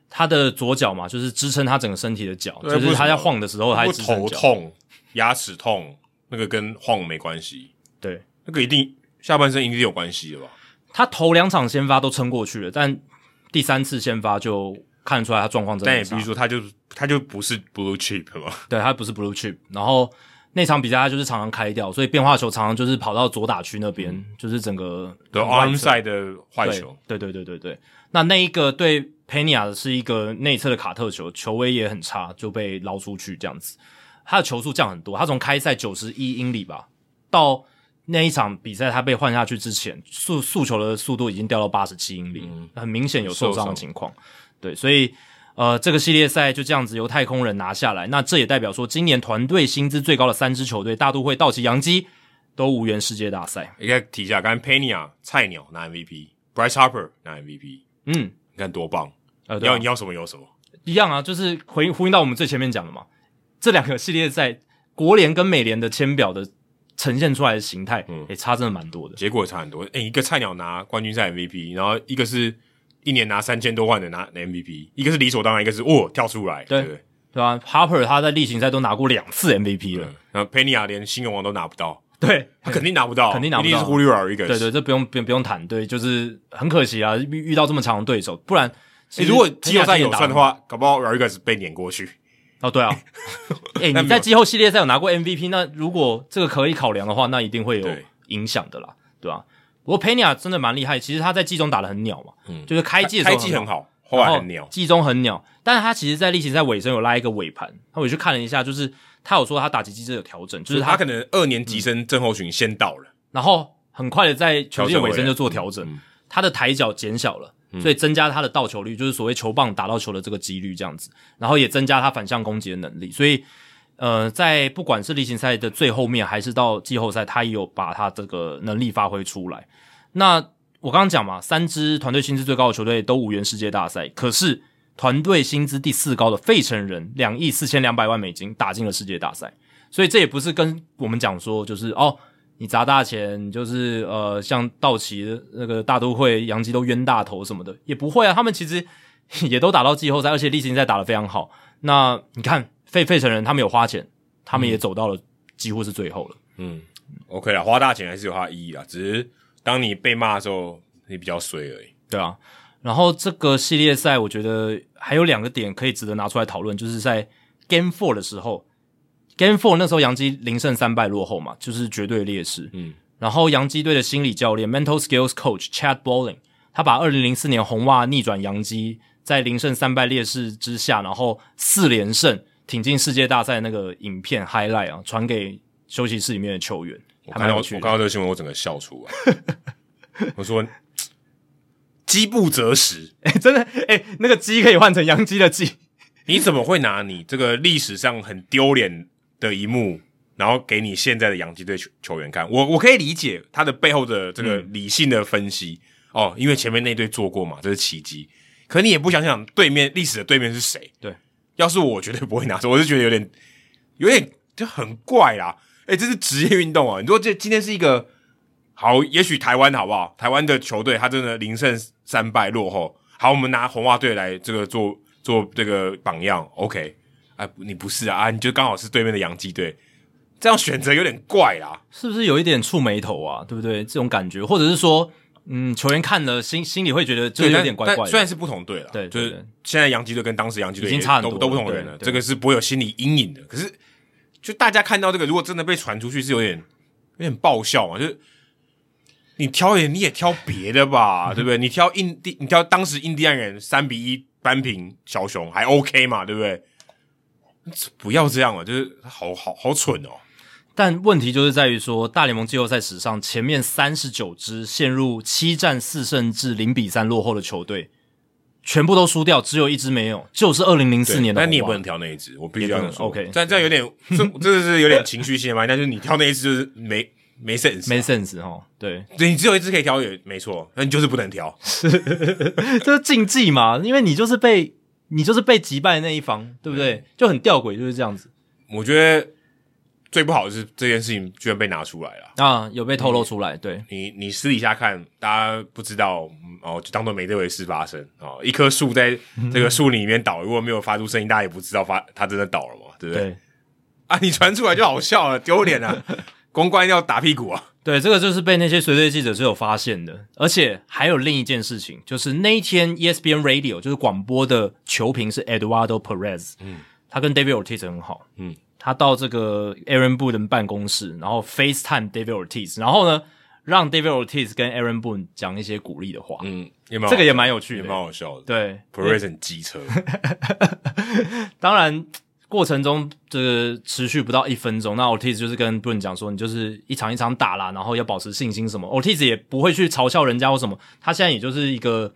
他的左脚嘛，就是支撑他整个身体的脚，对就是他在为什么晃的时候，他不还支撑头脚。痛、牙齿痛，那个跟晃没关系，对，那个一定下半身一定有关系的吧？他头两场先发都撑过去了，但第三次先发就看得出来他状况真的但也很差比如。说，他就他就不是 blue chip 嘛，对他不是 blue chip，然后那场比赛他就是常常开掉，所以变化球常常就是跑到左打区那边，就是整个嗯对外 arm 侧 side 的坏对球，对对对对对。那那一个对 Pena 的是一个内侧的卡特球，球威也很差，就被捞出去这样子。他的球速降很多，他从开赛九十一英里吧，到那一场比赛他被换下去之前，速速球的速度已经掉到八十七英里，很明显有受伤的情况。对，所以呃，这个系列赛就这样子由太空人拿下来。那这也代表说，今年团队薪资最高的三支球队——大都会、道奇、洋基，都无缘世界大赛。应该提一下，刚才 Pena 菜鸟拿 MVP，Bryce Harper 拿 MVP，嗯，你看多棒！呃，你对啊要你要什么有什么，一样啊，就是回呼应到我们最前面讲的嘛，这两个系列赛，国联跟美联的签表的呈现出来的形态，嗯，也差真的蛮多的。结果也差很多。哎、一个菜鸟拿冠军赛 MVP，然后一个是一年拿三千多万的拿拿 MVP，一个是理所当然，一个是哦跳出来，对对不对？对啊，Harper 他在例行赛都拿过两次 MVP 了嗯，然后佩尼亚连新人王都拿不到，对他肯定拿不到，肯定拿不到一定是忽略了一个。对对，这不用不用不用谈，对，就是很可惜啊，遇遇到这么强的对手，不然你如果其季实后赛有算天下之眼打的，得话，搞不好 Rodriguez 被碾过去。哦， 对啊，哎、那你没在有季后系列赛有拿过 MVP，那如果这个可以考量的话，那一定会有对影响的啦，对吧、不过佩尼亚真的蛮厉害，其实他在季中打的很鸟嘛，嗯就是开季的时开候季好很好，后来很鸟。季中很鸟，但是他其实，在例行赛尾声有拉一个尾盘，那我去看了一下，就是他有说他打击机制有调整，就是他他，可能二年级生症候群先到了，然后很快的在球季的调整回尾来嗯声就做调整，他的抬脚减小了。所以增加他的倒球率，就是所谓球棒打到球的这个几率，这样子，然后也增加他反向攻击的能力。所以，呃，在不管是例行赛的最后面，还是到季后赛，他也有把他这个能力发挥出来。那我刚刚讲嘛，三支团队薪资最高的球队都无缘世界大赛，可是团队薪资第四高的费城人，两亿四千两百万美金打进了世界大赛，所以这也不是跟我们讲说就是哦，你砸大钱，你就是呃，像道奇那个大都会、洋基都冤大头什么的，也不会啊，他们其实也都打到季后赛，而且例行赛打得非常好。那你看费费城人，他们有花钱，他们也走到了几乎是最后了。嗯，OK 啦，花大钱还是有它的意义啦，只是当你被骂的时候，你比较衰而已。对啊，然后这个系列赛，我觉得还有两个点可以值得拿出来讨论，就是在 Game Four 的时候，Game Four 那时候杨基零胜三败落后嘛，就是绝对劣势。嗯，然后洋基队的心理教练 Mental Skills Coach Chad Bowling，他把二零零四年红袜逆转洋基，在零胜三败劣势之下，然后四连胜挺进世界大赛那个影片 highlight 啊，传给休息室里面的球员，我还看蛮到有我趣看的。到这个新闻，我整个笑出来。我说， 饥不择食， 真的，哎、那个鸡可以换成洋基的鸡。你怎么会拿你这个历史上很丢脸的一幕，然后给你现在的洋基队球球员看？我我可以理解他的背后的这个理性的分析、哦，因为前面那队做过嘛，这是奇迹。可你也不想想对面历史的对面是谁？对，要是我绝对不会拿走，我是觉得有点有点就很怪啦。哎、这是职业运动啊！你说这今天是一个好，也许台湾好不好？台湾的球队他真的零胜三败落后。好，我们拿红袜队来这个做做这个榜样，OK？哎、你不是啊啊，你就刚好是对面的洋基队，这样选择有点怪啦。是不是有一点触眉头啊？对不对？这种感觉，或者是说，嗯，球员看了心心里会觉得就是有点怪怪但的。虽然是不同队了，对对对就是现在洋基队跟当时洋基队已经也差很都多都不了同对人了，对这个是不会有心理阴影的。可是，就大家看到这个，如果真的被传出去，是有点有点爆笑嘛，就是。你挑也你也挑别的吧，对不对？你挑印第，你挑当时印第安人三比一扳平小熊还 OK 嘛，对不对？不要这样了，就是好好好蠢哦。但问题就是在于说，大联盟季后赛史上前面三十九支陷入七战四胜至零比三落后的球队，全部都输掉，只有一支没有，就是二零零四年的红袜。那你也不能挑那一只，我必须也不要能说 OK 但这样有点，这这是有点情绪性的嘛？但是你挑那一只就是没没 sense，没 sense 哦，对，对你只有一只可以挑也没错，那你就是不能挑。这是竞技嘛，因为你就是被你就是被击败的那一方，对不对？就很吊诡，就是这样子我觉得最不好的是这件事情居然被拿出来了。啊，有被透露出来，对，你你私底下看，大家不知道嗯哦，就当做没这回事发生哦。一棵树在这个树林里面倒，如果没有发出声音，大家也不知道发它真的倒了嘛，对不对？对。啊，你传出来就好笑了，丢脸 啊！公关要打屁股啊！对，这个就是被那些随队记者是有发现的，而且还有另一件事情，就是那一天 E ESPN Radio 就是广播的球评是 Eduardo Perez，嗯，他跟 David Ortiz 很好，嗯嗯，他到这个 Aaron Boone 的办公室，然后 FaceTime David Ortiz，然后呢，让 David Ortiz 跟 Aaron Boone 讲一些鼓励的话，嗯，也蛮好这个也蛮有趣也的蛮好笑的。对 p e r e s 很 机车，当然，过程中这个持续不到一分钟，那 Ortiz 就是跟 Boone 讲说，你就是一场一场打啦，然后要保持信心什么。Ortiz 也不会去嘲笑人家或什么，他现在也就是一个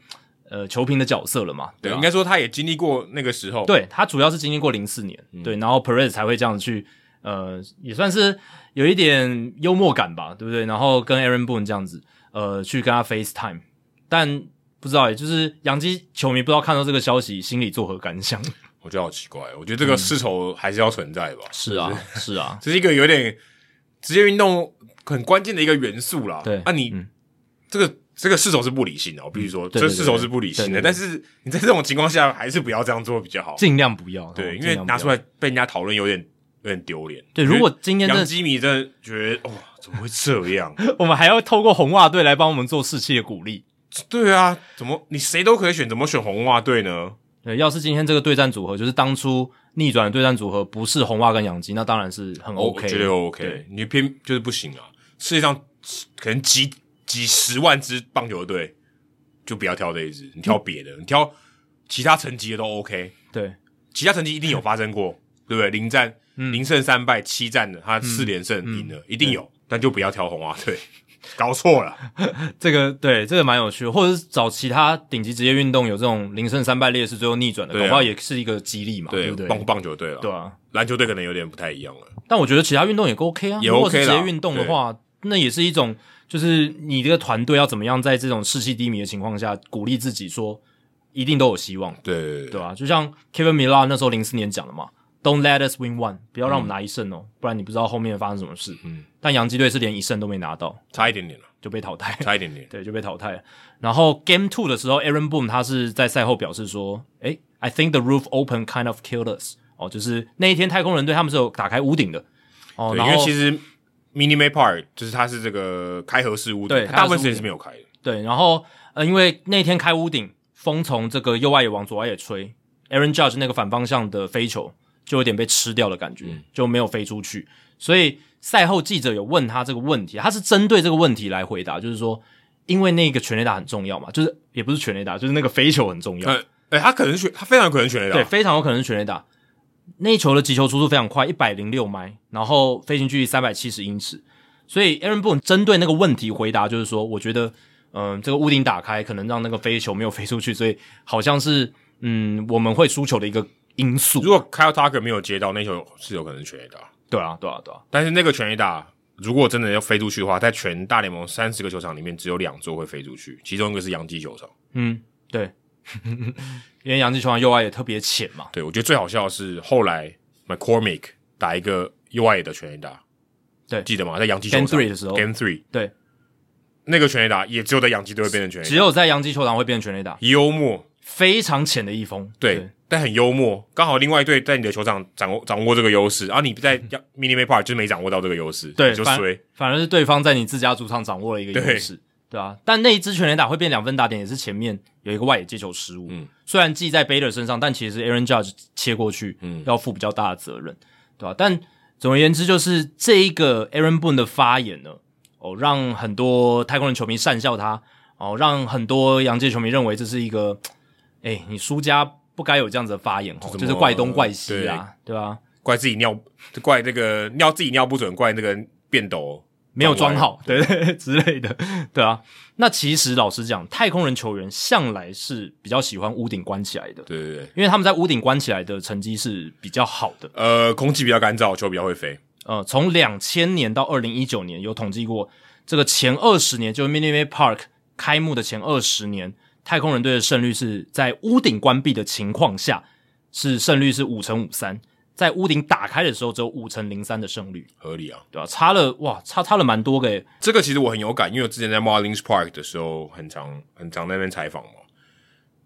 呃球评的角色了嘛，对，吧啊应该说他也经历过那个时候。啊对他主要是经历过零四年，嗯对，然后 Perez 才会这样去，呃，也算是有一点幽默感吧，对不对？然后跟 Aaron Boone 这样子，呃，去跟他 FaceTime，但不知道也就是洋基球迷不知道看到这个消息心里作何感想？我嗯觉得好奇怪，我觉得这个世仇还是要存在吧。 是啊，是啊，这是一个有点职业运动很关键的一个元素啦。对啊你，嗯这个这个是手是不理性的，我必须说，对对这对是手是不理性对对的。对但是你在这种情况下，还是不要这样做比较好。尽量不要。对，哦因为拿出。尽量不来要被人家讨论有点有点丢脸。对，如果今天真杨的基米真的觉得，哇，哦怎么会这样？ 我们还要透过红袜队来帮我们做士气的鼓励。对啊，怎么你谁都可以选，怎么选红袜队呢？对，要是今天这个对战组合就是当初逆转的对战组合不是红袜跟杨基，那当然是很哦我 OK，我觉得 OK，对你偏就是不行啊！世界上可能几几十万支棒球队，就不要挑这一支，你挑嗯别的，你挑其他层级的都 OK。对其他成绩一定有发生过，对不对？零战、嗯零胜三败七战的，他四连胜赢了，一定有，但就不要挑红袜队，搞错了。这个对这个蛮有趣的，或者是找其他顶级职业运动有这种零胜三败劣势最后逆转的，对啊搞不好也是一个激励嘛， 对不对？棒棒球队了，对啊，篮球队可能有点不太一样了。但我觉得其他运动也够 OK 啊，也如果 OK 是职啦业运动的话，那也是一种就是你这个团队要怎么样在这种士气低迷的情况下鼓励自己说一定都有希望，对对对对吧、就像 Kevin Millar 那时候零四年讲的嘛，Don't let us win one，不要让我们拿一胜哦，不然你不知道后面发生什么事。嗯，但洋基队是连一胜都没拿到，差一点点了，就被淘汰，差一点点。对，就被淘汰了。然后 Game Two 的时候，Aaron Boone 他是在赛后表示说：“诶 i think the roof open kind of killed us。”哦，就是那一天太空人队他们是有打开屋顶的。哦，对，然因后为其实 Mini May Park 就是它是这个开合式屋顶，对它大部开合式屋分时间是没有开的。对，然后呃，因为那天开屋顶，风从这个右外野往左外野吹，Aaron Judge 那个反方向的飞球就有点被吃掉的感觉，嗯就没有飞出去。所以赛后记者有问他这个问题，他是针对这个问题来回答，就是说，因为那个全垒打很重要嘛，就是也不是全垒打，就是那个飞球很重要，呃，哎，他可能选，他非常有可能选垒对，打，非常有可能是全垒打。那一球的击球出速非常快，一百零六迈，然后飞行距离三百七十英尺。所以 Aaron Boone 针对那个问题回答就是说，我觉得，嗯、这个屋顶打开可能让那个飞球没有飞出去，所以好像是，嗯，我们会输球的一个因素如。果 Kyle Tucker 没有接到那球，是有可能是全垒打。对啊，对啊，对啊，但是那个全垒打，如果真的要飞出去的话，在全大联盟三十个球场里面，只有两座会飞出去，其中一个是洋基球场。嗯，对， 因为洋基球场右外也特别浅嘛，对我觉得最好笑的是后来 McCormick 打一个 U I 的全垒打，对记得吗？在洋基球场 Game three 的时候，Game Three 对，那个全垒打也只有在洋基队会变成全垒只打，有在洋基球场会变成全垒打，幽默非常浅的一封。对。但很幽默，刚好另外一队在你的球场掌握掌握这个优势，而、啊、你在 mini m a park 就没掌握到这个优势，对，你就反衰。反而是对方在你自家主场掌握了一个优势，对啊。但那一支全垒打会变两分打点，也是前面有一个外野接球失误，嗯虽然记在 Bader 身上，但其实 Aaron Judge 切过去，嗯要负比较大的责任，对吧、但总而言之，就是这一个 Aaron Boone 的发言呢，哦，让很多太空人球迷讪笑他，哦，让很多洋界球迷认为这是一个，哎，你输家不该有这样子的发言哦，怎么就是怪东怪西啊，对吧、怪自己尿，怪那个尿自己尿不准，怪那个变斗没有装好，对对 对之类的，对啊。那其实老实讲，太空人球员向来是比较喜欢屋顶关起来的，对对对，因为他们在屋顶关起来的成绩是比较好的。呃，空气比较干燥，球比较会飞。呃，从两千年到二零一九年，有统计过这个前二十年，就是 Minute Maid Park 开幕的前二十年，太空人队的胜率是在屋顶关闭的情况下，是胜率是五成五三，在屋顶打开的时候只有五成零三的胜率，合理啊。对吧、差了哇，差差了蛮多欸个诶，这个其实我很有感，因为我之前在 Marlins Park 的时候，很常很常在那边采访嘛。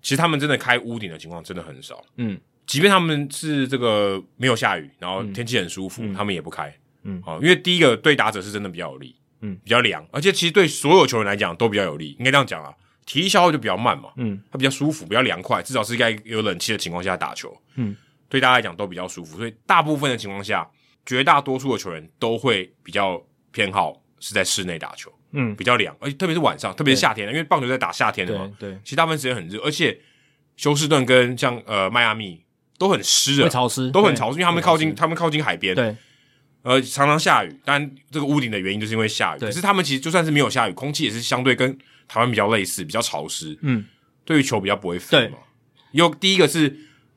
其实他们真的开屋顶的情况真的很少，嗯，即便他们是这个没有下雨，然后天气很舒服，他们也不开，嗯好、因为第一个对打者是真的比较有利，嗯，比较凉，而且其实对所有球员来讲都比较有利，应该这样讲啊，体力消耗就比较慢嘛，嗯，它比较舒服，比较凉快，至少是在有冷气的情况下打球，嗯，对大家来讲都比较舒服，所以大部分的情况下，绝大多数的球员都会比较偏好是在室内打球，嗯比较凉，而且特别是晚上，特别是夏天，因为棒球在打夏天的嘛，对对其实大部分时间很热，而且休斯顿跟像呃迈阿密都很湿会啊，潮湿，都很对潮湿，因为他们会靠近湿他们靠近海边，对呃，常常下雨，但这个屋顶的原因就是因为下雨。对可是他们其实就算是没有下雨，空气也是相对跟台湾比较类似，比较潮湿。嗯，对于球比较不会飞对嘛。有第一个是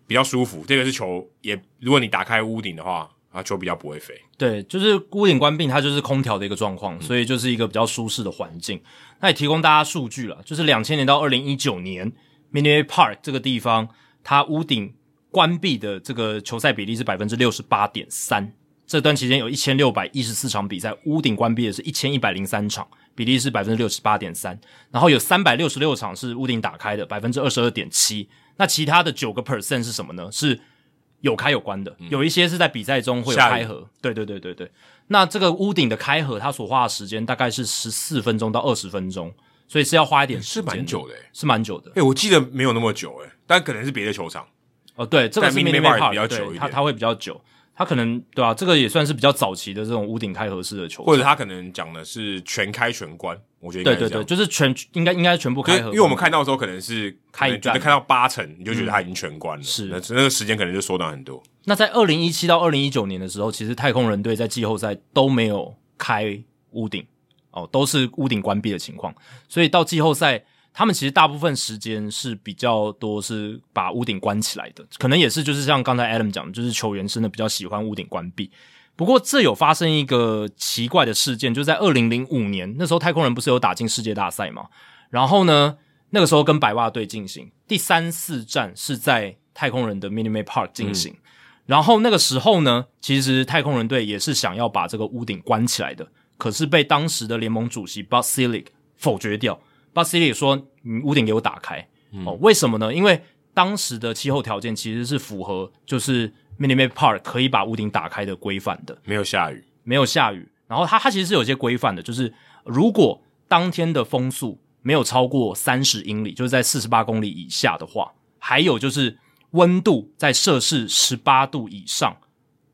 比较舒服，第二个是球也，如果你打开屋顶的话，啊，球比较不会飞。对，就是屋顶关闭，它就是空调的一个状况，所以就是一个比较舒适的环境。那也提供大家数据了，就是两千年到二零一九年 m i n i Park 这个地方，它屋顶关闭的这个球赛比例是百分之六十八点三，这段期间有一千六百一十四场比赛，屋顶关闭的是一千一百零三场，比例是百分之六十八点三。然后有三百六十六场是屋顶打开的，百分之二十二点七。那其他的九个 percent 是什么呢？是有开有关的，有一些是在比赛中会有下雨开合。对对对对对。那这个屋顶的开合，它所花的时间大概是十四分钟到二十分钟，所以是要花一点时是间的蛮久的、欸。是蛮久的。哎、我记得没有那么久哎、但可能是别的球场。哦，对，这个但是 mini Minute Maid park 比较久一对，点它它会比较久，它可能对啊，这个也算是比较早期的这种屋顶开合式的球场，或者他可能讲的是全开全关，我觉得应对该对是这对，样就是全应该应该全部就是开合，因为我们看到的时候可能是开一可能觉段得嗯看到八成，你就觉得他已经全关了，是那那个时间可能就缩短很多。那在二零一七到二零一九年的时候，其实太空人队在季后赛都没有开屋顶，哦，都是屋顶关闭的情况，所以到季后赛，他们其实大部分时间是比较多是把屋顶关起来的，可能也是就是像刚才 Adam 讲的，就是球员真的比较喜欢屋顶关闭。不过这有发生一个奇怪的事件，就在二零零五年，那时候太空人不是有打进世界大赛吗？然后呢，那个时候跟白袜队进行第三四战是在太空人的 Minute Maid Park 进行。然后那个时候呢，其实太空人队也是想要把这个屋顶关起来的，可是被当时的联盟主席 Bud Selig 否决掉。Bud Selig 说：“你屋顶给我打开。哦，为什么呢？因为当时的气候条件其实是符合就是 Minute Maid Park 可以把屋顶打开的规范的。没有下雨，没有下雨，然后它它其实是有一些规范的，就是如果当天的风速没有超过三十英里，就是在四十八公里以下的话，还有就是温度在摄氏十八度以上，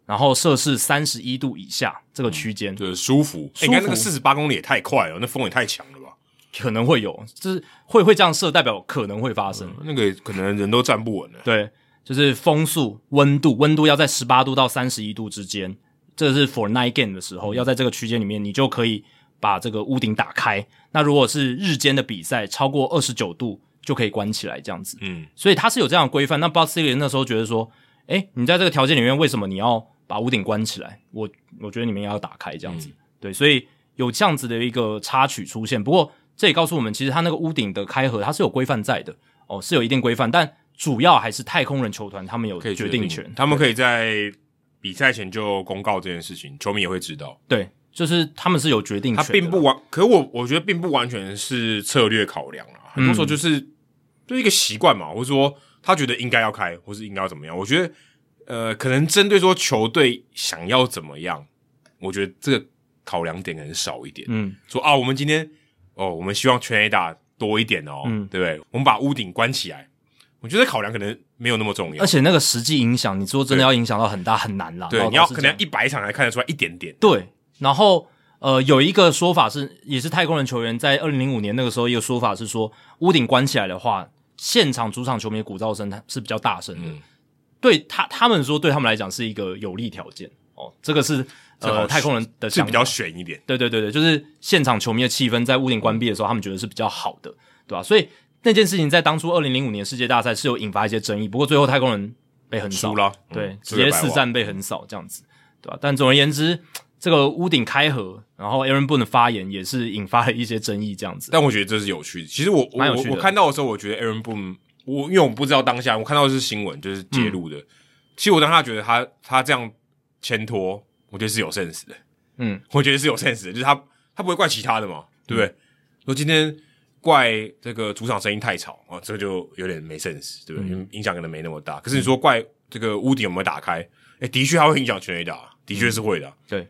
然后摄氏三十一度以下这个区间、就是舒服。哎服你看那个四十八公里也太快了，那风也太强了吧？可能会有，就是会会这样设，代表可能会发生。那个可能人都站不稳了。对，就是风速、温度，温度要在十八度到三十一度之间，这是 for night game 的时候，要在这个区间里面，你就可以把这个屋顶打开。那如果是日间的比赛，超过二十九度就可以关起来，这样子。嗯，所以它是有这样的规范。那 b o s i l i 那时候觉得说，诶，你在这个条件里面，为什么你要把屋顶关起来？我我觉得你们也要打开这样嗯子。对，所以有这样子的一个插曲出现。不过这也告诉我们，其实它那个屋顶的开合它是有规范在的，哦，是有一定规范，但主要还是太空人球团他们有可以决定权。他们可以在比赛前就公告这件事情，球迷也会知道。对，就是他们是有决定权他的啦，并不完，可我我觉得并不完全是策略考量啊，很多时候就是、嗯就是一个习惯嘛，或者说他觉得应该要开，或是应该要怎么样。我觉得呃，可能针对说球队想要怎么样，我觉得这个考量点可能少一点。嗯，说啊，我们今天哦，我们希望全 A 打多一点哦，嗯对不对？我们把屋顶关起来，我觉得考量可能没有那么重要而。且那个实际影响，你说真的要影响到很大很难啦。对，老你要老实可讲能一百场才看得出来一点点。对，然后呃，有一个说法是，也是太空人球员在二零零五年那个时候，一个说法是说，屋顶关起来的话，现场主场球迷的鼓噪声它是比较大声的。嗯对他他们说，对他们来讲是一个有利条件哦，这个是这好呃太空人的是想比法较悬一点，对对对对，就是现场球迷的气氛在屋顶关闭的时候，他们觉得是比较好的，对吧、所以那件事情在当初二零零五年世界大赛是有引发一些争议，不过最后太空人被横扫输了嗯对，直四百接万四战被横扫这样子，对吧、但总而言之，这个屋顶开合，然后 Aaron Boone 的发言也是引发了一些争议，这样子。但我觉得这是有趣的。其实我我蛮有趣的我看到的时候，我觉得 Aaron Boone，我因为我们不知道当下，我看到的是新闻，就是嗯揭露的。其实我当下觉得他他这样牵拖，我觉得是有 sense 的。嗯， 我觉得是有 sense 的，就是他他不会怪其他的嘛，对不对？说今天怪这个主场声音太吵啊，这个就有点没 sense，对嗯不对？因为影响可能没那么大。可是你说怪这个屋顶有没有打开？哎，的确它会影响全垒打，的嗯确是会的啊。对，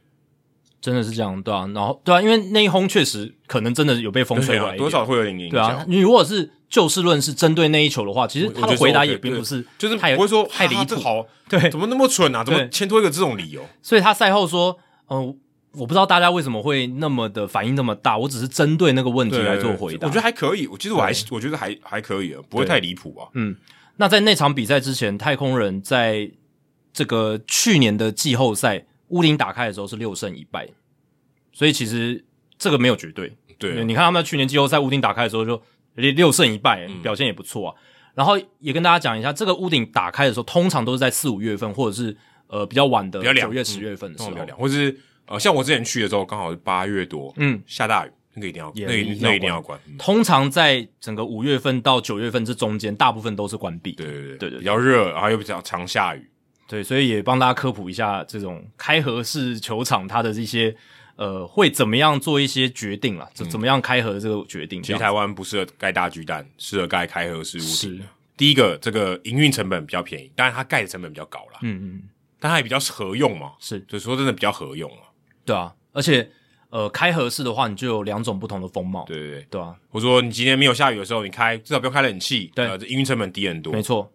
真的是这样，对啊，然后对啊，因为那一轰确实可能真的有被风对吹啊来，多少会有点影对啊，响。你如果是就事论事针对那一球的话，其实我他我觉的得回答 OK，也并对不是就是太不会说太离啊谱这，好对 怎么那么蠢啊？怎么对牵拖一个这种理由？所以他赛后说，嗯、我不知道大家为什么会那么的反应那么大，我只是针对那个问题来做回答。我觉得还可以。我其实我还我觉得还还可以啊，不会对太离谱啊。那在那场比赛之前，太空人在这个去年的季后赛乌林打开的时候是六胜一败，所以其实这个没有绝对。对啊，你看他们去年季后赛屋顶打开的时候就六胜一败，嗯表现也不错啊。然后也跟大家讲一下，这个屋顶打开的时候，通常都是在四五月份或者是呃比较晚的比较凉九月十月份的时那候我，聊聊，或是呃，像我之前去的时候，刚好是八月多，嗯，下大雨，那个一定要，也那个一定那要个一定关要关。嗯通常在整个五月份到九月份这中间，大部分都是关闭的。对对对对比较热，然后又比较常下雨，对，所以也帮大家科普一下这种开合式球场它的一些呃会怎么样做一些决定啦，怎、怎么样开合的这个决定。嗯其实台湾不适合盖大巨蛋，适合盖开合式屋是顶。第一个，这个营运成本比较便宜，当然它盖的成本比较高啦，嗯嗯但它也比较合用嘛。是所以说真的比较合用啊。对啊，而且呃开合式的话，你就有两种不同的风貌，对对对，对啊，我说你今天没有下雨的时候，你开至少不要开冷气，对呃，这营运成本低很多没。错，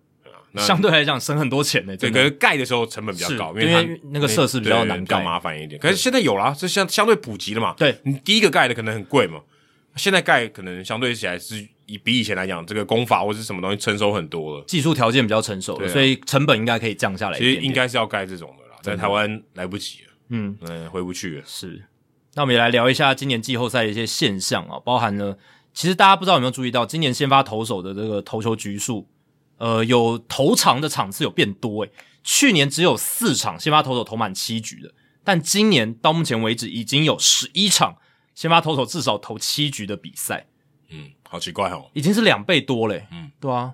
那相对来讲省很多钱呢、真对，可的是盖的时候成本比较是高，因为它为那个设施比较对对难比较盖麻烦一点。可是现在有啦，这相相对普及了嘛。对你第一个盖的可能很贵嘛，现在盖可能相对起来是以比以前来讲，这个功法或是什么东西成熟很多了。技术条件比较成熟了，对啊所以成本应该可以降下来一其点实点。应该是要盖这种的啦，在台湾来不及了，嗯嗯，回不去了。是。那我们也来聊一下今年季后赛的一些现象啊，包含了其实大家不知道有没有注意到，今年先发投手的这个投球局数，呃，有投长的场次有变多诶、欸去年只有四场先发投手投满七局的，但今年到目前为止已经有十一场先发投手至少投七局的比赛。嗯，好奇怪哦。已经是两倍多嘞、嗯嗯，对啊，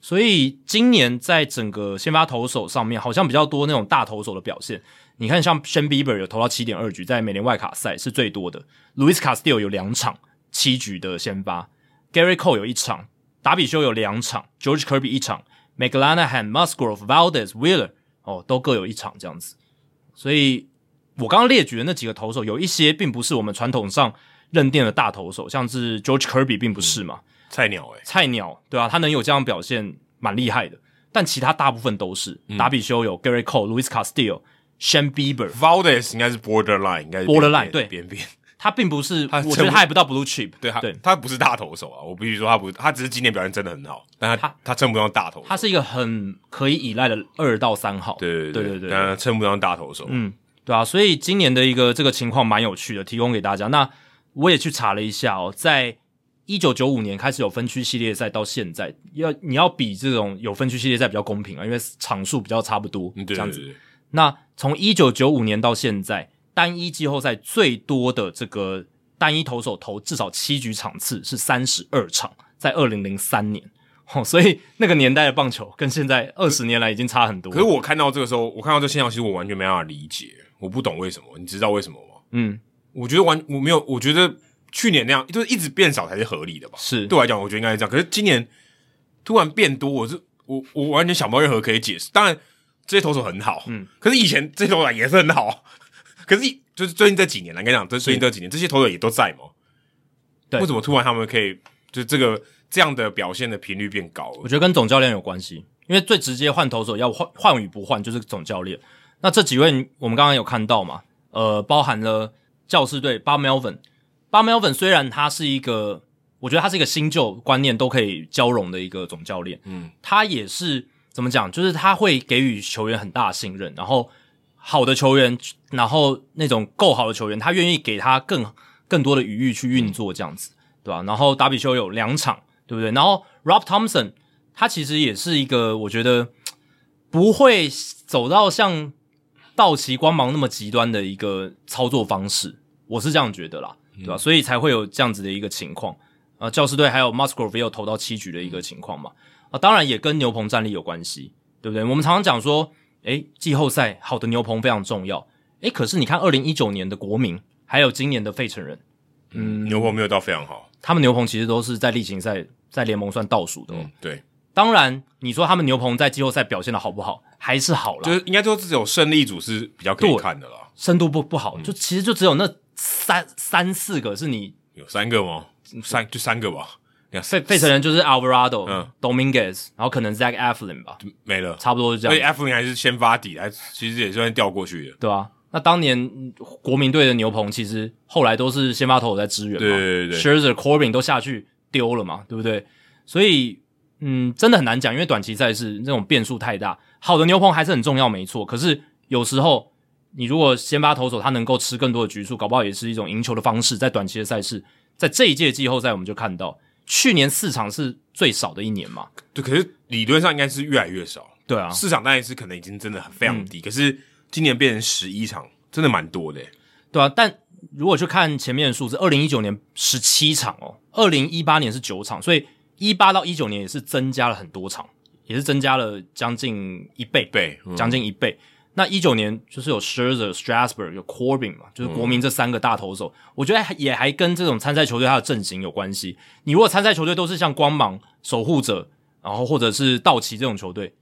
所以今年在整个先发投手上面，好像比较多那种大投手的表现。你看，像 s h a n Bieber 有投到七点二局，在美联外卡赛是最多的。Luis Castillo 有两场七局的先发，Gary Cole 有一场，达比修有两场，George Kirby 一场 m c l a n a h a n Musgrove、Valdez、Wheeler 哦，都各有一场这样子。所以我刚刚列举的那几个投手，有一些并不是我们传统上认定的大投手，像是 George Kirby 并不是嘛。菜鸟哎、菜鸟，对啊，他能有这样表现，蛮厉害的。但其他大部分都是、嗯达比修有 Gary Cole、Luis Castillo、Shan Bieber， v a l d e s 应该是 borderline，应该是 borderline，边边对边边，他并不是，他我觉得成他还不到 Blue Chip，对他对，他不是大投手啊，我必须说他不是，他只是今年表现真的很好，但他他他称不上大投手，他是一个很可以依赖的二到三号，对对对对但他称不上大投手，嗯，对啊，所以今年的一个这个情况蛮有趣的，提供给大家。那我也去查了一下哦，在一九九五年开始有分区系列赛到现在，要你要比这种有分区系列赛比较公平啊，因为场数比较差不多，这对嗯对样子。对那从一九九五年到现在，单一季后赛最多的这个单一投手投至少七局场次是三十二场，在二零零三年。哦，所以那个年代的棒球跟现在二十年来已经差很多。可是我看到这个时候，我看到这现象，其实我完全没办法理解，我不懂为什么，你知道为什么吗？嗯，我觉得完我没有，我觉得去年那样就是一直变少才是合理的吧，是对我来讲，我觉得应该是这样。可是今年突然变多，我是我我完全想不到任何可以解释。当然，这些投手很好，嗯，可是以前这些投手也是很好， 可是一就是最近这几年来，应该讲，这最近这几年这些投手也都在嘛，对为什么突然他们可以就这个这样的表现的频率变高我了？觉得跟总教练有关系，因为最直接换投手要换换与不换就是总教练。那这几位我们刚刚有看到嘛，呃，包含了教士队巴 Melvin，巴 Melvin 虽然他是一个，我觉得他是一个新旧观念都可以交融的一个总教练，嗯，他也是怎么讲，就是他会给予球员很大的信任，然后好的球员，然后那种够好的球员，他愿意给他更更多的余裕去运作这样子，对吧、然后达比修有两场，对不对？然后 Rob Thompson 他其实也是一个，我觉得不会走到像道奇光芒那么极端的一个操作方式，我是这样觉得啦，对吧、所以才会有这样子的一个情况。呃，教师队还有 Musgrove 也有投到七局的一个情况嘛，啊，当然也跟牛棚战力有关系，对不对？我们常常讲说，诶，季后赛好的牛棚非常重要，诶，可是你看二零一九年的国民，还有今年的费城人，嗯，牛棚没有到非常好，他们牛棚其实都是在例行赛在联盟算倒数的、哦。嗯，对，当然，你说他们牛棚在季后赛表现的好不好，还是好就啦，是应该说只有胜利组是比较可以对看的啦，深度不不嗯好，就其实就只有那三三四个是你有三个吗？三就三个吧，两费费城人就是 Alvarado、嗯 Dominguez，然后可能 Zach Eflin 吧，没了。差不多就这所以样， F 零还是先发底，还其实也算调过去的。对啊。那当年嗯国民队的牛棚其实后来都是先发投手在支援嘛，对对对对 s h i r z e r Corbin 都下去丢了嘛，对不对？所以，嗯，真的很难讲，因为短期赛事那种变数太大。好的牛棚还是很重要，没错。可是有时候你如果先发投手，他能够吃更多的局数，搞不好也是一种赢球的方式。在短期的赛事，在这一届季后赛，我们就看到去年四场是最少的一年嘛，对，可是理论上应该是越来越少，对啊，嗯市场当然是可能已经真的很非常低，可是今年变成十一场，真的蛮多的欸。对啊。但如果去看前面的数字，二零一九年十七场哦，二零一八年是九场，所以一八到一九年也是增加了很多场。也是增加了将近一倍，倍嗯将近一倍。那一九年就是有 Scherzer、Strasburg、有 Corbin 嘛，就是国嗯民这三个大投手，我觉得还也还跟这种参赛球队它的阵型有关系。你如果参赛球队都是像光芒、守护者，然后或者是道奇这种球队，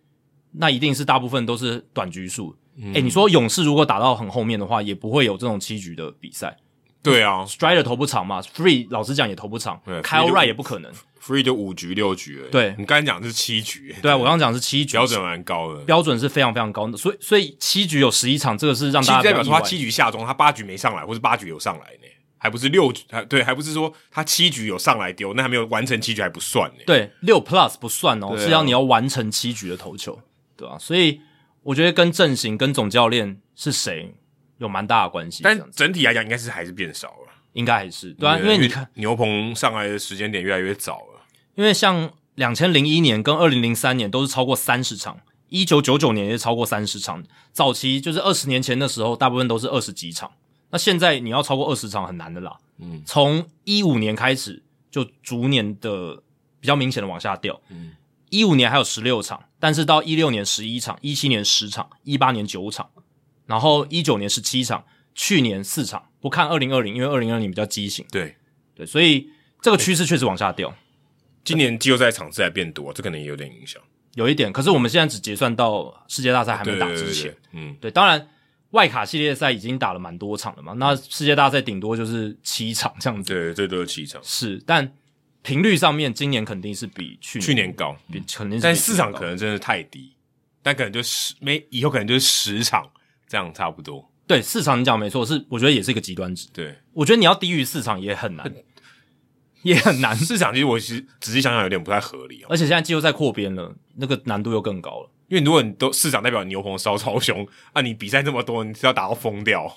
那一定是大部分都是短局数。哎、嗯你说勇士如果打到很后面的话，也不会有这种七局的比赛。对啊 Strider 投不长嘛，Free 老实讲也投不长对啊，Kyle Free 就 Wright 也不可能。啊，Free 就五局六局而已。对你刚才讲是七局，对啊，我刚刚讲是七局标，准蛮高的。标准是非常非常高的，所以所以七局有十一场，这个是让其大实家代表比说较他意外七局下中，他八局没上来，或是八局有上来呢，还不是六局？还对，还不是说他七局有上来丢，那还没有完成七局还不算呢。对六 plus 不算哦，对啊是要你要完成七局的投球，对啊，所以我觉得跟阵型、跟总教练是谁有蛮大的关系，这样但子整体来讲，应该是还是变少了。应该还是对啊，因为你看，牛棚上来的时间点越来越早了。因为像两千零一年跟二零零三年都是超过三十场。一九九九年也是超过三十场，早期就是二十年前的时候，大部分都是二十几场。那现在你要超过二十场很难的啦，嗯，从一五年开始就逐年的比较明显的往下掉。嗯一五年还有十六场，但是到一六年十一场，一七年十场，一八年九场，然后一九年十七场，去年四场。不看二零二零，因为二零二零比较畸形，对，对，所以这个趋势确实往下掉，今年季后赛场次还变多，这可能也有点影响。有一点。可是我们现在只结算到世界大赛还没打之前，对，对对嗯，对，当然外卡系列赛已经打了蛮多场了嘛，那世界大赛顶多就是七场这样子。对，最多七场，是，但频率上面今年肯定是比去年去年高，比肯嗯定是比去年高，但市场可能真的太低，但可能就十没以后可能就是十场这样差不多。对市场你讲没错，是我觉得也是一个极端值。对，我觉得你要低于市场也很难，也很难。市场其实我其实仔细想想有点不太合理哦，而且现在季后赛扩编了，那个难度又更高了。因为如果你都市场代表牛棚烧超凶，啊，你比赛这么多，你是要打到疯掉，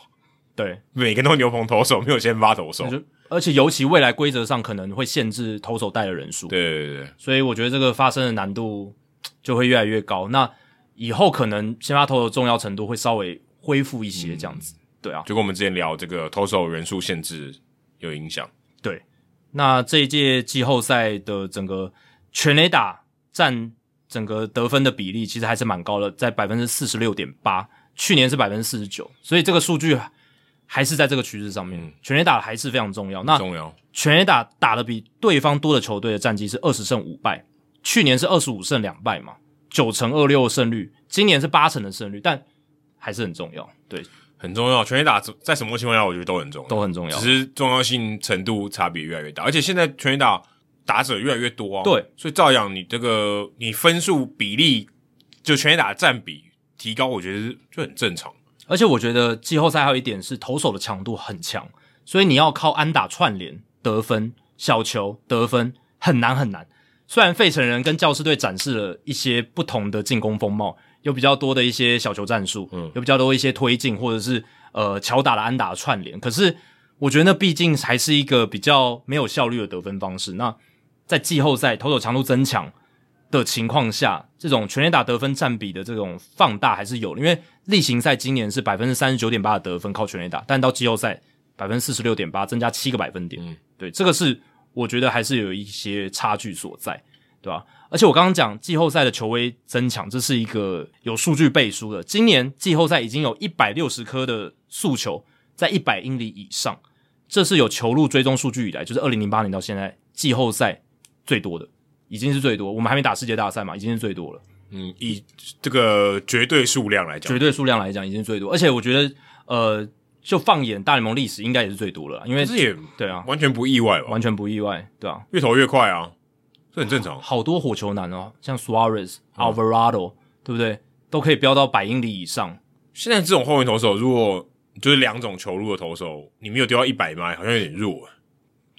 对，每个都牛棚投手，没有先发投手那。就而且尤其未来规则上可能会限制投手带的人数，对对对对，所以我觉得这个发生的难度嘖就会越来越高。那以后可能先发投的重要程度会稍微恢复一嗯些，这样子。对啊，就跟我们之前聊这个投手人数限制有影响。对，那这一届季后赛的整个全垒打占整个得分的比例，其实还是蛮高的，在百分之四十六点八，去年是百分之四十九，所以这个数据还是在这个趋势上面，嗯全垒打还是非常重要。那重要，全垒打打的比对方多的球队的战绩是二十胜五败，去年是二十五胜两败嘛，九成二六胜率，今年是八成的胜率，但还是很重要，对，很重要。全垒打在什么情况下，我觉得都很重要，都很重要只。是重要性程度差别越来越大。而且现在全垒打打者越来越多啊，对，所以照样你这个你分数比例就全垒打占比提高，我觉得就很正常。而且我觉得季后赛还有一点是投手的强度很强，所以你要靠安打串联得分、小球得分很难很难。虽然费城人跟教士队展示了一些不同的进攻风貌，有比较多的一些小球战术，嗯，有比较多一些推进或者是呃巧打的安打的串联，可是我觉得那毕竟还是一个比较没有效率的得分方式。那在季后赛投手强度增强，的情况下，这种全垒打得分占比的这种放大还是有的，因为例行赛今年是百分之三十九点八的得分靠全垒打，但到季后赛百分之四十六点八，增加七个百分点。嗯对，这个是我觉得还是有一些差距所在，对吧、而且我刚刚讲季后赛的球威增强，这是一个有数据背书的。今年季后赛已经有一百六十颗的速球在一百英里以上，这是有球路追踪数据以来，就是二零零八年到现在季后赛最多的，已经是最多。我们还没打世界大赛嘛，已经是最多了，嗯，以这个绝对数量来讲绝，对数量来讲已经是最多。而且我觉得，呃，就放眼大联盟历史，应该也是最多了啦，因为可是也对啊，完全不意外吧？完全不意外，对啊，越投越快啊，这很正常。好多火球男哦，像 Suarez、Alvarado，、对不对？都可以飙到百英里以上，现在这种后援投手，如果就是两种球路的投手，你没有丢到一百迈，好像有点弱。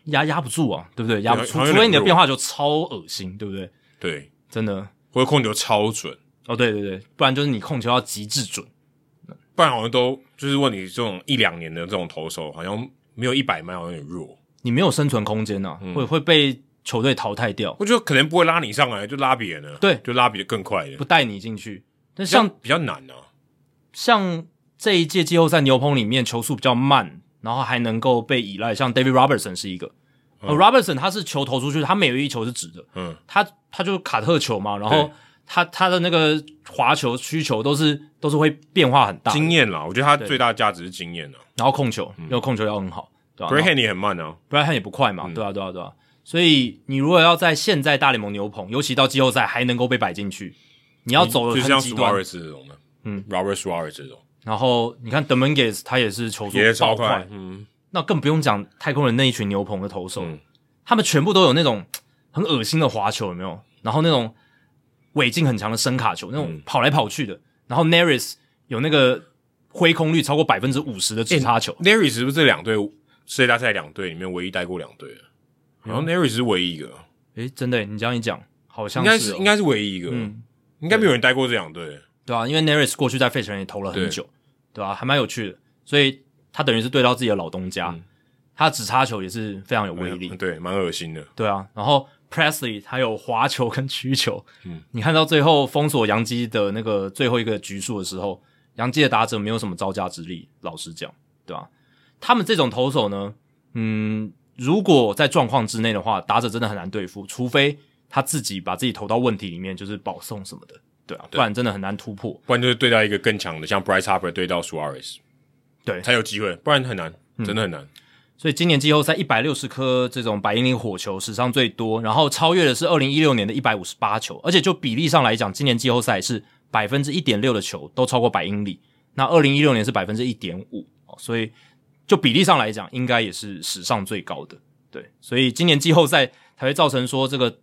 压压不住啊，对不对？压不住，好像有点除非你的弱变化球超恶心，对不对？对，真的，或者控球超准，哦，对对对，不然就是你控球要极致准，不然好像都就是问你这种一两年的这种投手，好像没有一百迈，好像有点弱。你没有生存空间呐、嗯啊，会会被球队淘汰掉，我觉得可能不会拉你上来，就拉别人了。对就拉别人更快一点不，带你进去。但这样像比较难啊。像这一届季后赛牛棚里面球速比较慢，然后还能够被依赖，像 David Robertson 是一个、哦嗯呃 Robertson 他是球投出去，他每有一球是直的，嗯，他他就是卡特球嘛，然后他他的那个滑球需求都是都是会变化很大的，经验啦，我觉得他最大的价值是经验啊。然后控球，因为控球要很好，对吧、 b r a h a n 也很慢啊， b r a h a n 也不快嘛，对啊，对啊，对啊。所以你如果要在现在大联盟牛棚，尤其到季后赛还能够被摆进去，你要走嗯就的很像极端。 Suarez 这种的，嗯，Robert Suarez 这种然后你看 d o m i n g u e z 他也是球速也超超快，嗯，那更不用讲太空人那一群牛棚的投手，嗯他们全部都有那种很恶心的滑球，有没有？然后那种尾劲很强的深卡球，那嗯种跑来跑去的。然后 Naris 有那个挥空率超过百分之五十的直插球， Nary 是不是这两队世界大赛两队里面唯一带过两队的？嗯然后 Nary 是唯一一个，诶、真的耶，你这样一讲，好应像该是是哦应该是唯一一个，应该没有人带过这两队。对啊，因为 Naris 过去在费城也投了很久，对啊，还蛮有趣的，所以他等于是对到自己的老东家，他直插球也是非常有威力，哎对，蛮恶心的。对啊，然后 Presley 他有滑球跟曲球，嗯，你看到最后封锁杨基的那个最后一个局数的时候，杨基的打者没有什么招架之力，老实讲，对吧、他们这种投手呢，嗯，如果在状况之内的话，打者真的很难对付，除非他自己把自己投到问题里面，就是保送什么的，对啊，不然真的很难突破。不然就是对到一个更强的，像 Bryce Harper 对到 Suarez，对嗯才有机会，不然很难，真的很难。所以今年季后赛一百六十颗这种百英里火球史上最多，然后超越的是二零一六年的一百五十八球，而且就比例上来讲，今年季后赛是百分之一点六的球都超过百英里，那二零一六年是百分之一点五，哦所以就比例上来讲，应该也是史上最高的。对，所以今年季后赛才会造成说这个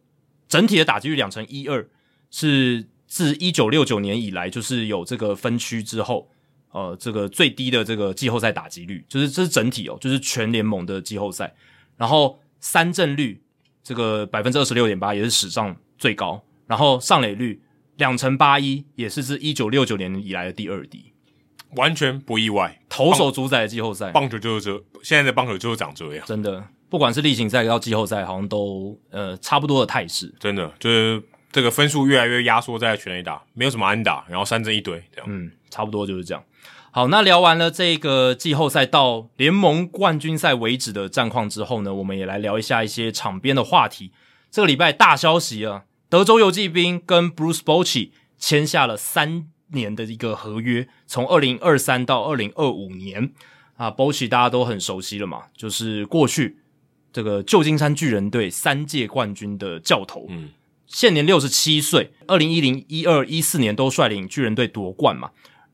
整体的打击率两成一二，是自一九六九年以来就是有这个分区之后，呃，这个最低的这个季后赛打击率，就是这是整体哦，就是全联盟的季后赛。然后三振率这个百分之二十六点八也是史上最高，然后上垒率两成八一也是自一九六九年以来的第二低。完全不意外。投手主宰的季后赛，棒球就是这，现在的棒球就是长这样，真的，不管是例行赛到季后赛，好像都呃差不多的态势。真的就是这个分数越来越压缩在全垒打，没有什么安打，然后三振一堆这样。嗯，差不多就是这样。好，那聊完了这个季后赛到联盟冠军赛为止的战况之后呢，我们也来聊一下一些场边的话题。这个礼拜大消息啊，德州游骑兵跟 Bruce Bochy 签下了三年的一个合约，从二零二三到二零二五年。啊，Bochy 大家都很熟悉了嘛，就是过去这个旧金山巨人队三届冠军的教头，嗯，现年六十七岁，二零一零、一二、一四年都率领巨人队夺冠嘛。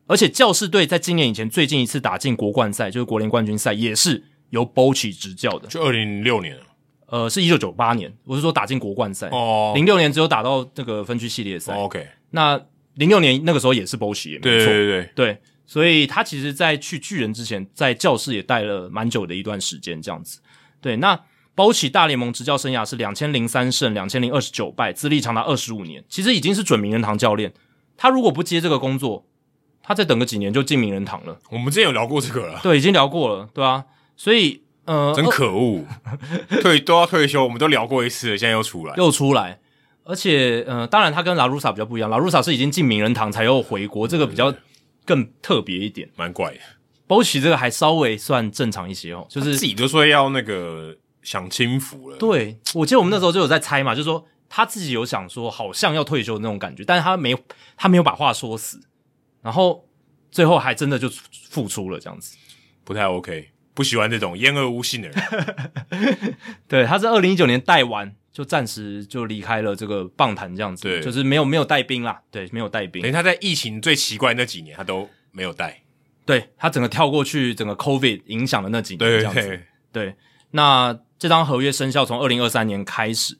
而且教士队在今年以前最近一次打进国冠赛，就是国联冠军赛，也是由 Bochy 执教的，就二零零六年了呃，是一九九八年，我是说打进国冠赛，哦零六、年只有打到那个分区系列赛，哦，OK，那零六年那个时候也是 Bochy，也没错对对对对，对，所以他其实，在去巨人之前，在教室也待了蛮久的一段时间，这样子。对，那包起大联盟执教生涯是两千零三胜，两千零二十九败，资历长达二十五年，其实已经是准名人堂教练。他如果不接这个工作，他再等个几年就进名人堂了。我们之前有聊过这个了，对，已经聊过了，对啊。所以，呃， 真 可恶，退都要退休，我们都聊过一次了，现在又出来，又出来。而且，呃，当然他跟拉鲁萨比较不一样，拉鲁萨是已经进名人堂才又回国，这个比较更特别一点。蛮怪的。包起这个还稍微算正常一些哦，就是自己都说要那个享清福了，对，我记得我们那时候就有在猜嘛，就是说他自己有想说好像要退休的那种感觉，但是他没有他没有把话说死，然后最后还真的就付出了这样子。不太 OK，不喜欢这种烟恶无信的人。 对，他是二零一九年带完就暂时就离开了这个棒坛这样子，对就是没有没有带兵啦，对，没有带等兵于，他在疫情最奇怪那几年，他都没有带。对他整个跳过去整个 COVID 影响的那几年这对样对子，对， 对，那这张合约生效从二零二三年开始，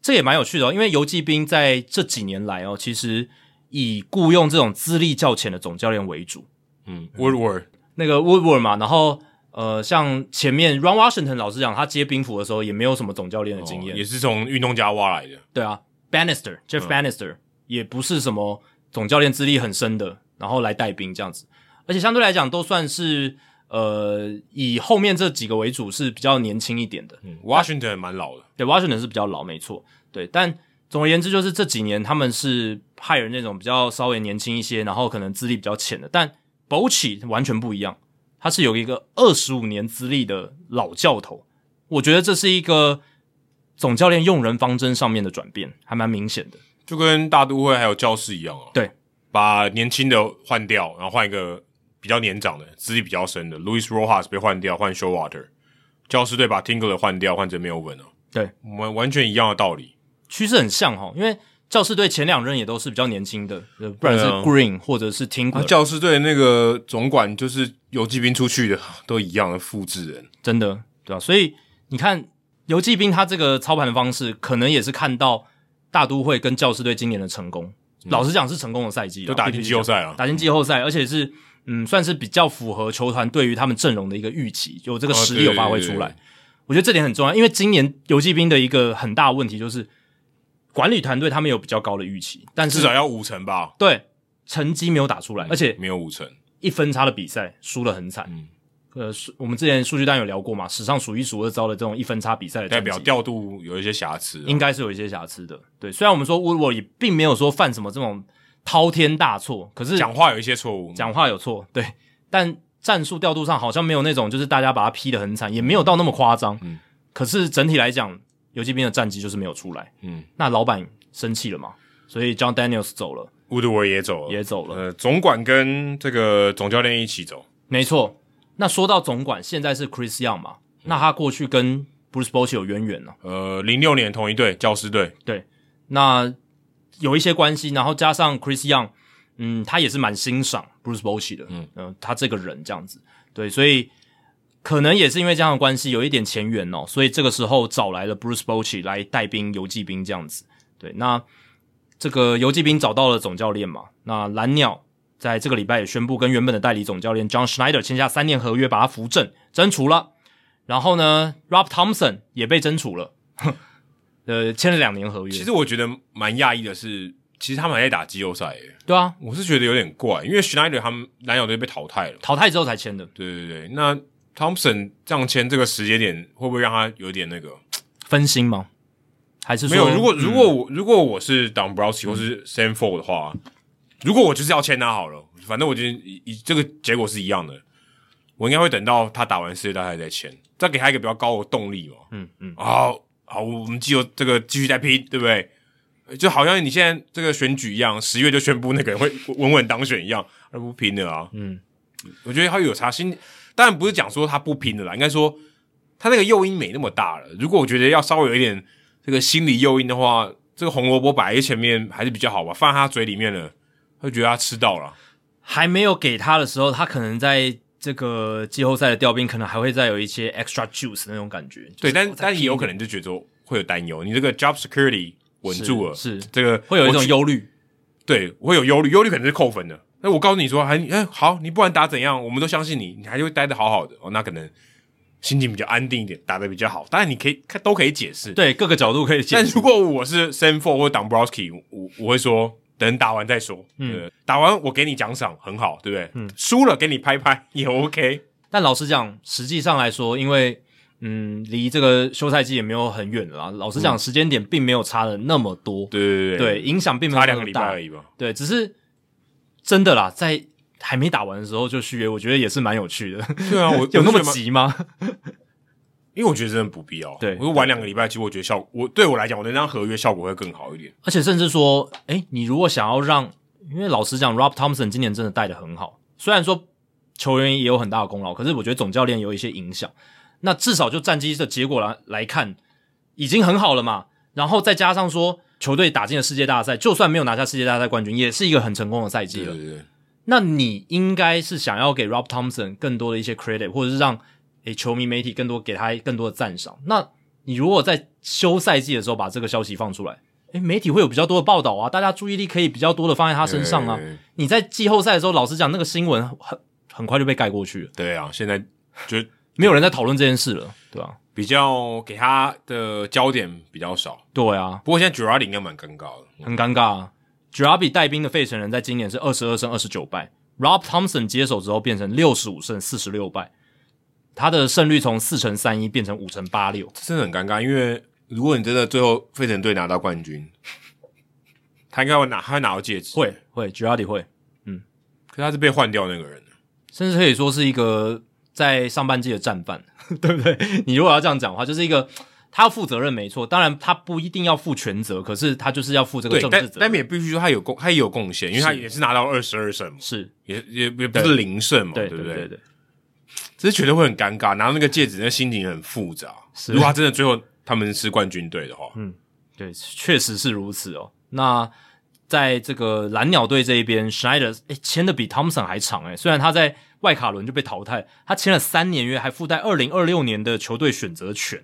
这也蛮有趣的、哦，因为游骑兵在这几年来哦，其实以雇佣这种资历较浅的总教练为主，嗯，Woodward 那个 Woodward 嘛，然后呃，像前面 Ron Washington 老实讲，他接兵符的时候也没有什么总教练的经验，哦也是从运动家挖来的，对啊，Bannister Jeff Bannister、也不是什么总教练资历很深的，然后来带兵这样子，而且相对来讲都算是呃以后面这几个为主是比较年轻一点的，嗯，Washington 蛮老的，对，Washington 是比较老，没错，对。但总而言之，就是这几年他们是派人那种比较稍微年轻一些，然后可能资历比较浅的。但 Bochy 完全不一样，他是有一个二十五年资历的老教头，我觉得这是一个总教练用人方针上面的转变，还蛮明显的。就跟大都会还有教室一样啊，对，把年轻的换掉，然后换一个比较年长的、资历比较深的，Louis Rojas 被换掉，换 Showalter，教师队把 Tingler 换掉，换成 Melvin 啊，对，完完全一样的道理。趋势很像哈，因为教士队前两任也都是比较年轻的，呃不然是对啊 Green 或者是 Tinker，、啊，教师队那个总管就是游击兵出去的，都一样的复制人。真的对啊，所以你看游骑兵他这个操盘的方式，可能也是看到大都会跟教士队今年的成功。老实讲，是成功的赛季啦，嗯就打必进须季后赛讲啊打进季后赛，而且是嗯，算是比较符合球团对于他们阵容的一个预期，有这个哦实力对有发挥对出对来。我觉得这点很重要，因为今年游骑兵的一个很大的问题就是管理团队他们有比较高的预期，但是至少要五成吧，对成绩没有打出来，而且没有五成，一分差的比赛输得很惨。嗯呃，数我们之前数据单有聊过嘛，史上数一数二糟的这种一分差比赛的代战绩表调度有一些瑕疵啊、应该是有一些瑕疵的。对，虽然我们说 Woodward 也并没有说犯什么这种滔天大错，可是讲话有一些错误。讲话有错，对，但战术调度上好像没有那种就是大家把他批得很惨，也没有到那么夸张。嗯，可是整体来讲，游击兵的战绩就是没有出来。嗯，那老板生气了嘛，所以 John Daniels 走了， Woodward 也走了，也走了。呃，总管跟这个总教练一起走，没错。那说到总管，现在是 Chris Young 嘛？那他过去跟 Bruce Bochy 有渊源呢、哦呃，零六年同一队教师队，那有一些关系，然后加上 Chris Young，嗯，他也是蛮欣赏 Bruce Bochy 的，嗯嗯、他这个人这样子，对，所以可能也是因为这样的关系，有一点前缘哦，所以这个时候找来了 Bruce Bochy 来带兵游骑兵这样子，对，那这个游骑兵找到了总教练嘛，那蓝鸟在这个礼拜也宣布跟原本的代理总教练 John Schneider 签下三年合约，把他扶正征除了，然后呢，Rob Thompson 也被征除了。 呃，签了两年合约。其实我觉得蛮讶异的是，其实他们还在打季后赛耶，对啊，我是觉得有点怪，因为 Schneider 他们蓝鸟队被淘汰了，淘汰之后才签的，对对对，那 Thompson 这样签这个时间点，会不会让他有点那个？分心吗？还是说没有，如果如果我、如果我是 d o m b r o w s k i 或是 Sam Ford 的话，如果我就是要签他好了，反正我觉得以以这个结果是一样的，我应该会等到他打完世界大赛再签，再给他一个比较高的动力嘛。嗯嗯，好好，我们继续这个继续再拼，对不对？就好像你现在这个选举一样，十月就宣布那个人会稳稳当选一样，而不拼了啊。嗯，我觉得他有差心，当然不是讲说他不拼了啦，应该说他那个诱因没那么大了。如果我觉得要稍微有一点这个心理诱因的话，这个红萝卜摆在前面还是比较好吧，放在他嘴里面了，他就觉得他吃到了。还没有给他的时候，他可能在这个季后赛的调兵，可能还会再有一些 extra juice 那种感觉。就是对，但我再但也有可能就觉得说会有担忧，你这个 job security 稳住了，是是这个会有一我种去忧虑，对，我会有忧虑，忧虑可能是扣分的。那我告诉你说，还哎好，你不管打怎样，我们都相信你，你还是会待的好好的哦。那可能心情比较安定一点，打的比较好。当然你可以看都可以解释，对各个角度可以解但释如。果我是 Sam Four 或 Dombrowski，我我会说等打完再说。嗯，打完我给你奖赏，很好，对不对？嗯，输了给你拍拍 也 OK。但老实讲，实际上来说，因为嗯，离这个休赛季也没有很远了啦。老实讲，时间点并没有差的那么多，对对嗯对，影响并没有那差两个么礼拜大而。已吧。对，只是真的啦，在还没打完的时候就续约，我觉得也是蛮有趣的。对啊，我有那么？我是觉得蛮急吗？因为我觉得真的不必要。对我就玩两个礼拜，其实我觉得效我对我来讲，我那张合约效果会更好一点。而且甚至说，哎，你如果想要让，因为老实讲，Rob Thompson 今年真的带的很好，虽然说球员也有很大的功劳，可是我觉得总教练有一些影响。那至少就战绩的结果来来看，已经很好了嘛。然后再加上说，球队打进了世界大赛，就算没有拿下世界大赛冠军，也是一个很成功的赛季了。对对。那你应该是想要给 Rob Thompson 更多的一些 credit，或者是让诶球迷媒体更多给他更多的赞赏。那你如果在休赛季的时候把这个消息放出来，诶，媒体会有比较多的报道啊，大家注意力可以比较多的放在他身上啊。对你在季后赛的时候，老实讲，那个新闻很很快就被盖过去了，对啊，现在就没有人在讨论这件事了，对吧、比较给他的焦点比较少。对啊，不过现在 Gerard 应该蛮尴尬的，很尴尬、啊。g i r a b i 带兵的费城人在今年是二十二胜二十九败，Rob Thompson 接手之后变成六十五胜四十六败，他的胜率从四乘三一变成五乘八六。这真的很尴尬。因为如果你真的最后费城队拿到冠军， 他应该会拿，他会拿到戒指。，会会 g i r a d i 会，可是他是被换掉那个人。啊甚至可 以说是一个在上半季的战犯，对不对？你如果要这样讲的话，就是一个他要负责任没错，当然他不一定要负全责，可是他就是要负这个对，政治但责任但也必须说他有贡，他也有贡献，因为他也是拿到二十二胜嘛，是，也也也不是零胜嘛，对不对对对，只是觉得会很尴尬，拿到那个戒指，那心情很复杂。是如果他真的最后他们是冠军队的话，对，确实是如此哦。那在这个蓝鸟队这一边，Schneider 诶签的比 Thompson 还长诶，虽然他在外卡轮就被淘汰，他签了三年约，还附带二零二六年的球队选择权。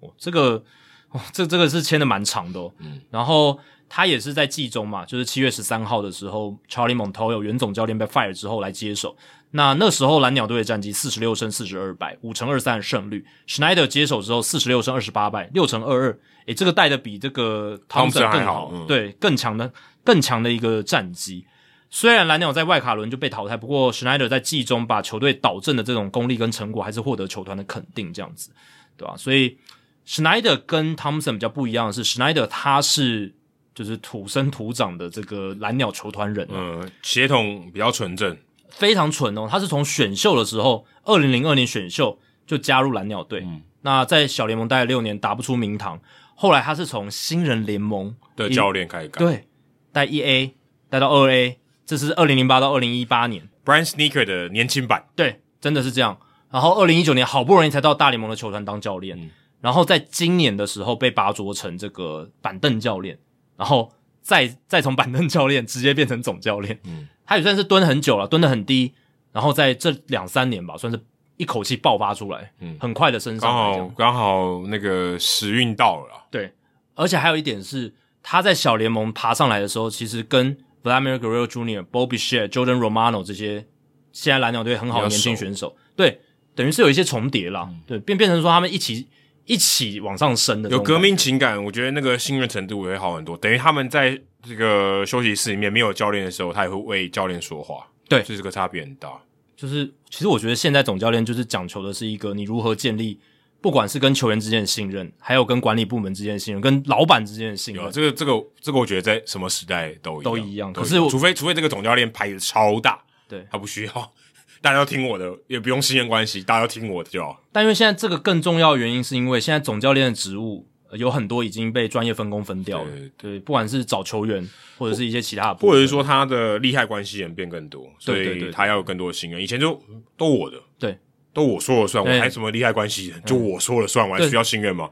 哦，这个哦，这这个是签的蛮长的哦。嗯，然后他也是在季中嘛，就是七月十三号的时候，Charlie Montoyo 原总教练被 fire 之后来接手。那那时候蓝鸟队的战绩四十六胜四十二败，五乘二三的胜率。Schneider 接手之后四十六胜二十八败，六乘二二，诶，这个带的比这个 Thompson Thompson 还更好嗯对，更强的更强的一个战绩。虽然蓝鸟在外卡轮就被淘汰，不过 Schneider 在季中把球队导正的这种功力跟成果，还是获得球团的肯定，这样子，对吧、所以 Schneider 跟 Thompson 比较不一样的是，Schneider 他是就是土生土长的这个蓝鸟球团人啊、嗯，协同比较纯正，非常纯哦。他是从选秀的时候，二零零二年选秀就加入蓝鸟队，那在小联盟待了六年，打不出名堂。后来他是从新人联盟的一教练开干。对带一 A 带到二 A，这是二零零八到二零一八年。 Brian Sneaker 的年轻版，对，真的是这样。然后二零一九年好不容易才到大联盟的球团当教练，然后在今年的时候被拔擢成这个板凳教练，然后再再从板凳教练直接变成总教练。嗯，他也算是蹲很久了，蹲得很低，然后在这两三年吧，算是一口气爆发出来，嗯，很快的升刚上来这好样。刚好那个时运到了啦，对，而且还有一点是，他在小联盟爬上来的时候，其实跟 Vladimir Guerrero Jr.、Bobby Shea、Jordan Romano 这些现在蓝鸟队很好的比较年熟嗯轻选手，对，等于是有一些重叠啦，对，变变成说他们一起一起往上升的这有种感觉，革命情感，我觉得那个信任程度也会好很多。等于他们在这个休息室里面没有教练的时候，他也会为教练说话，对这是个差别很大。就是其实我觉得现在总教练就是讲求的是一个你如何建立。不管是跟球员之间的信任，还有跟管理部门之间的信任，跟老板之间的信有任啊，这个这个这个，我觉得在什么时代都一都一样都可是我除非除非这个总教练牌子超大，对他不需要， 大家都听我的，也不用信任关系，大家都听我的就好。但因为现在这个更重要的原因，是因为现在总教练的职务呃有很多已经被专业分工分掉了。对不管是找球员，或者是一些其他的部或分，者是说他的利害关系人变更多，所对对对以对他要有更多的信任。以前就都我的，对，都我说了算，对嗯我还什么利害关系人，就我说了算，我还对需要信任吗？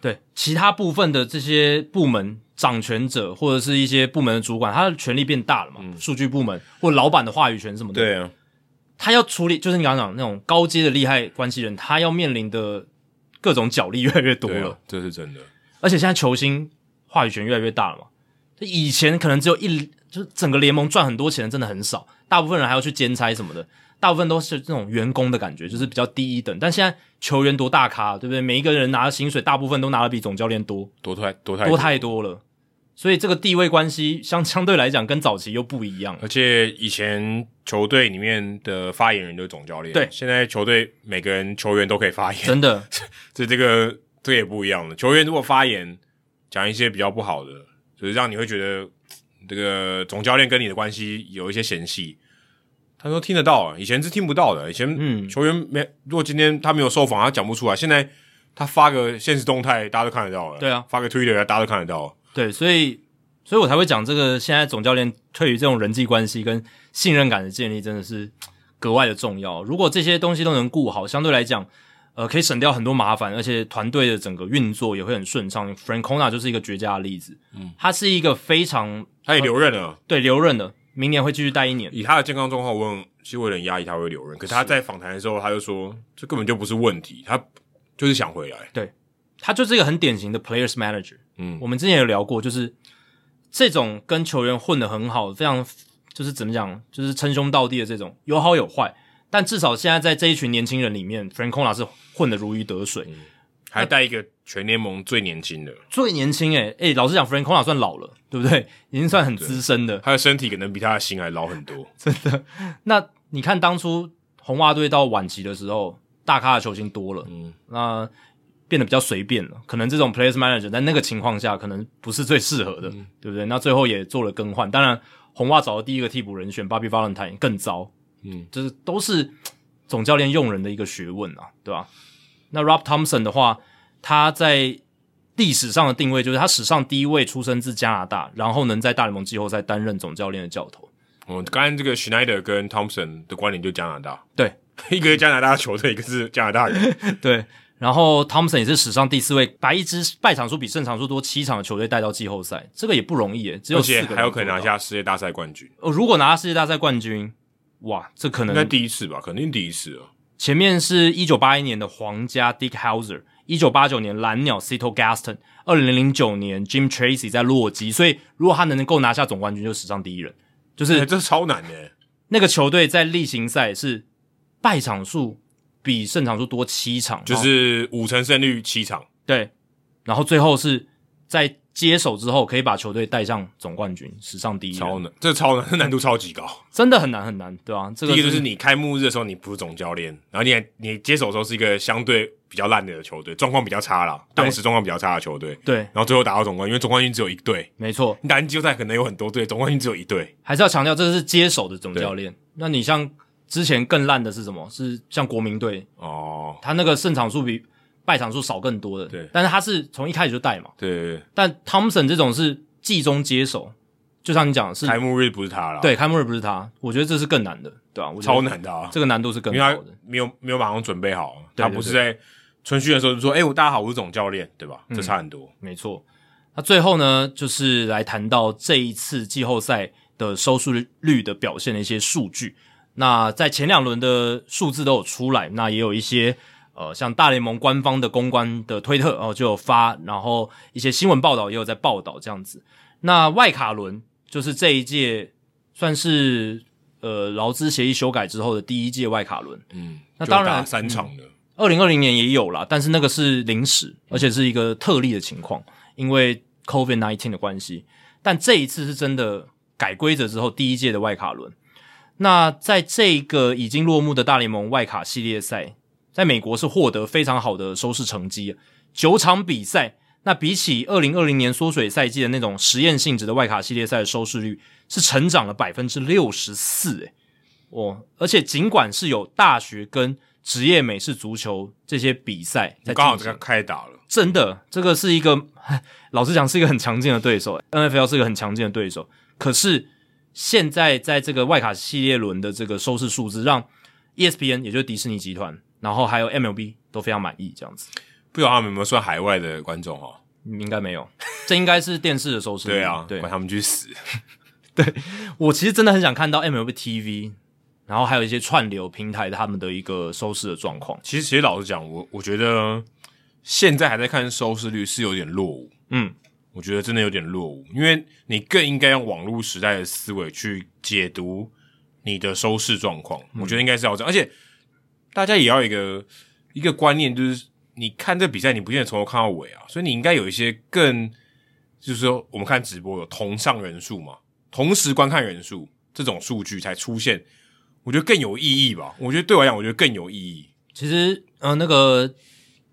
对其他部分的这些部门掌权者，或者是一些部门的主管，他的权力变大了嘛？数据部门或老板的话语权什么的，嗯对啊，他要处理，就是你刚刚讲那种高阶的利害关系人，他要面临的各种角力越来越多对了啊。，这是真的。而且现在球星话语权越来越大了嘛。就以前可能只有一，就是整个联盟赚很多钱的真的很少，大部分人还要去兼差什么的，大部分都是这种员工的感觉，就是比较低一等。但现在球员多大咖，对不对？每一个人拿的薪水，大部分都拿的比总教练多多太多太多太多了，所以这个地位关系相相对来讲跟早期又不一样了。而且以前球队里面的发言人就是总教练，对现在球队每个人球员都可以发言，真的，这这个这也不一样了。球员如果发言讲一些比较不好的，就是让你会觉得嘖这个总教练跟你的关系有一些嫌隙，他说听得到啊，以前是听不到的，以前嗯球员没，如果今天他没有受访，他讲不出来，现在他发个现实动态，大家都看得到了，对啊，发个 Twitter 大家都看得到了，对，所以所以我才会讲这个，现在总教练对于这种人际关系跟信任感的建立，真的是格外的重要。如果这些东西都能顾好，相对来讲，呃，可以省掉很多麻烦，而且团队的整个运作也会很顺畅。Francona 就是一个绝佳的例子，嗯，他是一个非常他也留任了。对留任的，明年会继续待一年。以他的健康状况，我很其实我有点压抑他会留任。可是他在访谈的时候，他就说这根本就不是问题，他就是想回来。他就是一个很典型的 players manager。嗯我们之前有聊过，就是这种跟球员混得很好，非常就是怎么讲，就是称兄道弟的这种，有好有坏。但至少现在在这一群年轻人里面，Francona 是混得如鱼得水，还带一个全联盟最年轻的，最年轻诶、诶、老实讲，Francona 算老了，对不对？已经算很资深的。他的身体可能比他的心还老很多。那你看当初红袜队到晚期的时候，大咖的球星多了，嗯，那变得比较随便了。可能这种 players manager 在那个情况下，可能不是最适合的，对不对？那最后也做了更换。当然，红袜找的第一个替补人选 Bobby Valentine 更糟，嗯，就是都是嘖总教练用人的一个学问啊，对吧、那 Rob Thompson 的话，他在历史上的定位，就是他史上第一位出生自加拿大，然后能在大联盟季后赛担任总教练的教头。我哦刚才这个 Schneider 跟 Thompson 的关联就加拿大，对， 一个是加拿大球队，一个是加拿 大人。对，然后汤普森也是史上第四位把一支败场数比胜场数多七场的球队带到季后赛，这个也不容易耶，只有而四个且人还有可能拿做到。下世界大赛冠军，呃，如果拿下世界大赛冠军，哇，这可应该能第一次吧，肯定第一次啊。前面是一九八一年的皇家 Dick Hauser，一九八九年蓝鸟 Cito Gaston，二零零九年 Jim Tracy 在洛基，所以如果他能够拿下总冠军，就是史上第一人。就是哎这超难的、那个球队在例行赛是败场数比胜场数多七场，就然后是五成胜率七场，对，然后最后是在接手之后可以把球队带向总冠军，史上第一人，超难，这超难，这难度超级高。真的很难很难，对 啊，这第个一个就是你开幕日的时候你不是总教练，然后你还你接手的时候是一个相对比较烂的球队，状况比较差啦，对当时状况比较差的球队，对，然后最后打到总冠军，因为总冠军只有一队，没错，你打进季后赛可能有很多队，总冠军只有一队。还是要强调这是接手的总教练。那你像之前更烂的是什么？是像国民队，哦，他那个胜场数比败场数少更多的，对但是他是从一开始就带嘛。对，但汤普森这种是季中接手，就像你讲的是开幕日不是他啦，，嗯对，开幕日不是他，我觉得这是更难的，对啊，我觉得超难的啊，这个难度是更因为他高的，没有没有马上准备好，对对嗯他不是在春训的时候就说，哎，我大家好，我是总教练，对吧？这差很多。没错。那最后呢，就是来谈到这一次季后赛的收视率的表现的一些数据。那在前两轮的数字都有出来，那也有一些呃，像大联盟官方的公关的推特哦、就有发，然后一些新闻报道也有在报道这样子。那外卡轮就是这一届算是呃劳资协议修改之后的第一届外卡轮，嗯，那就当然嗯打三场的，二零二零年也有啦，但是那个是临时，而且是一个特例的情况，因为 COVID nineteen 的关系。但这一次是真的改规则之后第一届的外卡轮。那在这个已经落幕的大联盟外卡系列赛，在美国是获得非常好的收视成绩，九场比赛。那比起二零二零年缩水赛季的那种实验性质的外卡系列赛的收视率是成长了百分之六十四，诶、哦，而且尽管是有大学跟职业美式足球这些比赛在刚好进这个行，开打了。真的这个是一个， 老实讲是一个很强劲的对手，NFL 是一个很强劲的对手。可是现在在这个外卡系列轮的这个收视数字，让 E ESPN 也就是迪士尼集团，然后还有 MLB 都非常满意，这样子不知道他们有没有算海外的观众哦？嗯应该 没有，这应该是电视的收视率。对啊，嗯对管，他们去死。我其实真的很想看到 MLB TV，然后还有一些串流平台他们的一个收视的状况。其实，其实老实讲，我我觉得现在还在看收视率是有点落伍，嗯，我觉得真的有点落伍，因为你更应该用网络时代的思维去解读你的收视状况，我觉得应该是要这样，而且大家也要有一个一个观念，就是你看这比赛，你不见得从头看到尾啊，所以你应该有一些更，就是说我们看直播有同上人数嘛，同时观看人数这种数据才出现，我觉得更有意义吧，我觉得对我来讲，我觉得更有意义。其实，呃，那个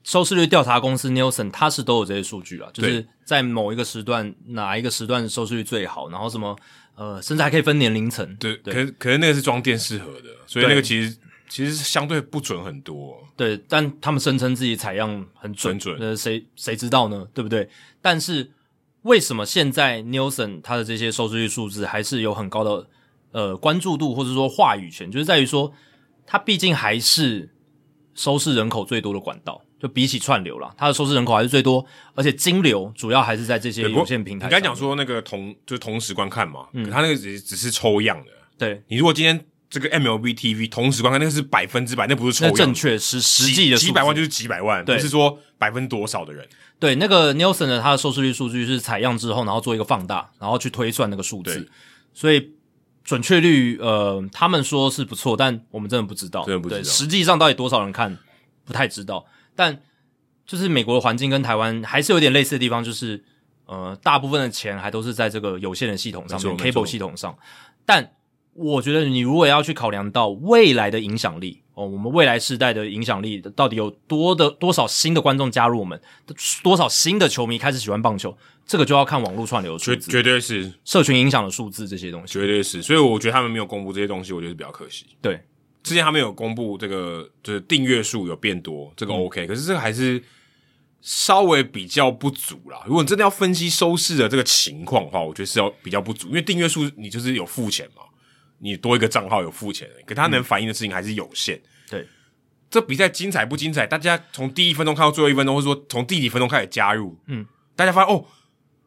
收视率调查公司 Nielsen 它是都有这些数据啊，就对是在某一个时段哪一个时段收视率最好，然后什么呃，甚至还可以分年龄层。对，对可是可是那个是装电视盒的，所以对那个其实其实相对不准很多。哦对，但他们声称自己采样很准，很准呃，谁谁知道呢？对不对？但是为什么现在 Nielsen 它的这些收视率数字还是有很高的呃关注度，或者说话语权，就是在于说它毕竟还是收视人口最多的管道，就比起串流啦，它的收视人口还是最多，而且金流主要还是在这些对，不过有线平台上面。你嗯刚才讲说那个同就是同时观看嘛，可他那个只只是抽样的。对，你如果今天这个 MLB TV 同时观看，那个是百分之百，那不是抽那样的，正确实实际的数几几百字万就是几百万，对不是说百分多少的人。对，那个 Nielsen 的它的收视率数据是采样之后，然后做一个放大，然后去推算那个数字对，所以准确率呃，他们说是不错，但我们真的不知道，真的不知道对实际上到底多少人看不太知道。但就是美国的环境跟台湾还是有点类似的地方，就是呃，大部分的钱还都是在这个有线的系统上面没错没错，cable 系统上，但。我觉得你如果要去考量到未来的影响力哦，我们未来世代的影响力到底有多的多少新的观众加入我们，多少新的球迷开始喜欢棒球，这个就要看网络串流的数绝字、绝对是，社群影响的数字这些东西。绝对是，所以我觉得他们没有公布这些东西，我觉得是比较可惜。对，之前他们有公布这个，就是订阅数有变多，这个 OK，、可是这个还是稍微比较不足啦。如果你真的要分析收视的这个情况的话，我觉得是要比较不足，因为订阅数你就是有付钱嘛，你多一个账号有付钱，可它能反映的事情还是有限。对，这比赛精彩不精彩？大家从第一分钟看到最后一分钟，或者说从第几分钟开始加入，嗯，大家发现哦，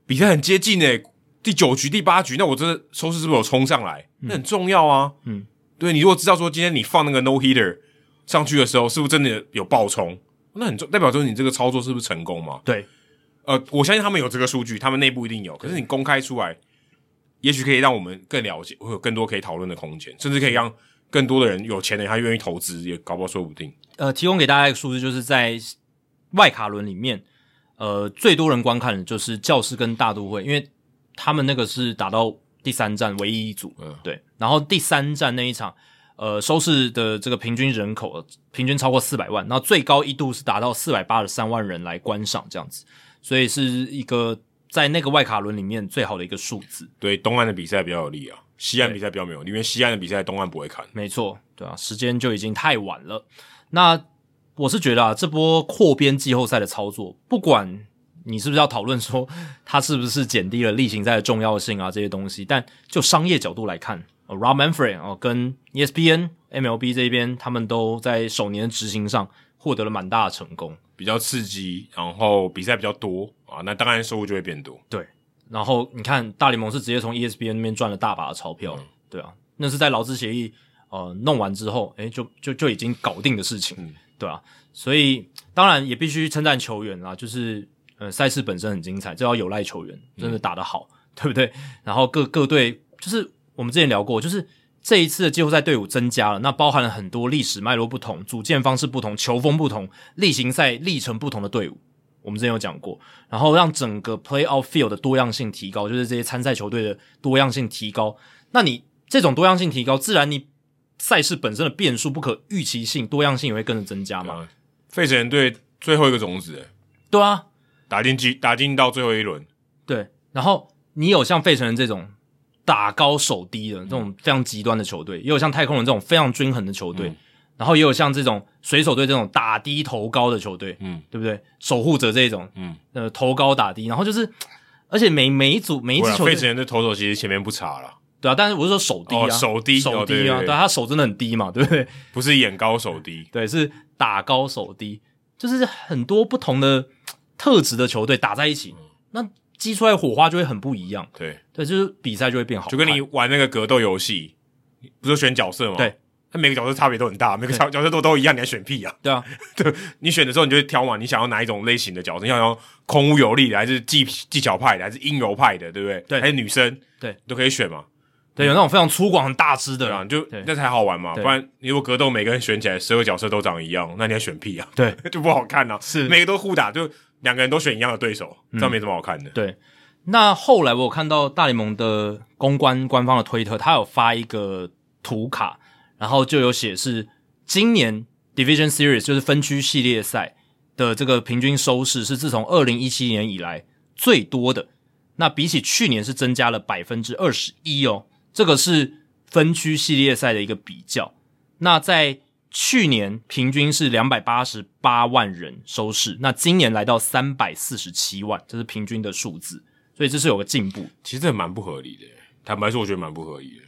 比赛很接近诶，第九局、第八局，那我真的收视是不是有冲上来？那很重要啊，嗯，对你如果知道说今天你放那个 no hitter 上去的时候，是不是真的有爆冲？那很重，代表说你这个操作是不是成功嘛？对，呃，我相信他们有这个数据，他们内部一定有。可是你公开出来，也许可以让我们更了解，会有更多可以讨论的空间，甚至可以让更多的人有钱人他愿意投资，也搞不好说不定。呃，提供给大家一个数字，就是在外卡轮里面，呃，最多人观看的就是教师跟大都会，因为他们那个是打到第三站唯一一组，嗯对。然后第三站那一场，呃，收视的这个平均人口平均超过四百万，然后最高一度是达到四百八十三万人来观赏这样子，所以是一个在那个外卡轮里面最好的一个数字。对东岸的比赛比较有利啊，西岸比赛比较没有利，因为西岸的比赛东岸不会看。没错，对啊，时间就已经太晚了。那我是觉得啊，这波扩编季后赛的操作，不管你是不是要讨论说 它是不是减低了例行赛的重要性啊这些东西，但就商业角度来看、呃、，Rob Manfred 哦、跟 ESPN、MLB 这边他们都在首年的执行上获得了蛮大的成功。比较刺激，然后比赛比较多啊，那当然收入就会变多。然后你看大联盟是直接从 E ESPN 那边赚了大把的钞票，对啊，那是在劳资协议呃弄完之后，诶，就就就已经搞定的事情，嗯对啊，所以当然也必须称赞球员啦，就是呃赛事本身很精彩，这要有赖球员真的打得好，对不对？然后各各队就是我们之前聊过，就是这一次的季后赛队伍增加了，那包含了很多历史脉络不同、组建方式不同、球风不同、例行赛历程不同的队伍。我们之前有讲过，然后让整个 playoff field 的多样性提高，就是这些参赛球队的多样性提高。那你这种多样性提高，自然你赛事本身的变数不可预期性、多样性也会跟着增加嘛。啊，费城人队最后一个种子对啊，打进季，打进到最后一轮，对。然后你有像费城人这种打高守低的这种非常极端的球队，也有像太空人这种非常均衡的球队，嗯然后也有像这种水手队这种打低投高的球队，嗯对不对？守护者这种，嗯，呃，投高打低，然后就是。而且每每一组每一不支然球啊费队，城人的投手其实前面不差了，对啊，但是我是说手低啊，哦手低手哦对低啊，对对他手真的很低嘛，对 不对？不是眼高手低，对，是打高手低，就是很多不同的特质的球队打在一嗯起，那激出来的火花就会很不一样，对，对，就是比赛就会变好看，就跟你玩那个格斗游戏，不是选角色吗？对。那每个角色差别都很大，每个角角色都都一样，你还选屁啊？对啊， 对，你选的时候你就会挑嘛，你想要哪一种类型的角色？你想要空无有力的，还是技技巧派的，还是阴柔派的，对不对？对还是女生，对，都可以选嘛。 对，有那种非常粗犷、很大只对的啊，，你就对那才好玩嘛。对不然你如果格斗每个人选起来十个角色都长一样，那你还选屁啊？ 对，就不好看啊。是嗯每个都互打，就两个人都选一样的对手，这样没什么好看的。对。那后来我有看到大联盟的公关官方的推特，他有发一个图卡，然后就有写是今年 Division Series 就是分区系列赛的这个平均收视是自从二零一七年以来最多的。那比起去年是增加了百分之二十一哦，这个是分区系列赛的一个比较。那在去年平均是两百八十八万人收视，那今年来到三百四十七万，这是平均的数字，所以这是有个进步。其实这蛮不合理的。欸坦白说，我觉得蛮不合理的，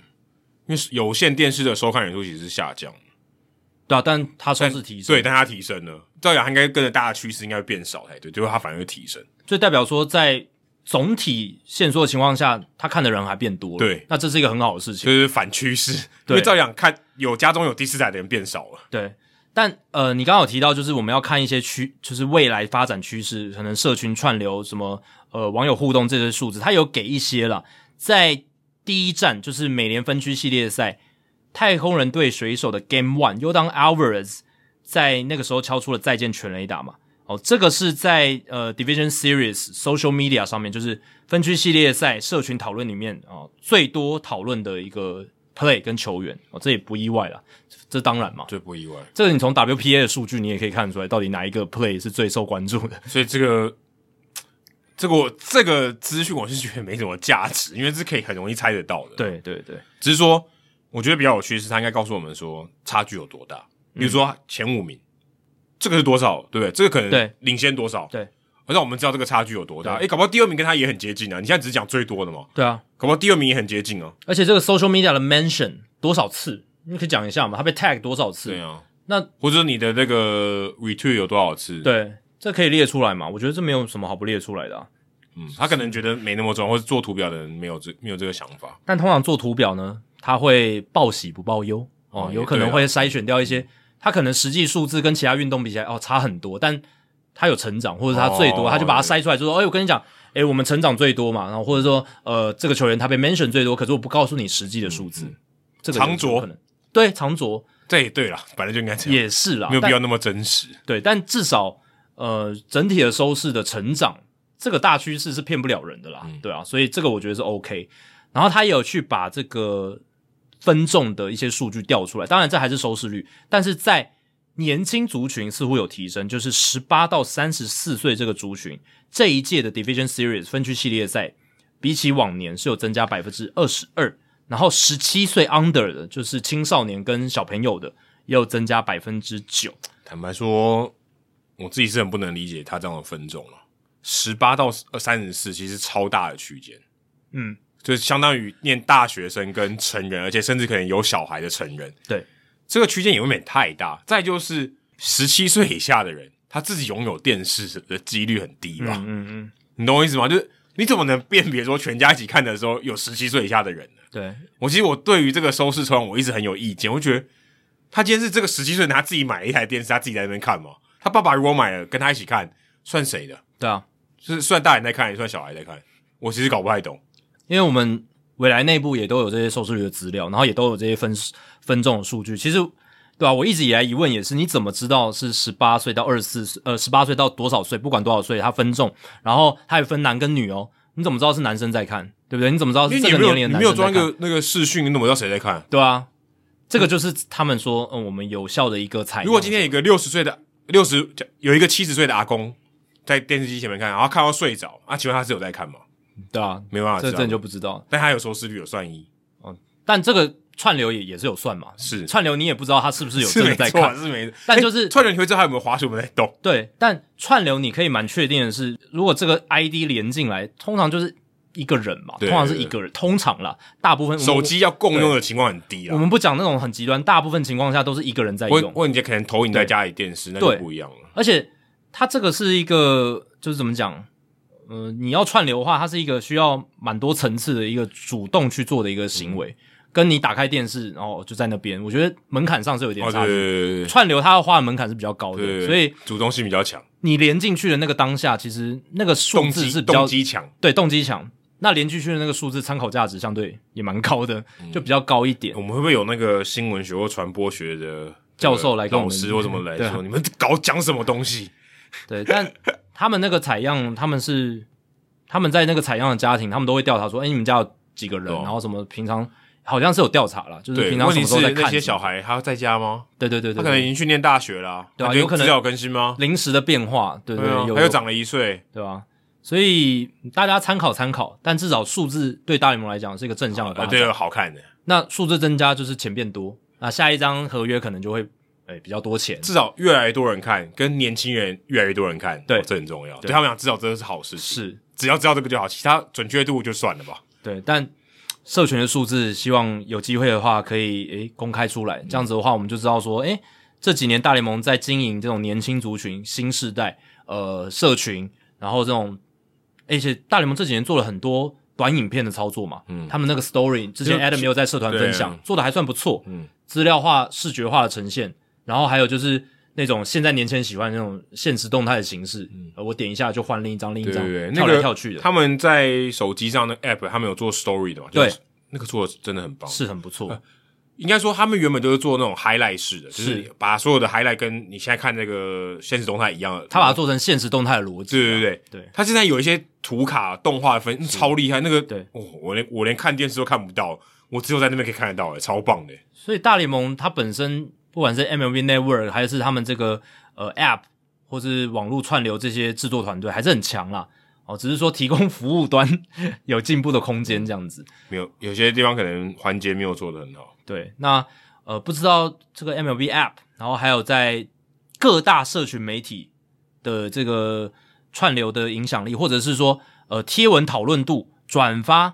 因为有线电视的收看人数其实是下降，对啊，但它收但视提升，对，但它提升了。照讲，它应该跟着大家趋势应该会变少才对，结果它反而会提升。就代表说在总体线索的情况下，他看的人还变多了。对那这是一个很好的事就情。是反趋势，因对为照讲看有家中有第四台的人变少了，对，但呃，你刚刚有提到，就是我们要看一些趋，就是未来发展趋势，可能社群串流什么呃网友互动这些数字，它有给一些啦。在第一站就是美联分区系列赛，太空人对水手的 Game One，尤当 Alvarez 在那个时候敲出了再见全垒打嘛。哦，这个是在呃 Division Series social media 上面，就是分区系列赛社群讨论里面哦最多讨论的一个 play 跟球员哦，这也不意外啦，这当然嘛。这不意外。这个你从 WPA 的数据，你也可以看出来，到底哪一个 play 是最受关注的。所以这个这个我这个资讯我是觉得没什么价值，因为这可以很容易猜得到 的。，对对对，只是说嗯我觉得比较有趣的是，他应该告诉我们说差距有多大。比如说前五名，这个是多少，对不对？这个可能对领先多少，对，让我们知道这个差距有多大。对诶，搞不好第二名跟他也很接近啊！你现在只是讲最多的嘛，对啊，搞不好第二名也很接近啊。而且这个 social media 的 mention 多少次，你可以讲一下嘛？他被 tag 多少次？对啊，那或者你的那个 retweet 有多少次？，对，这可以列出来嘛？我觉得这没有什么好不列出来的、啊。嗯，他可能觉得没那么重要，或者做图表的人没有这没有这个想法。但通常做图表呢，它会报喜不报忧哦哦，有也可能对啊会筛选掉一些，它可能实际数字跟其他运动比起来哦差很多，但它有成长，或者它最多，哦它就把它筛出来，就说，哎，我跟你讲，哎，我们成长最多嘛，然后或者说，呃，这个球员他被 mention 最多，可是我不告诉你实际的数字，这个嗯长着有可能对长着对对了，本来就应该这样，也是啦，没有必但要那么真实。对，但至少呃整体的收视的成长，这个大趋势是骗不了人的啦，对啊，所以这个我觉得是 OK。然后他也有去把这个分众的一些数据调出来，当然这还是收视率，但是在年轻族群似乎有提升，就是十八到三十四岁这个族群，这一届的 Division Series 分区系列赛，比起往年是有增加百分之二十二，然后十七岁 under 的，就是青少年跟小朋友的，也有增加百分之九，坦白说，我自己是很不能理解他这样的分众了。十八到三十四其实超大的区间，嗯，就是相当于念大学生跟成人，而且甚至可能有小孩的成人，对。这个区间也未免太大。再就是十七岁以下的人，他自己拥有电视的几率很低吧？嗯嗯，你懂我意思吗？就是你怎么能辨别说全家一起看的时候有十七岁以下的人呢？对，我其实我对于这个收视抽样我一直很有意见，我觉得他今天是这个十七岁他自己买了一台电视，他自己在那边看嘛。他爸爸如果买了跟他一起看，算谁的？对啊，是算大人在看，也算小孩在看。我其实搞不太懂。因为我们未来内部也都有这些收视率的资料，然后也都有这些分分众的数据。其实，对啊，我一直以来疑问也是，你怎么知道是十八岁到二十四，呃，十八岁到多少岁，不管多少岁，它分众，然后它也分男跟女哦，你怎么知道是男生在看，对不对？你怎么知哦道是因这为个你没有年龄的男你没有生在装看？一个那个视讯，你怎么知道谁在看？对啊，这个就是他们说，嗯，我们有效的一个采样。如果今天有一个六十岁的六十有一个七十岁的阿公在电视机前面看，然后看到睡着，啊，请问他是有在看吗？对啊，没办法这知这道你。就不知道了。但他有收视率，有算一，但这个串流也也是有算嘛，是串流你也不知道他是不是有是真没的在错啊，看，是没错。但就是哎串流你会知道他有没有滑鼠没在动，对，但串流你可以蛮确定的是，如果这个 ID 连进来，通常就是一个人嘛，对通常是一个人，通常啦，大部分我们手机要共用的情况很低嗯我啊。们不讲那种很极端，大部分情况下都是一个人在我用，我你可能投影在家里电视，那就对不一样了。而且它这个是一个就是怎么讲，呃，你要串流的话，它是一个需要蛮多层次的一个主动去做的一个行嗯为，跟你打开电视然后就在那边，我觉得门槛上是有点哦，差对距。对对串流它要花的门槛是比较高对对，的，对所以主动性比较强，你连进去的那个当下，其实那个数动字机是比较动机强。对，动机强。那连续区的那个数字参考价值相对也蛮高的，嗯就比较高一点我。们会不会有那个新闻学或传播学的教授来跟我老们师或什么来对啊说，你们搞讲什么东西？对，但他们那个采样，他们是他们在那个采样的家庭，他们都会调查说，哎、你们家有几个人？哦然后什么平常好像是有调查啦，就是对，平常问什题么时候是在看那些什么小，孩他在家吗？对对对对，他可能已对经去念大学啦，对啊他觉得有可能资料更新吗？临时的变化，对对对啊，有他又有长了一岁，对吧、所以大家参考参考，但至少数字对大联盟来讲是一个正向的发啊，展。对，好看的，那数字增加就是钱变多，那下一张合约可能就会哎、比较多钱。至少越来越多人看，跟年轻人越来越多人看，对哦这很重要。对他们讲，至少这个是好事情，是，只要知道这个就好，其他准确度就算了吧。对，但社群的数字，希望有机会的话可以诶公开出来，这样子的话我们就知道说，诶这几年大联盟在经营这种年轻族群、新世代呃社群，然后这种，而且大联盟这几年做了很多短影片的操作嘛，嗯，他们那个 story 之前就 Adam 也有在社团分享对，做的还算不错，嗯嗯，资料化、视觉化的呈现，然后还有就是。那种现在年轻人喜欢的那种现实动态的形式，呃，我点一下就换另一张，另一嗯对张，对对，跳那来个跳去的，他们在手机上那个 app，他们有做 story 的嘛？就对，是那个做的真的很棒。是很不呃错。应该说他们原本就是做那种 highlight 式的，就是是把所有的 highlight 跟你现在看那个现实动态一样的。他把它做成现实动态的逻辑、啊对对对对对，他现在有一些图卡动画的分超厉害，那个对哦，我连我连看电视都看不到，我只有在那边可以看得到，哎，超棒的。所以大联盟它本身不管是 MLB Network 还是他们这个呃 App 或是网络串流这些制作团队还是很强啦。哦，只是说提供服务端 有进步的空间这样子。没有有些地方可能环节没有做的很好，对，那呃不知道这个 MLB App，然后还有在各大社群媒体的这个串流的影响力，或者是说呃贴文讨论度、转发、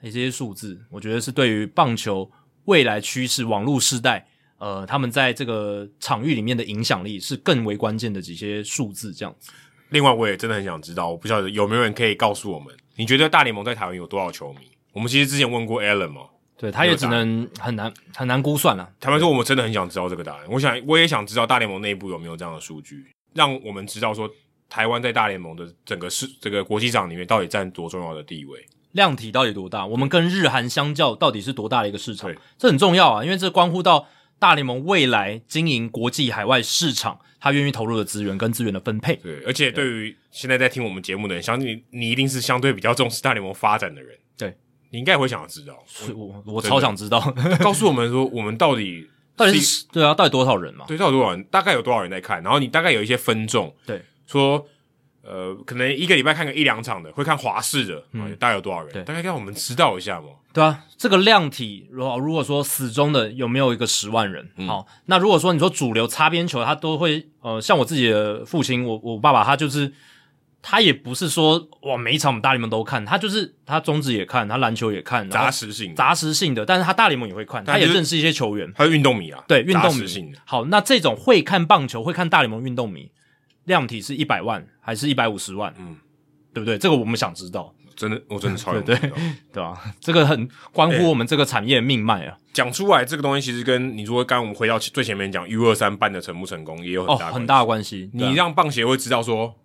诶这些数字，我觉得是对于棒球未来趋势、网络时代，呃，他们在这个场域里面的影响力是更为关键的几些数字。这样子，另外，我也真的很想知道，我不晓得有没有人可以告诉我们，你觉得大联盟在台湾有多少球迷？我们其实之前问过 Alan 嘛，对，他也只能很难很难估算了、坦白说，我们真的很想知道这个答案。我想，我也想知道大联盟内部有没有这样的数据，让我们知道说台湾在大联盟的整个市这个国际场里面到底占多重要的地位。量体到底多大？我们跟日韩相较，到底是多大的一个市场对？这很重要啊，因为这关乎到大联盟未来经营国际海外市场，他愿意投入的资源跟资源的分配。对，而且对于现在在听我们节目的人，相信你你一定是相对比较重视大联盟发展的人。对，你应该也会想要知道， 所以我我超想知道，告诉我们说我们到底 到底是对啊，到底多少人嘛？对，到底多少人？大概有多少人在看？然后你大概有一些分众，对，说呃，可能一个礼拜看个一两场的，会看华视的，嗯、大概有多少人？对大概让我们知道一下嘛。对啊，这个量体，如果如果说死忠的有没有一个十万人？嗯好，那如果说你说主流擦边球，他都会呃，像我自己的父亲，我我爸爸，他就是他也不是说哇每一场我们大联盟都看，他就是他中职也看，他篮球也看，然后杂食性的，杂食性的，但是他大联盟也会看，但他也就是认识一些球员，还有运动迷啊，对运杂动食迷性的，好，那这种会看棒球、会看大联盟运动迷，量体是一百万还是一百五十万？嗯，对不对？这个我们想知道，真的，我真的超 对想知道对吧、这个很关哎乎我们这个产业的命脉啊，讲出来这个东西，其实跟你说，刚刚我们回到最前面讲 U 二三办的成不成功也有很哦，大、很大。的关系。对啊你让棒协会知道说，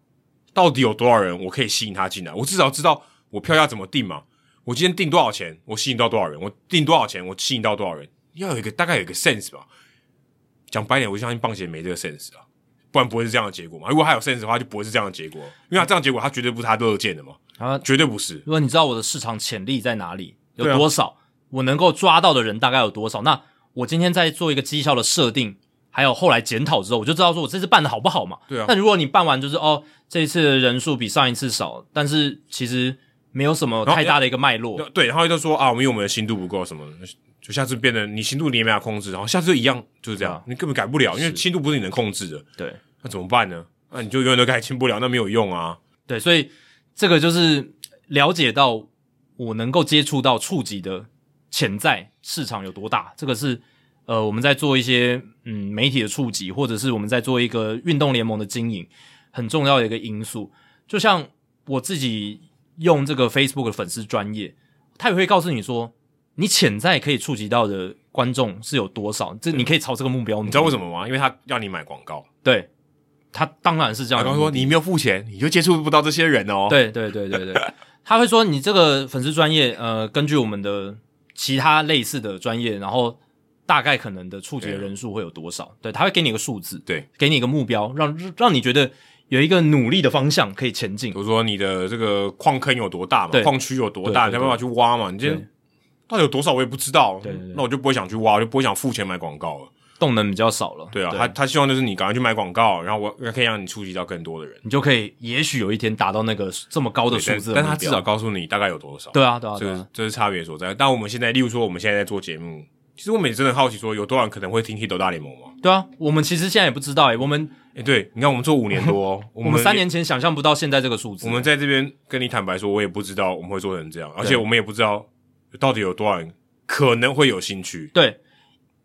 到底有多少人我可以吸引他进来，我至少知道我票价怎么定嘛。我今天定多少钱，我吸引到多少人，我定多少钱，我吸引到多少人，要有一个大概有一个 sense 吧。讲白点，我相信棒协没这个 sense 啊，不然不会是这样的结果嘛。如果他有 sense 的话，就不会是这样的结果，因为他这样的结果，他绝对不是他乐见的嘛，啊绝对不是。如果你知道我的市场潜力在哪里，有对啊多少，我能够抓到的人大概有多少，那我今天在做一个绩效的设定，还有后来检讨之后，我就知道说我这次办的好不好嘛。对啊那如果你办完就是哦，这一次的人数比上一次少，但是其实没有什么然后太大的一个脉络，那对，然后就说啊，我们因为我们的心度不够什么的，就下次变得你心度你也没法控制，然后下次就一样就是这样，啊你根本改不了，因为心度嗯不是你能控制的，对那怎么办呢？那你就永远都改进不了，那没有用啊。对，所以这个就是了解到我能够接触到触及的潜在市场有多大，这个是呃我们在做一些嗯媒体的触及，或者是我们在做一个运动联盟的经营很重要的一个因素。就像我自己用这个 Facebook 的粉丝专业，他也会告诉你说。你潜在可以触及到的观众是有多少？这你可以朝这个目标努力。你知道为什么？么吗？因为他要你买广告，对，他当然是这样他的目刚的。说你没有付钱，你就接触不到这些人哦。，对对对对 对，他会说你这个粉丝专业，呃，根据我们的其他类似的专业，然后大概可能的触及的人数会有多少？对，他会给你一个数字，对，给你一个目标，让让你觉得有一个努力的方向可以前进比。如说你的这个矿坑有多大嘛，对矿区有多大，对对你才有办法去挖嘛。你今对天到底有多少我也不知道，对对对那我就不会想去挖，我就不会想付钱买广告了。动能比较少了，对啊，他他希望就是你赶快去买广告，然后我可以让你触及到更多的人。你就可以也许有一天达到那个这么高的对数但字的但目他标至少告诉你大概有多少。对啊对啊这对啊个，这是差别所在。但我们现在，例如说我们现在在做节目，其实我们也真的好奇说，有多少人可能会听《h i t 大联盟》吗？对啊，我们其实现在也不知道欸诶、我们哎，对，你看我们做五年 多哦，我我们三，年前想象不到现在这个数字，我们在这边跟你坦白说，我也不知道我们会做成这样，而且我们也不知道到底有多少人可能会有兴趣。对，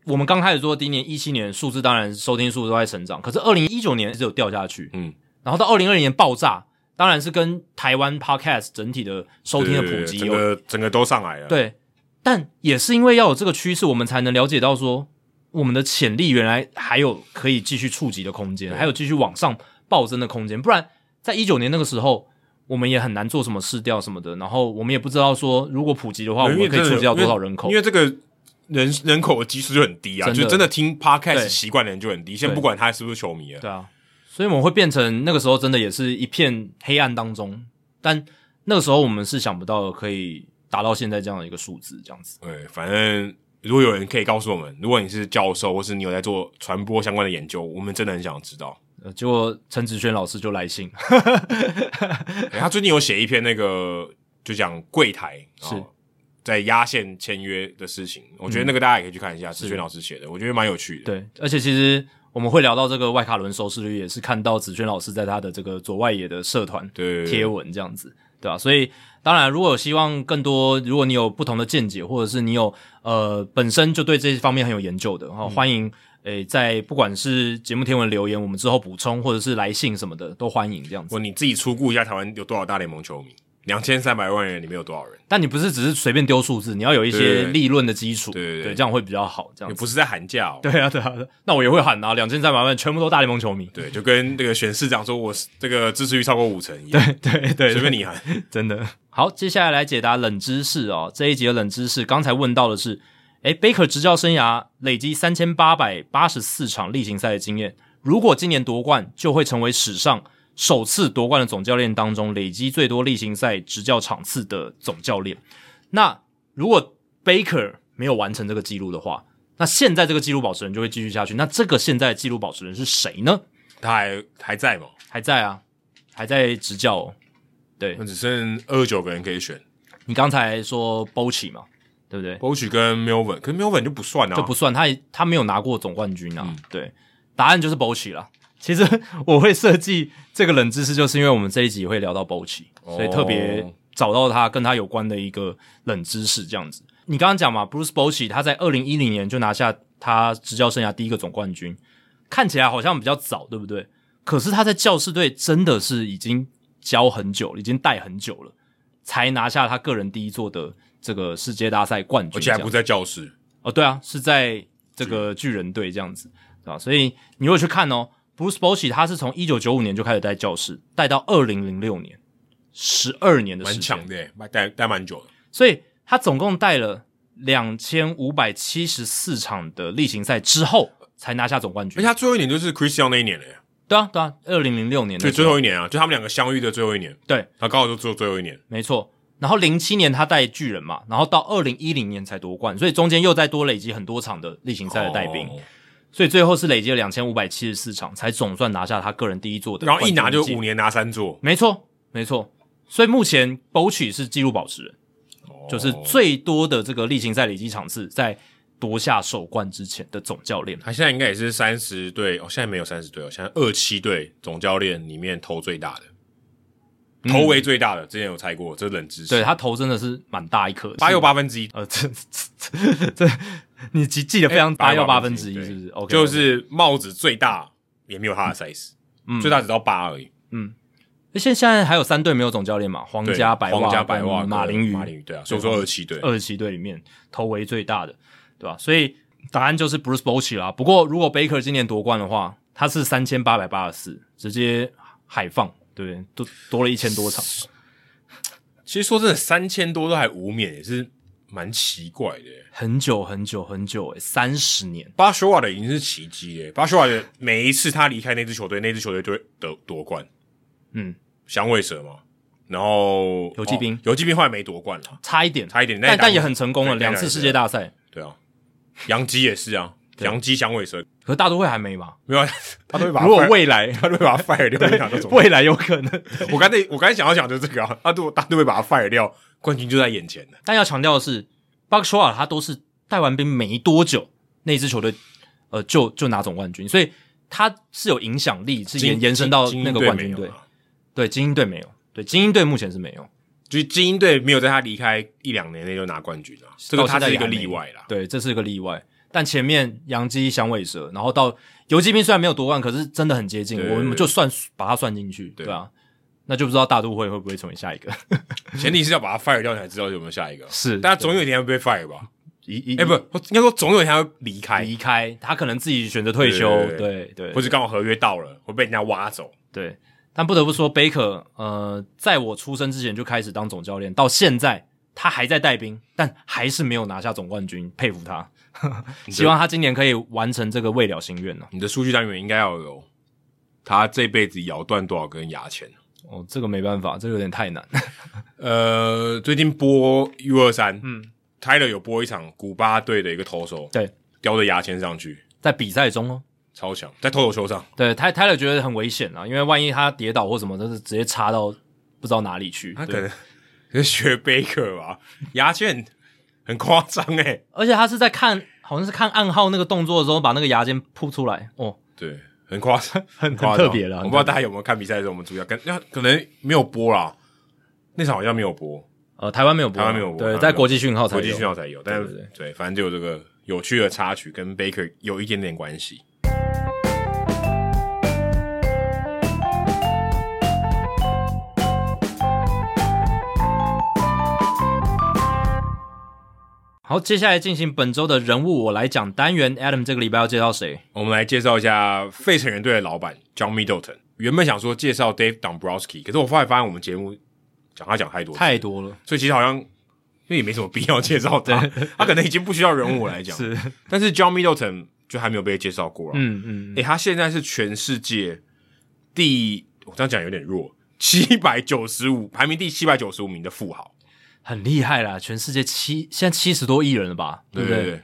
我们刚开始做第一年一七年数字，当然收听数都在成长，可是二零一九年只有掉下去，嗯，然后到二零二零年爆炸，当然是跟台湾 podcast 整体的收听的对普对及整有个整个都上来了。，对，但也是因为要有这个趋势，我们才能了解到说我们的潜力原来还有可以继续触及的空间，还有继续往上暴增的空间。不然，在一九年那个时候，我们也很难做什么试调什么的，然后我们也不知道说如果普及的话，我因为们可以真的触及到因为多少人口因。为这个。人人口的基数就很低啊，真的就真的听 podcast 对习惯的人就很低。先对不管他是不是球迷了，对啊，所以我们会变成那个时候真的也是一片黑暗当中，但那个时候我们是想不到可以达到现在这样的一个数字，这样子。对，反正如果有人可以告诉我们，如果你是教授或是你有在做传播相关的研究，我们真的很想知道。呃，结果陈子轩老师就来信，诶哎他最近有写一篇那个就讲柜台是哦在压线嗯签约的事情，我觉得那个大家也可以去看一下，志轩老师写的，我觉得蛮有趣的。对，而且其实我们会聊到这个外卡伦收视率，也是看到子轩老师在他的这个左外野的社团对贴文这样子，对吧、啊所以当然，如果有希望更多，如果你有不同的见解，或者是你有呃本身就对这方面很有研究的，嗯哈、欢迎诶、在不管是节目贴文留言，我们之后补充，或者是来信什么的，都欢迎这样子。我你自己出估一下台湾有多少大联盟球迷，两千三百万人里面有多少人？但你不是只是随便丢数字，你要有一些对立论的基础，对对对这样会比较好。这样也子不是在喊价哦。对啊，对啊，对啊那我也会喊啊，两千三百万全部都大联盟球 迷。对，就跟这个选市长说我是这个支持率超过五成一样，对对，随便你喊。真的。好，接下来来解答冷知识哦。这一节冷知识，刚才问到的是，诶 b a k e r 执教生涯累积三千八百八十四场例行赛的经验，如果今年夺冠，就会成为史上首次夺冠的总教练当中累积最多例行赛执教场次的总教练。那如果 Baker 没有完成这个记录的话，那现在这个记录保持人就会继续下去。那这个现在的记录保持人是谁呢？他还还在嘛？还在啊，还在执教、哦。对那只剩二十九个人可以选你刚才说 Bochy 嘛，对不对？ b o c h 跟 Melvin，可是 Melvin 就不算啊，嗯就不算，他也他没有拿过总冠军啊。对，答案就是 Bochy 啦。其实我会设计这个冷知识，就是因为我们这一集会聊到 Bochy，所哦以特别找到他跟他有关的一个冷知识这样子。你刚刚讲嘛，Bruce Bochy 他在二零一零年就拿下他执教生涯第一个总冠军，看起来好像比较早，对不对？可是他在教士队真的是已经教很久了，已经带很久了，才拿下他个人第一座的这个世界大赛冠军而这且样还子，不在教室。哦，对啊，是在这个巨人队这样子，对吧、啊所以你如果去看哦，Bruce Bochy 他是从一九九五年就开始带教室，带到二零零六年，十二年的时蛮间，强的耶，待待蛮久的。所以他总共带了两千五百七十四场的例行赛之后，才拿下总冠而且军。他最后一年就是 Christian 那一年嘞，对啊，对啊，二零零六年就的最后一年啊，就他们两个相遇的最后一年。对，他刚好就做最后一年，没错。然后零七年他带巨人嘛，然后到二零一零年才夺冠，所以中间又再多累积很多场的例行赛的带兵，哦所以最后是累积了两千五百七十四场，才总算拿下他个人第一座的。然后一拿就五，年拿三座，没错，没错。所以目前 Bochy 是纪录保持人，就是哦最多的这个例行赛累积场次，在夺下首冠之前的总教练。他现在应该也是三十队哦，现在没有三十队哦，现在二七队总教练里面头最大的，头围最大的，之前有猜过，这是冷知嗯识。对他头真的是蛮大一颗，八又又八分之一，呃， 这这这，你记记得非常哎八八又又八八分分之之一一对是不是？OK，就是帽子最大也没有他的 size，嗯最大只到八而已。现现在还有三队没有总教练嘛？皇对家白袜、皇家白袜跟马林鱼、呃马林鱼对啊，所以我说二七队。二十七队里面头围最大的，对吧？所以答案就是 Bruce Bochy 啦。不过如果 Baker 今年夺冠的话，他是三千八百八十四，直接海放，对不对？多多了一千多场，其实说真的，三千多都还无冕，也是蛮奇怪的耶。很久很久很久、欸，三十年。巴修瓦的已经是奇迹耶！巴修瓦的每一次他离开那支球队，那支球队就会得夺冠。嗯，响尾蛇嘛，然后游击兵哦游击兵后来没夺冠了，差一点，差一点，那但打但也很成功了，对那两次世界大赛。对啊。杨基也是啊，杨基响尾蛇可是大都会还没吧？没有啊，他都会把 他如果 fire- 未来，他都会把他 fire 掉，你想这种。未来有可能。我刚才我刚才想要讲就是这个啊，他如果他都会把他 fire 掉，冠军就在眼前了。但要强调的是 b u c k s h o 他都是带完兵没多久，那支球队呃就就拿总冠军，所以他是有影响力，是延延伸到精那个冠军精英队队没有。啊，对，精英队没有，对，精英队目前是没有，就是精英队没有在他离开一两年内就拿冠军啊，这个到现他在是一也个还没例外啦。对，这是一个例外。但前面洋基、响尾蛇，然后到游击兵虽然没有夺冠，可是真的很接近，对我们就算把它算进去，对对啊，那就不知道大都会会不会成为下一 个，前提是要把他 fire 掉，你才知道有没有下一个啊。是但他总有一天会被 fire 吧？一一哎，不，应该说总有一天他会离开，离开，他可能自己选择退休，对对对，或是刚好合约到了会被人家挖走。对，但不得不说，贝克呃，在我出生之前就开始当总教练，到现在他还在带兵，但还是没有拿下总冠军，佩服 他。希望他今年可以完成这个未了心愿呢、哦你的数据单元应该要有他这辈子咬断多少根牙签。哦，这个没办法，这个有点太难。 呃，最近播 U 二三，嗯，Tyler 有播一场古巴队的一个投手，对，叼着牙签上去，在比赛中哦，超强，在投手球上，对泰泰勒觉得很危险啊，因为万一他跌倒或什么，都是直接插到不知道哪里去。他可对，能是学 Baker 吧，牙签很夸张哎，而且他是在看，好像是看暗号那个动作的时候，把那个牙尖扑出来。哦，对，很夸张， 很夸张特别啦我很不知道大家有没有看比赛的时候，我们注意到，跟那可能没有播啦，那场好像没有播，呃，台湾没有播，台湾没有播台对，湾没有在国际讯号才国有。际讯号才有，但是对对，反正就有这个有趣的插曲跟 Baker 有一点点关系。好，接下来进行本周的人物我来讲单元。Adam 这个礼拜要介绍谁？我们来介绍一下费城人队的老板 John Middleton。原本想说介绍 Dave Dombrowski，可是我后来发现我们节目讲他讲太多次，太多了，所以其实好像那也没什么必要介绍 他，他可能已经不需要人物我来讲。是，但是 John Middleton 就还没有被介绍过了。嗯嗯，诶、他现在是全世界第，我这样讲有点弱，七百九十五排名第七百九十五名的富豪，很厉害啦，全世界七现在七十多亿人了吧？对不对对？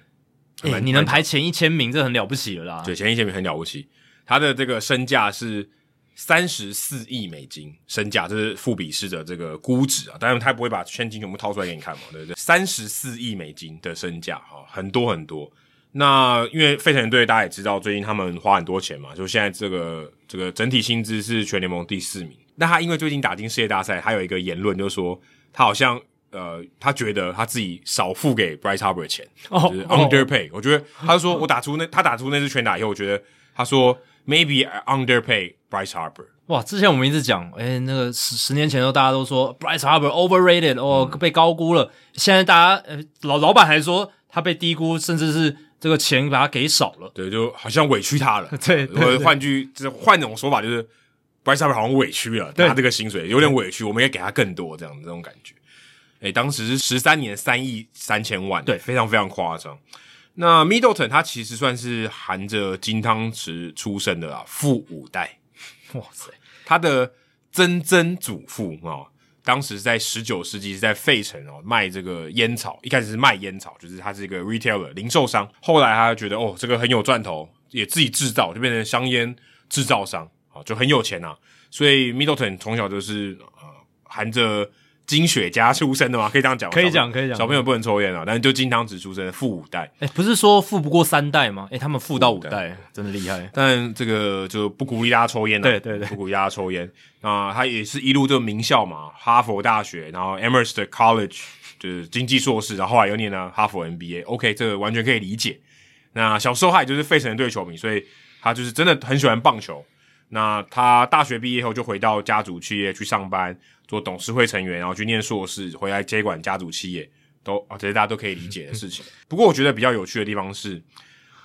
对，哎、蛮你能蛮排前一千名，这很了不起了啦。对，前一千名很了不起，他的这个身价是三十四亿美金，身价这是富比士的这个估值啊，当然他不会把现金全部掏出来给你看嘛，对不对？三十四亿美金的身价啊，很多很多。那因为费城人队大家也知道，最近他们花很多钱嘛，就现在这个这个整体薪资是全联盟第四名。那他因为最近打进世界大赛，他有一个言论，就是说他好像呃，他觉得他自己少付给 Bryce Harper 钱，哦就是哦 underpay、我觉得他说我打出那他打出那支拳打以后，我觉得他说 maybe I underpay Bryce Harper。哇，之前我们一直讲，哎、那个十十年前的时候，大家都说 Bryce Harper overrated，哦，被高估了。现在大家呃老老板还说他被低估，甚至是这个钱把他给少了。对，就好像委屈他了。 对对我换句就是换种说法，就是 Bryce Harper 好像委屈了，对拿这个薪水有点委屈，我们应该给他更多这样这种感觉。哎，当时是十三年三亿三千万，对非常非常夸张。那 Middleton 他其实算是含着金汤匙出生的啦，富五代。哇塞，他的曾曾祖父哦，当时在十九世纪是在费城哦卖这个烟草，一开始是卖烟草，就是他是一个 retailer 零售商，后来他觉得哦这个很有赚头，也自己制造，就变成香烟制造商啊、哦就很有钱啊。所以 Middleton 从小就是呃含着金雪茄出生的嘛，可以这样讲吗，可以小朋友讲可以讲小朋友不能抽烟啊，但是就金汤匙出生的富五代。哎、不是说富不过三代吗？哎、他们富到五代代，真的厉害。但这个就不鼓励大家抽烟了、啊对对对不鼓励大家抽烟。啊、他也是一路就名校嘛，哈佛大学，然后 Amherst College 就是经济硕士，然后后来又念了哈佛 MBA。OK，这个完全可以理解。那小时候他也就是费城人队球迷，所以他就是真的很喜欢棒球。那他大学毕业后就回到家族企业去上班，做董事会成员，然后去念硕士，回来接管家族企业，都啊，这些大家都可以理解的 事情。不过我觉得比较有趣的地方是，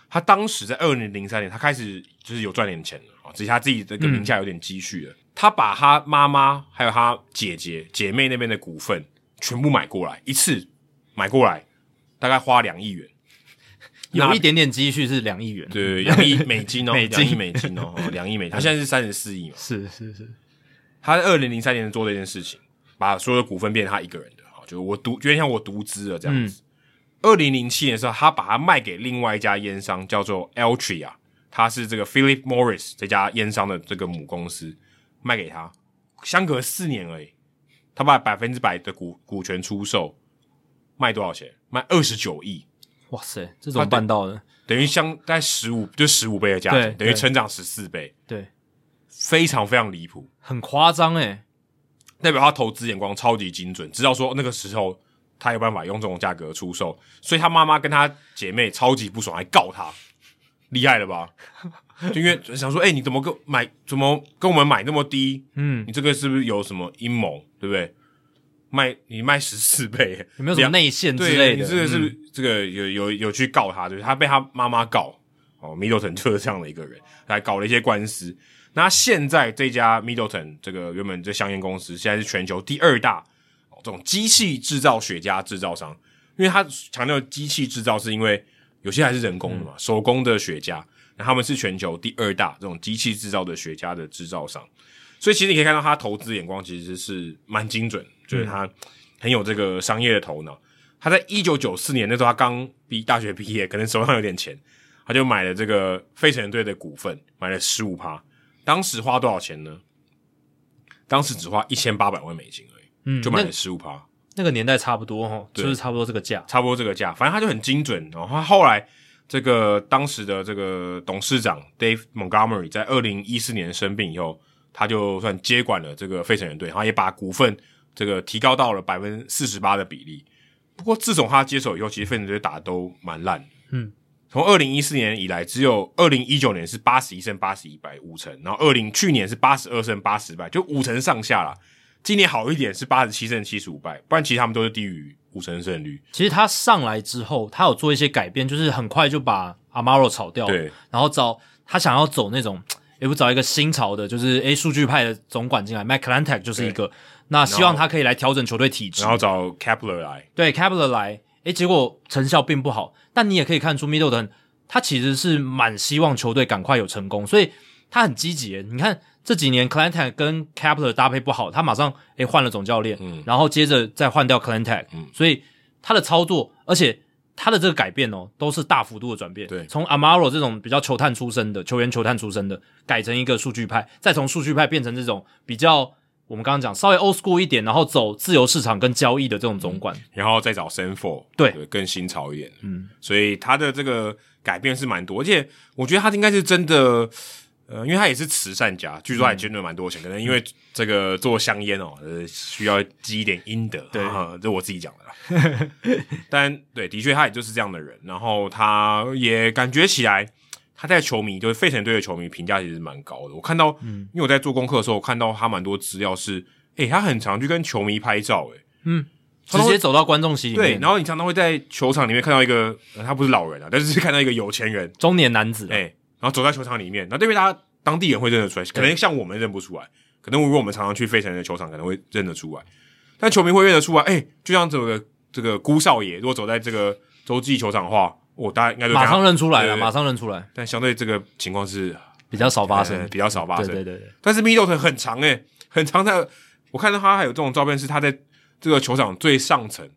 他当时在二零零三年，他开始就是有赚点钱了啊，只是他自己这个名下有点积蓄了。他把他妈妈还有他姐姐姐妹那边的股份全部买过来，一次买过来，大概花两亿元，有一点点积蓄是两亿元，对，两亿美金哦，美金两亿美金哦，哦两亿美金，他现在是三十四亿嘛。是是是，他在二零零三年做这件事情，把所有的股份变成他一个人的，好，就是我独，有点像我独资了这样子。二零零七年的时候，他把它卖给另外一家烟商，叫做 Altria，它是这个 Philip Morris 这家烟商的这个母公司，卖给他，相隔四年而已，他把百分之百的股股权出售，卖多少钱？卖二十九亿，哇塞，这怎么办到的？等于相大概十五，就十五倍的价对钱，等于对成长十四倍，对，非常非常离谱。很夸张哎，代表他投资眼光超级精准，知道说那个时候他有办法用这种价格出售，所以他妈妈跟他姐妹超级不爽，还告他，厉害了吧？就因为想说，哎、你怎么跟买怎么跟我们买那么低？嗯，你这个是不是有什么阴谋？对不对？卖你卖十四倍，有没有什么两内线之对类的？你这个是、嗯这个有有有去告他，就是他被他妈妈告哦，Middleton 就是这样的一个人，来搞了一些官司。那现在这家 Middleton 这个原本这香烟公司，现在是全球第二大哦这种机器制造雪茄制造商，因为他强调机器制造，是因为有些还是人工的嘛，嗯手工的雪茄，那他们是全球第二大这种机器制造的雪茄的制造商。所以其实你可以看到他投资眼光其实是蛮精准，就嗯是他很有这个商业的头脑。他在一九九四年那时候，他刚毕大学毕业，可能手上有点钱，他就买了这个费城人队的股份，买了十五趴。当时花多少钱呢？当时只花一千八百万美金而已，嗯就买那了十五趴。那个年代差不多哈，哦对就是差不多这个价。差不多这个价，反正他就很精准。然后他后来这个当时的这个董事长 Dave Montgomery 在二零一四年生病以后，他就算接管了这个费城人队，他也把股份这个提高到了百分之四十八的比例。不过自从他接手以后，其实费城队打得都蛮烂。嗯，从二零一四年以来，只有二零一九年是八十一胜八十一败五成，然后二零去年是八十二胜八十败，就五成上下啦。今年好一点是八十七胜七十五败，不然其实他们都是低于五成胜率。其实他上来之后，他有做一些改变，就是很快就把 Amaro 炒掉，对，然后找他想要走那种，也不找一个新潮的，就是诶数据派的总管进来 m c c l a n t a c 就是一个，那希望他可以来调整球队体质然，后找 Kepler 来，对 c a p l e r 来，诶结果成效并不好，但你也可以看出 Middleton 他其实是蛮希望球队赶快有成功，所以他很积极耶。你看这几年 c l a n t a c 跟 c a p l e r 搭配不好，他马上诶换了总教练，嗯然后接着再换掉 c l a n t a c 嗯所以他的操作，而且他的这个改变哦，都是大幅度的转变。对从 Amaro 这种比较球探出身的球员，球探出身的，改成一个数据派，再从数据派变成这种比较。我们刚刚讲稍微 old school 一点，然后走自由市场跟交易的这种总管，然后再找 s a n f o r 对更新潮一点。嗯，所以他的这个改变是蛮多，而且我觉得他应该是真的，呃，因为他也是慈善家，据说他也捐了蛮多钱，可能嗯因为这个做香烟哦，呃，需要积一点阴德，对啊这我自己讲的啦。 但对，的确他也就是这样的人，然后他也感觉起来。他在球迷，就是费城队的球迷评价其实蛮高的。我看到，嗯因为我在做功课的时候，我看到他蛮多资料是，诶、他很常去跟球迷拍照、诶。直接走到观众席里对，面，然后你常常会在球场里面看到一个，呃他不是老人啊，但是是看到一个有钱人，中年男子，哎、然后走在球场里面，然后对面他当地人会认得出来，可能像我们认不出来，可能如果我们常常去费城的球场，可能会认得出来，但球迷会认得出来，哎、就像这个这个姑少爷，如果走在这个洲际球场的话，我、大家应该就马上认出来对了，对对马上认出来，但相对这个情况是比较少发生，呃比较少发生，对对对对，但是 Middleton 很长诶、很长的。我看到他还有这种照片，是他在这个球场最上层，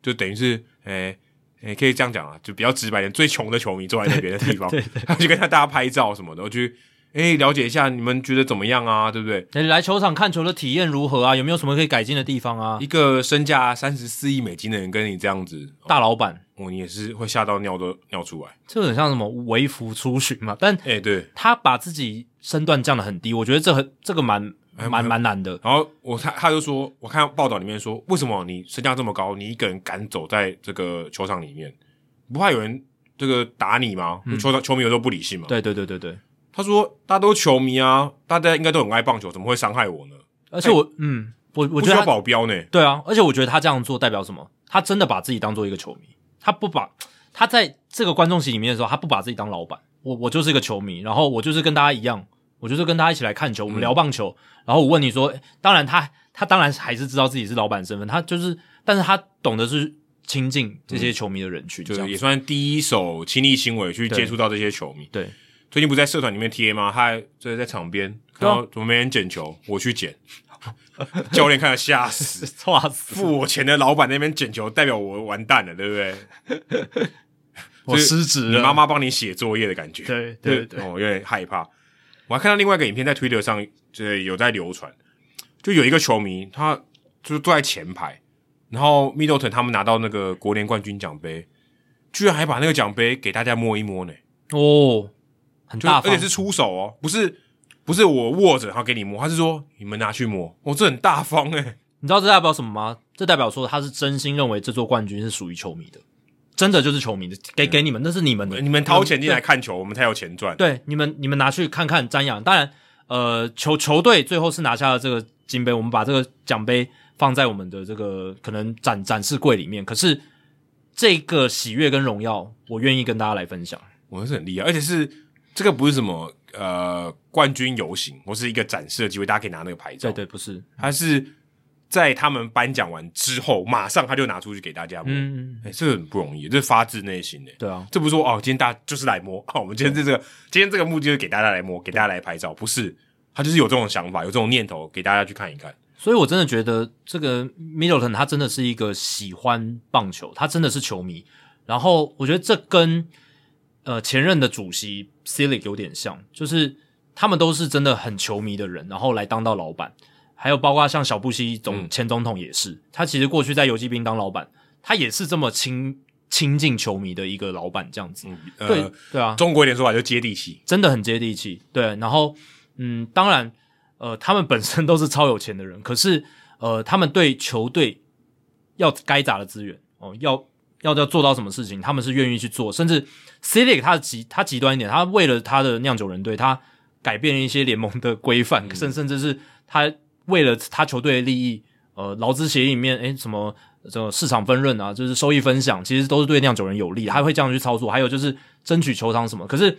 就等于是诶诶、可以这样讲啊，就比较直白点，最穷的球迷坐在那边的地方，他就跟他大家拍照什么的，我去诶、了解一下你们觉得怎么样啊，对不对？那你哎来球场看球的体验如何啊？有没有什么可以改进的地方啊一？个身价三十四亿美金的人跟你这样子，大老板，哦，你也是会吓到尿都尿出来。这很像什么微服出巡嘛，但诶、对，他把自己身段降得很低，我觉得这很这个蛮哎蛮蛮难的，然后我他他就说，我看报道里面说，为什么你身价这么高，你一个人敢走在这个球场里面，不怕有人这个打你吗？球场球迷有时候不理性嗯嘛。，对对对对对，他说大家都球迷啊，大家应该都很爱棒球，怎么会伤害我呢？而且我、嗯，我我哎不觉需得要他保镖呢。对啊，而且我觉得他这样做代表什么？他真的把自己当做一个球迷，他不把他在这个观众席里面的时候，他不把自己当老板。我我就是一个球迷，然后我就是跟大家一样，我就是跟大家一起来看球，我们聊棒球。然后我问你说，诶当然他他当然还是知道自己是老板身份，他就是，但是他懂得是亲近这些球迷的人群，就这样是子也算第一手亲力亲为去对接触到这些球迷。对 最近不是在社团里面贴吗？他还就是在场边看对啊到怎么没人捡球，我去捡， 教练看了吓 死，哇塞，付我钱的老板那边捡球，代表我完蛋了，对不对？我失职你了，妈妈帮你写作业的感觉。哦对对对，我、有点害怕。我还看到另外一个影片在 Twitter 上，就是有在流传，就有一个球迷，他就是坐在前排，然后 Middleton 他们拿到那个国联冠军奖杯，居然还把那个奖杯给大家摸一摸呢，哦，很就大而方，且是出手哦，不是不是我握着然后给你摸，他是说你们拿去摸，哦，这很大方哎，你知道这代表什么吗？这代表说他是真心认为这座冠军是属于球迷的，真的就是球迷的，给给你们，那是你们的，你们掏钱进来看球，我们才有钱赚。对，你们你们拿去看看瞻仰。当然，呃，球球队最后是拿下了这个金杯，我们把这个奖杯放在我们的这个可能展展示柜里面。可是这个喜悦跟荣耀，我愿意跟大家来分享。我是很厉害，而且是这个不是什么呃冠军游行，或是一个展示的机会，大家可以拿那个牌照。对对，不是，他是在他们颁奖完之后，马上他就拿出去给大家摸，哎、嗯，这个很不容易，这是发自内心的。对啊，这不是说哦，今天大家就是来摸 啊、我们今天这这个今天这个目的就是给大家来摸，给大家来拍照，不是他就是有这种想法，有这种念头，给大家去看一看。所以我真的觉得这个 Middleton 他真的是一个喜欢棒球，他真的是球迷。然后我觉得这跟呃前任的主席 Silic 有点像，就是他们都是真的很球迷的人，然后来当到老板。还有包括像小布希总、嗯前总统也是，他其实过去在游击兵当老板，他也是这么亲亲近球迷的一个老板这样子。呃对对啊，中国一点说法就接地气，真的很接地气。对，然后嗯，当然呃，他们本身都是超有钱的人，可是呃，他们对球队要该砸的资源哦，要要要做到什么事情，他们是愿意去做。甚至 C l e 他的极他极端一点，他为了他的酿酒人队，他改变了一些联盟的规范，甚、甚至是他为了他球队的利益，呃，劳资协议里面，诶、什么这种市场分润啊，就是收益分享，其实都是对酿酒人有利，他会这样去操作。还有就是争取球场什么，可是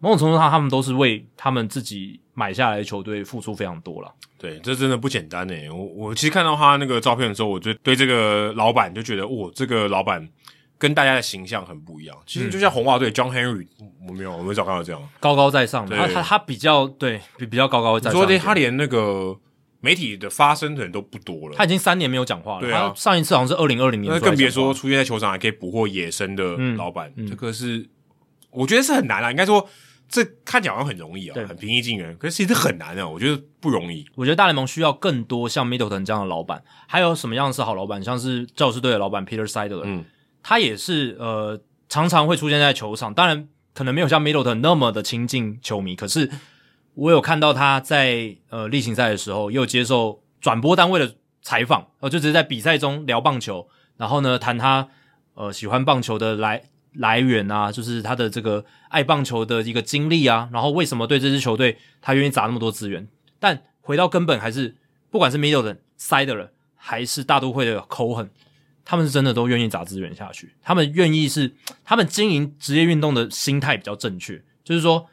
某种程度上，他们都是为他们自己买下来的球队付出非常多了。对，这真的不简单诶。我我其实看到他那个照片的时候，我就对这个老板就觉得，哇，这个老板跟大家的形象很不一样。嗯其实就像红袜队 John Henry，我没有，我很少看到这样。高高在上，对他他他比较对比比较高高在上你说一的点，他连那个媒体的发声的人都不多了，他已经三年没有讲话了。对啊他上一次好像是二零二零年那出来讲话，更别说出现在球场还可以捕获野生的嗯老板，这个是我觉得是很难啊。应该说，这看起来好像很容易啊对，很平易近人，可是其实很难啊。我觉得不容易。我觉得大联盟需要更多像 Middleton 这样的老板，还有什么样是好老板？像是教师队的老板 Peter Sider，嗯他也是呃常常会出现在球场，当然可能没有像 Middleton 那么的亲近球迷，可是我有看到他在呃例行赛的时候，也有接受转播单位的采访，呃，就只是在比赛中聊棒球，然后呢谈他呃喜欢棒球的来来源啊，就是他的这个爱棒球的一个经历啊，然后为什么对这支球队他愿意砸那么多资源？但回到根本，还是不管是 Middleton、Sider 还是大都会的 Cohen，他们是真的都愿意砸资源下去，他们愿意是他们经营职业运动的心态比较正确，就是说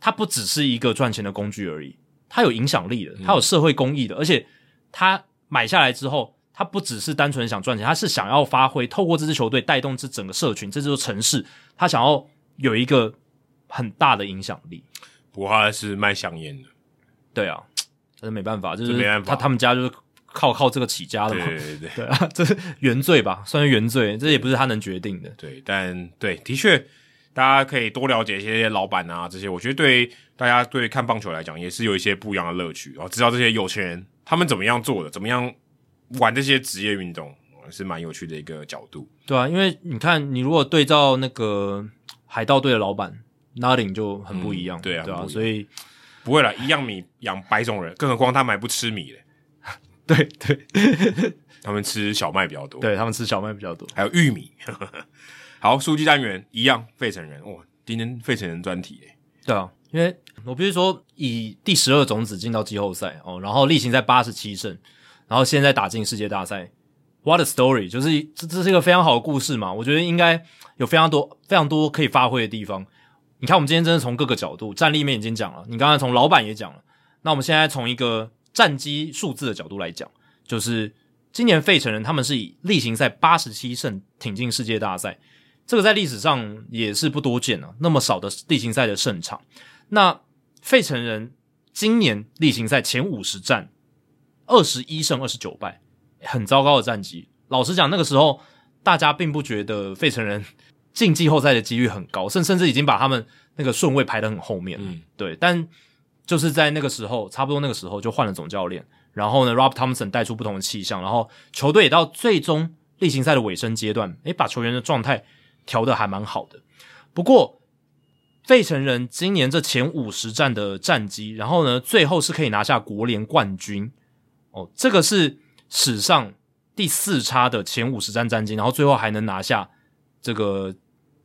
它不只是一个赚钱的工具而已，它有影响力的，它有社会公益的，而且他买下来之后，他不只是单纯想赚钱，他是想要发挥，透过这支球队带动这整个社群，这座城市，他想要有一个很大的影响力。不过他是卖香烟的，对啊，这没办法，就是这没办法他他们家就是靠靠这个起家的对嘛。对对对 对啊，这是原罪吧，算是原罪，这也不是他能决定的。对，但对，的确，大家可以多了解一些老板啊这些，我觉得对大家对看棒球来讲也是有一些不一样的乐趣哦，知道这些有钱人他们怎么样做的，怎么样玩这些职业运动，哦是蛮有趣的一个角度。对啊，因为你看，你如果对照那个海盗队的老板 Nothing 就很不一样，嗯对啊对很啊，不一样所以不会啦，一样米养百种人，更何况他们还不吃米嘞，对 对他们吃小麦比较多，，对，他们吃小麦比较多。还有玉米。 好，数据单元一样，费城人哇，今天费城人专题耶对啊，因为我必须说，以第十二种子进到季后赛哦，然后例行赛八十七胜，然后现在打进世界大赛，What a story！就是这这是一个非常好的故事嘛，我觉得应该有非常多非常多可以发挥的地方。你看，我们今天真的从各个角度，战力面已经讲了，你刚才从老板也讲了，那我们现在从一个战绩数字的角度来讲，就是今年费城人他们是以例行赛八十七胜挺进世界大赛，这个在历史上也是不多见啊，那么少的例行赛的胜场。那费城人今年例行赛前五十战，二十一胜二十九败，很糟糕的战绩。老实讲，那个时候大家并不觉得费城人 进季后赛的几率很高，甚甚至已经把他们那个顺位排得很后面。嗯，对。但就是在那个时候，差不多那个时候就换了总教练，然后呢，Rob Thompson 带出不同的气象，然后球队也到最终例行赛的尾声阶段，诶，把球员的状态调得还蛮好的。不过费城人今年这前五十战的战绩，然后呢，最后是可以拿下国联冠军哦，这个是史上第四差的前五十战战绩，然后最后还能拿下这个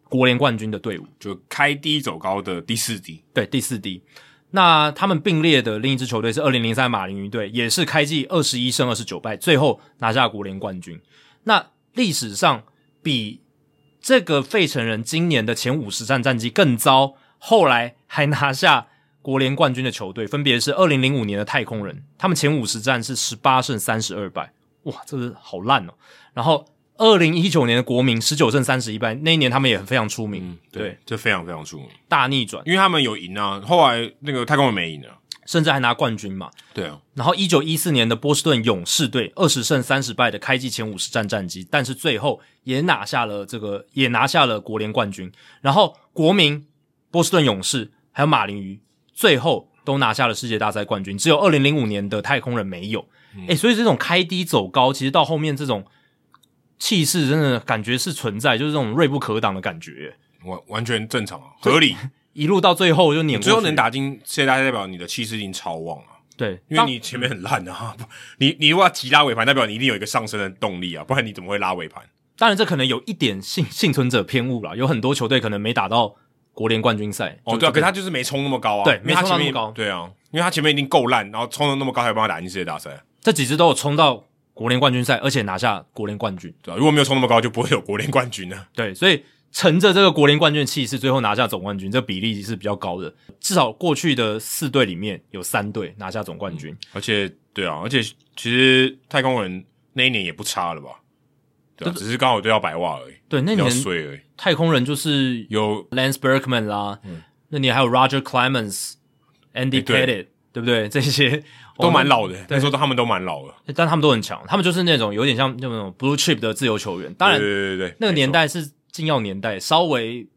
国联冠军的队伍，就开低走高的第四低，对，第四低。那他们并列的另一支球队是二零零三马林鱼队，也是开季二十一胜二十九败，最后拿下国联冠军。那历史上比这个费城人今年的前五十战战绩更糟，后来还拿下国联冠军的球队，分别是二零零五年的太空人，他们前五十战是十八胜三十二败，哇，这是好烂哦。然后二零一九年的国民十九胜三十一败，那一年他们也非常出名，嗯，对，这非常非常出名，大逆转，因为他们有赢啊，后来那个太空人没赢啊，甚至还拿冠军嘛。对啊，然后一九一四年的波士顿勇士队二十胜三十败的开季前五十战战绩，但是最后也拿下了这个也拿下了国联冠军。然后国民、波士顿勇士还有马林鱼最后都拿下了世界大赛冠军，只有二零嗯零五年的太空人没有。诶、所以这种开低走高，其实到后面这种气势真的感觉是存在，就是这种锐不可挡的感觉，完完全正常啊，合理。一路到最后就碾过去，最后能打进世界大赛，代表你的气势已经超旺了、对，因为当你前面很烂啊。不你你如果要急拉尾盘，代表你一定有一个上升的动力啊，不然你怎么会拉尾盘？当然这可能有一点幸幸存者偏误啦，有很多球队可能没打到国联冠军赛，哦，就对啊，可是他就是没冲那么高啊，对因为他没冲到前面那么高对啊，因为他前面已经够烂，然后冲的那么高，还帮他打进世界大赛，这几支都有冲到国联冠军赛，而且拿下国联冠军，对啊，如果没有冲那么高，就不会有国联冠军啊了。对，所以乘着这个国联冠军的气势，最后拿下总冠军，这比例是比较高的。至少过去的四队里面有三队拿下总冠军，而且，对啊，而且其实太空人那一年也不差了吧？对、啊，只是刚好对到白袜而已，对，那比较年衰而已。太空人就是有有嗯 Lance Berkman 啦，那年还有 Roger Clemens、Andy 哎对 Pettit，对不对？这些都蛮，哦老的，那时候他们都蛮老的。那但他们都很强，他们就是那种有点像那种 blue chip 的自由球员。当然，对对对对，那个没错年代是禁药年代，稍微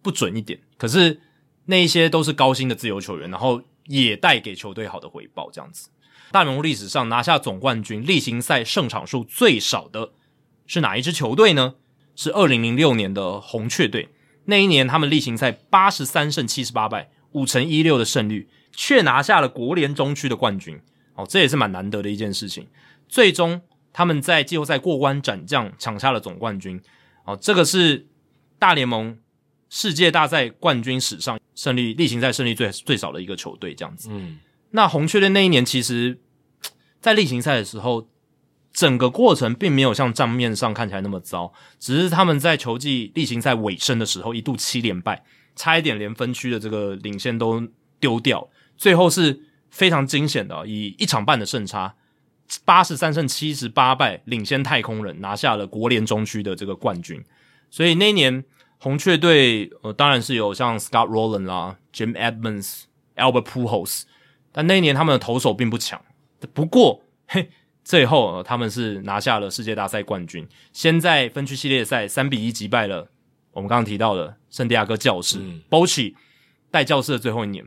不准一点，可是那一些都是高薪的自由球员，然后也带给球队好的回报，这样子。大联盟历史上拿下总冠军、例行赛胜场数最少的是哪一支球队呢？是二零零六年的红雀队。那一年他们例行赛八十三胜七十八败，五乘一六的胜率，却拿下了国联中区的冠军。哦，这也是蛮难得的一件事情。最终他们在季后赛过关斩将，抢下了总冠军。哦，这个是大联盟世界大赛冠军史上胜利例行赛胜利最最少的一个球队，这样子。嗯，那红雀队那一年其实，在例行赛的时候，整个过程并没有像账面上看起来那么糟，只是他们在球季例行赛尾声的时候一度七连败，差一点连分区的这个领先都丢掉，最后是非常惊险的哦，以一场半的胜差。八十三胜七十八败，领先太空人拿下了国联中区的这个冠军。所以那一年红雀队呃当然是有像 Scott Rowland 啦、Jim Edmonds、Albert Pujols，但那一年他们的投手并不强。不过嘿，最后、呃他们是拿下了世界大赛冠军，先在分区系列赛三比一击败了我们刚刚提到的圣地亚哥教士、嗯 Bochy 带教士的最后一年。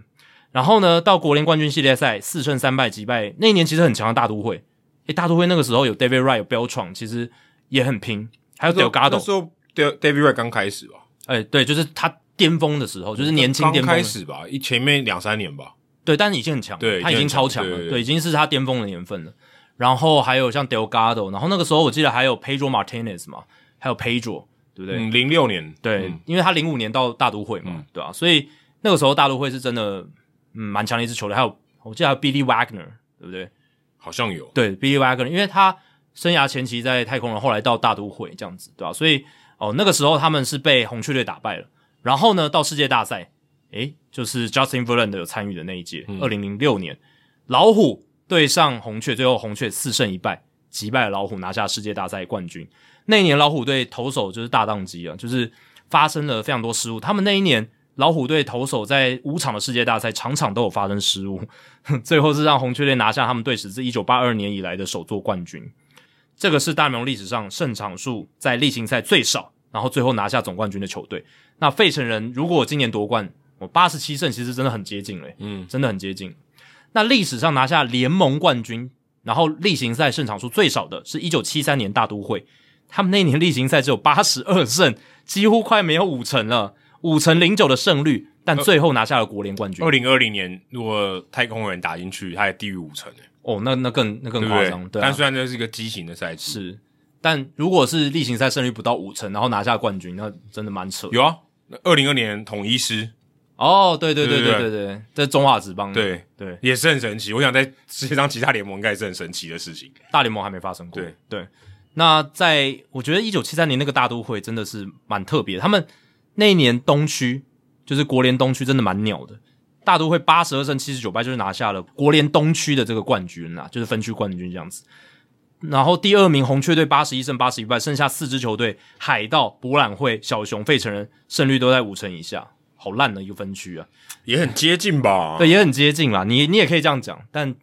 然后呢，到国联冠军系列赛四胜三败击败那一年其实很强的大都会，诶，大都会那个时候有 David Wright 有 Beltran，其实也很拼，还有 Delgado，那时候 Del- David Wright 刚开始吧，哎、对，就是他巅峰的时候，就是年轻巅嗯刚峰的开，始吧，一前面两三年吧，对，但是已经很强了，对他已经超强已经了，很强对对对，已经是他巅峰的年份了。然后还有像 Delgado，然后那个时候我记得还有 Pedro Martinez 嘛，还有 Pedro，对不对？嗯，零六年，对，嗯因为他零五年到大都会嘛，对吧、啊所以那个时候大都会是真的，嗯，蛮强的一支球队。还有我记得还有 Billy Wagner，对不对？好像有，对，Billy Wagner，因为他生涯前期在太空人，后来到大都会这样子，对吧、所以哦，那个时候他们是被红雀队打败了，然后呢，到世界大赛，诶，就是 Justin Verlander 有参与的那一届，二零零六年，老虎对上红雀，最后红雀四胜一败，击败了老虎，拿下世界大赛冠军。那一年老虎队投手就是大宕机啊，就是发生了非常多失误。他们那一年老虎队投手在五场的世界大赛，场场都有发生失误， 最后是让红雀队拿下他们队史自一九八二年以来的首座冠军。这个是大联盟历史上胜场数在例行赛最少，然后最后拿下总冠军的球队。那费城人如果今年夺冠，我八十七胜其实真的很接近了、嗯，真的很接近。那历史上拿下联盟冠军，然后例行赛胜场数最少的是一九七三年大都会，他们那年例行赛只有八十二胜，几乎快没有五成了，五成零九的胜率，但最后拿下了国联冠军呃二。零二零年如果太空人打进去，他也低于五成、欸，哦，那那更那更对不夸对？张，对啊、但虽然这是一个畸形的赛季，是，但如果是例行赛胜率不到五成，然后拿下冠军，那真的蛮扯。有啊，二零二年统一师，哦，对对对对对对对对，这中华职棒对，对，也是很神奇。我想在世界上其他联盟应该也是很神奇的事情，大联盟还没发生过。对对，那在我觉得一九七三年那个大都会真的是蛮特别的，他们那一年东区就是国联东区真的蛮鸟的，大都会八十二胜七十九败就是拿下了国联东区的这个冠军啦，就是分区冠军这样子。然后第二名红雀队八十一胜八十一败，剩下四支球队海盗、博览会、小熊、费城人胜率都在五成以下，好烂的一个分区啊！也很接近吧？对，也很接近啦，你你也可以这样讲，但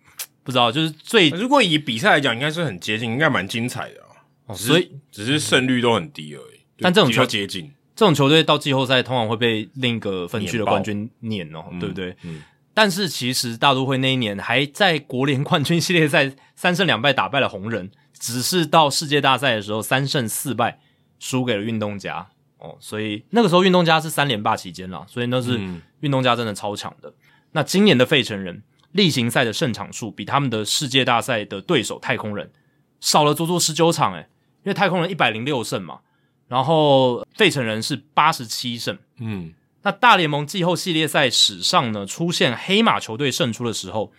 不知道就是最如果以比赛来讲，应该是很接近，应该蛮精彩的、啊。只是所以嗯只是胜率都很低而已，但这种比较球接近。这种球队到季后赛通常会被另一个分区的冠军碾哦，嗯对不对？嗯但是其实大都会那一年还在国联冠军系列赛三胜两败打败了红人，只是到世界大赛的时候三胜四败输给了运动家哦，所以那个时候运动家是三连霸期间啦，所以那是嗯运动家真的超强的。那今年的费城人例行赛的胜场数比他们的世界大赛的对手太空人少了足足十九场诶、欸因为太空人一百零六胜嘛，然后费城人是八十七胜，嗯，那大联盟季后系列赛史上呢，出现黑马球队胜出的时候，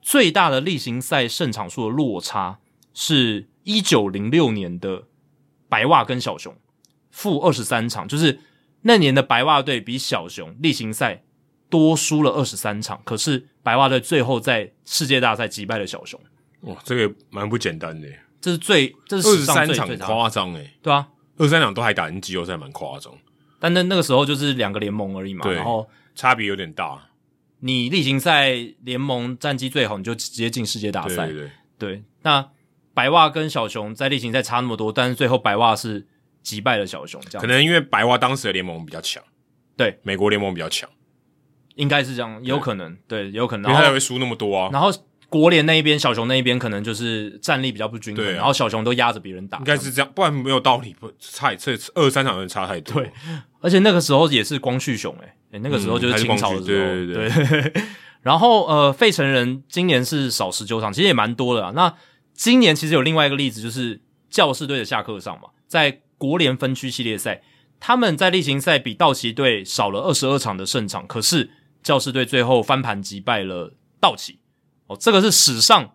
最大的例行赛胜场数的落差是一九零六年的白袜跟小熊负二十三场，就是那年的白袜队比小熊例行赛多输了二十三场，可是白袜队最后在世界大赛击败了小熊，哇，这个蛮不简单的耶，这是最这二是史十上三最场最长的，夸张哎，对啊。二十三场都还打进季后赛，蛮夸张，但那那个时候就是两个联盟而已嘛，对然后差别有点大。你例行赛联盟战绩最好，你就直接进世界大对赛。对对，对，那白袜跟小熊在例行赛差那么多，但是最后白袜是击败了小熊，这样可能因为白袜当时的联盟比较强，对，美国联盟比较强，应该是这样，有可能，对，有可因能。为他才然后会，输那么多啊。然后国联那一边，小熊那一边可能就是战力比较不均衡，对啊然后小熊都压着别人打，应该是这样，不然没有道理，不差这二十三场有点差太多。对，而且那个时候也是光绪熊、欸，诶、那个时候就清朝的时候，嗯还对 然后呃，费城人今年是少十九场，其实也蛮多的啊。那今年其实有另外一个例子，就是教士队的下课上嘛，在国联分区系列赛，他们在例行赛比道奇队少了二十二场的胜场，可是教士队最后翻盘击败了道奇，哦，这个是史上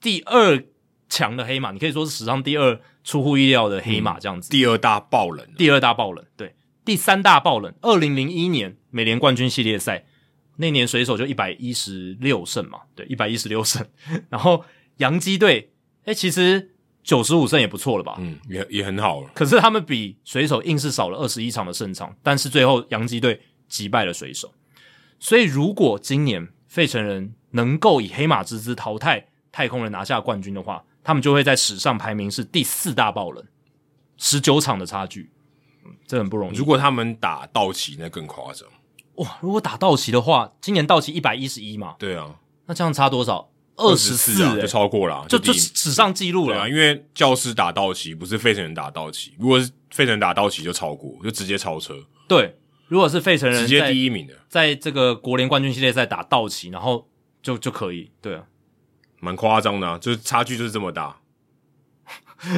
第二强的黑马，你可以说是史上第二出乎意料的黑马这样子。第二大爆冷，啊第二大爆冷，对，第三大爆冷，二零零一年美联冠军系列赛，那年水手就一百一十六胜嘛，对，一百一十六胜，然后洋基队，哎、其实九十五胜也不错了吧？嗯，也也很好了。可是他们比水手硬是少了二十一场的胜场，但是最后洋基队击败了水手。所以如果今年费城人能够以黑马之姿淘汰太空人拿下冠军的话，他们就会在史上排名是第四大爆冷，十九场的差距，嗯这很不容易如。果他们打道奇，那更夸张。哇，如果打道奇的话，今年道奇一百一十一嘛，对啊，那这样差多少？二十24啊就哎，超过了啊，就第就一名史上记录对了啊，。因为教师打道奇，不是费城人打道奇。如果是费城人打道奇，就超过，就直接超车，对，如果是费城人直接在第一名的，在这个国联冠军系列赛打道奇，然后就就可以，对啊，蛮夸张的啊，就是差距就是这么大。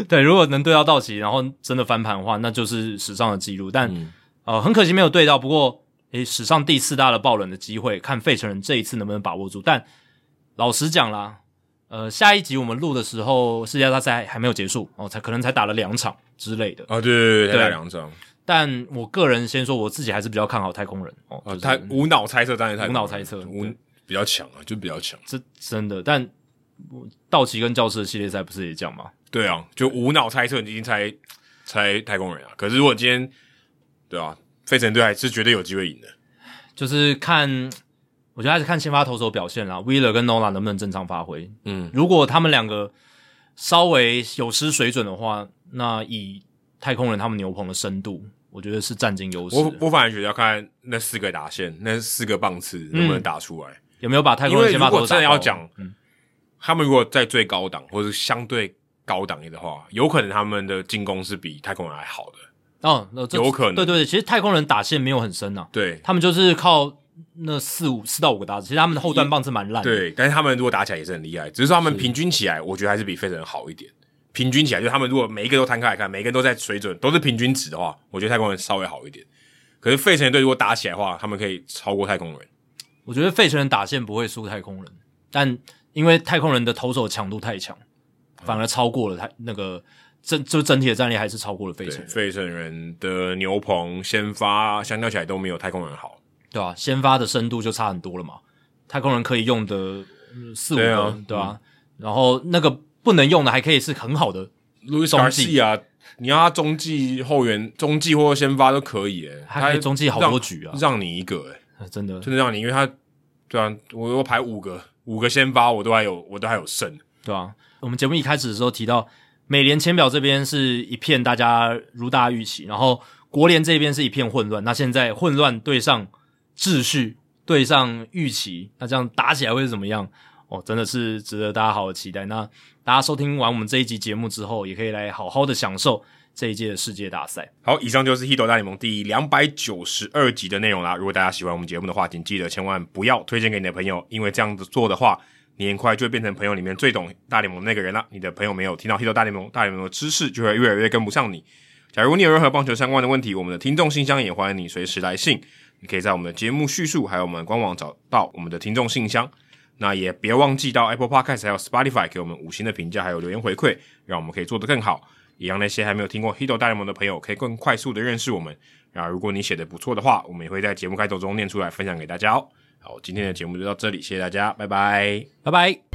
对，如果能对到道奇，然后真的翻盘的话，那就是史上的记录。但、嗯呃，很可惜没有对到。不过，诶，史上第四大的爆冷的机会，看费城人这一次能不能把握住。但老实讲啦，呃，下一集我们录的时候，世界大赛还没有结束哦，才可能才打了两场之类的。啊，对对对，对才打两张但我个人先说，我自己还是比较看好太空人哦，就啊，是他无脑猜测，当然太无脑猜测无对比较强啊，就比较强。这真的。但我道奇跟教师的系列赛不是也这样吗？对啊，就无脑猜测，你已经猜猜太空人啊。可是如果今天，对啊，费城队还是绝对有机会赢的。就是看，我觉得还是看先发投手表现啦，Wheeler 跟 Nola 能不能正常发挥。嗯，如果他们两个稍微有失水准的话，那以太空人他们牛棚的深度，我觉得是占尽优势我的。我反而觉得要看那四个打线，那四个棒次能不能打出来。有没有把太空人先发因为如投手果真的打爆要讲嗯，他们如果在最高档或者相对高档一点的话，有可能他们的进攻是比太空人还好的。哦，那这有可能对对对，其实太空人打线没有很深呐、对他们就是靠那四五四到五个搭子，其实他们的后段棒是蛮烂的。对，但是他们如果打起来也是很厉害，只是说他们平均起来，我觉得还是比费城人好一点。平均起来，就是他们如果每一个都摊开来看，每一个都在水准都是平均值的话，我觉得太空人稍微好一点。可是费城人队如果打起来的话，他们可以超过太空人。我觉得费城人打线不会输太空人，但因为太空人的投手强度太强，反而超过了他那个整就整体的战力还是超过了费对城，人，费城人的牛棚先发相较起来都没有太空人好。对吧、先发的深度就差很多了嘛，太空人可以用的嗯四五对个啊，对吧、然后那个不能用的还可以是很好的，路易斯中继啊，你要他中继后援、中继或先发都可以、欸，他可以中继好多局啊让让你一个、欸，呃真的真的让你，因为他对啊，我我排五个，五个先发我都还有，我都还有剩，对啊，我们节目一开始的时候提到，美联签表这边是一片大家如大预期，然后国联这边是一片混乱。那现在混乱对上秩序，对上预期，那这样打起来会是怎么样？哦，真的是值得大家好好期待。那大家收听完我们这一集节目之后，也可以来好好的享受这一届的世界大赛。好，以上就是《h i t o 大联盟》第两百九十二集的内容啦。如果大家喜欢我们节目的话，请记得千万不要推荐给你的朋友，因为这样子做的话，你很快就会变成朋友里面最懂大联盟的那个人啦。你的朋友没有听到《h i t o 大联盟》大联盟的知识，就会越来越跟不上你。假如你有任何棒球相关的问题，我们的听众信箱也欢迎你随时来信。你可以在我们的节目叙述还有我们官网找到我们的听众信箱。那也别忘记到 Apple Podcast 还有 Spotify 给我们五星的评价，还有留言回馈，让我们可以做得更好，也让那些还没有听过《h i d o 大联盟》的朋友可以更快速的认识我们。然后，如果你写的不错的话，我们也会在节目开头中念出来，分享给大家哦。好，今天的节目就到这里，谢谢大家，拜拜。拜拜。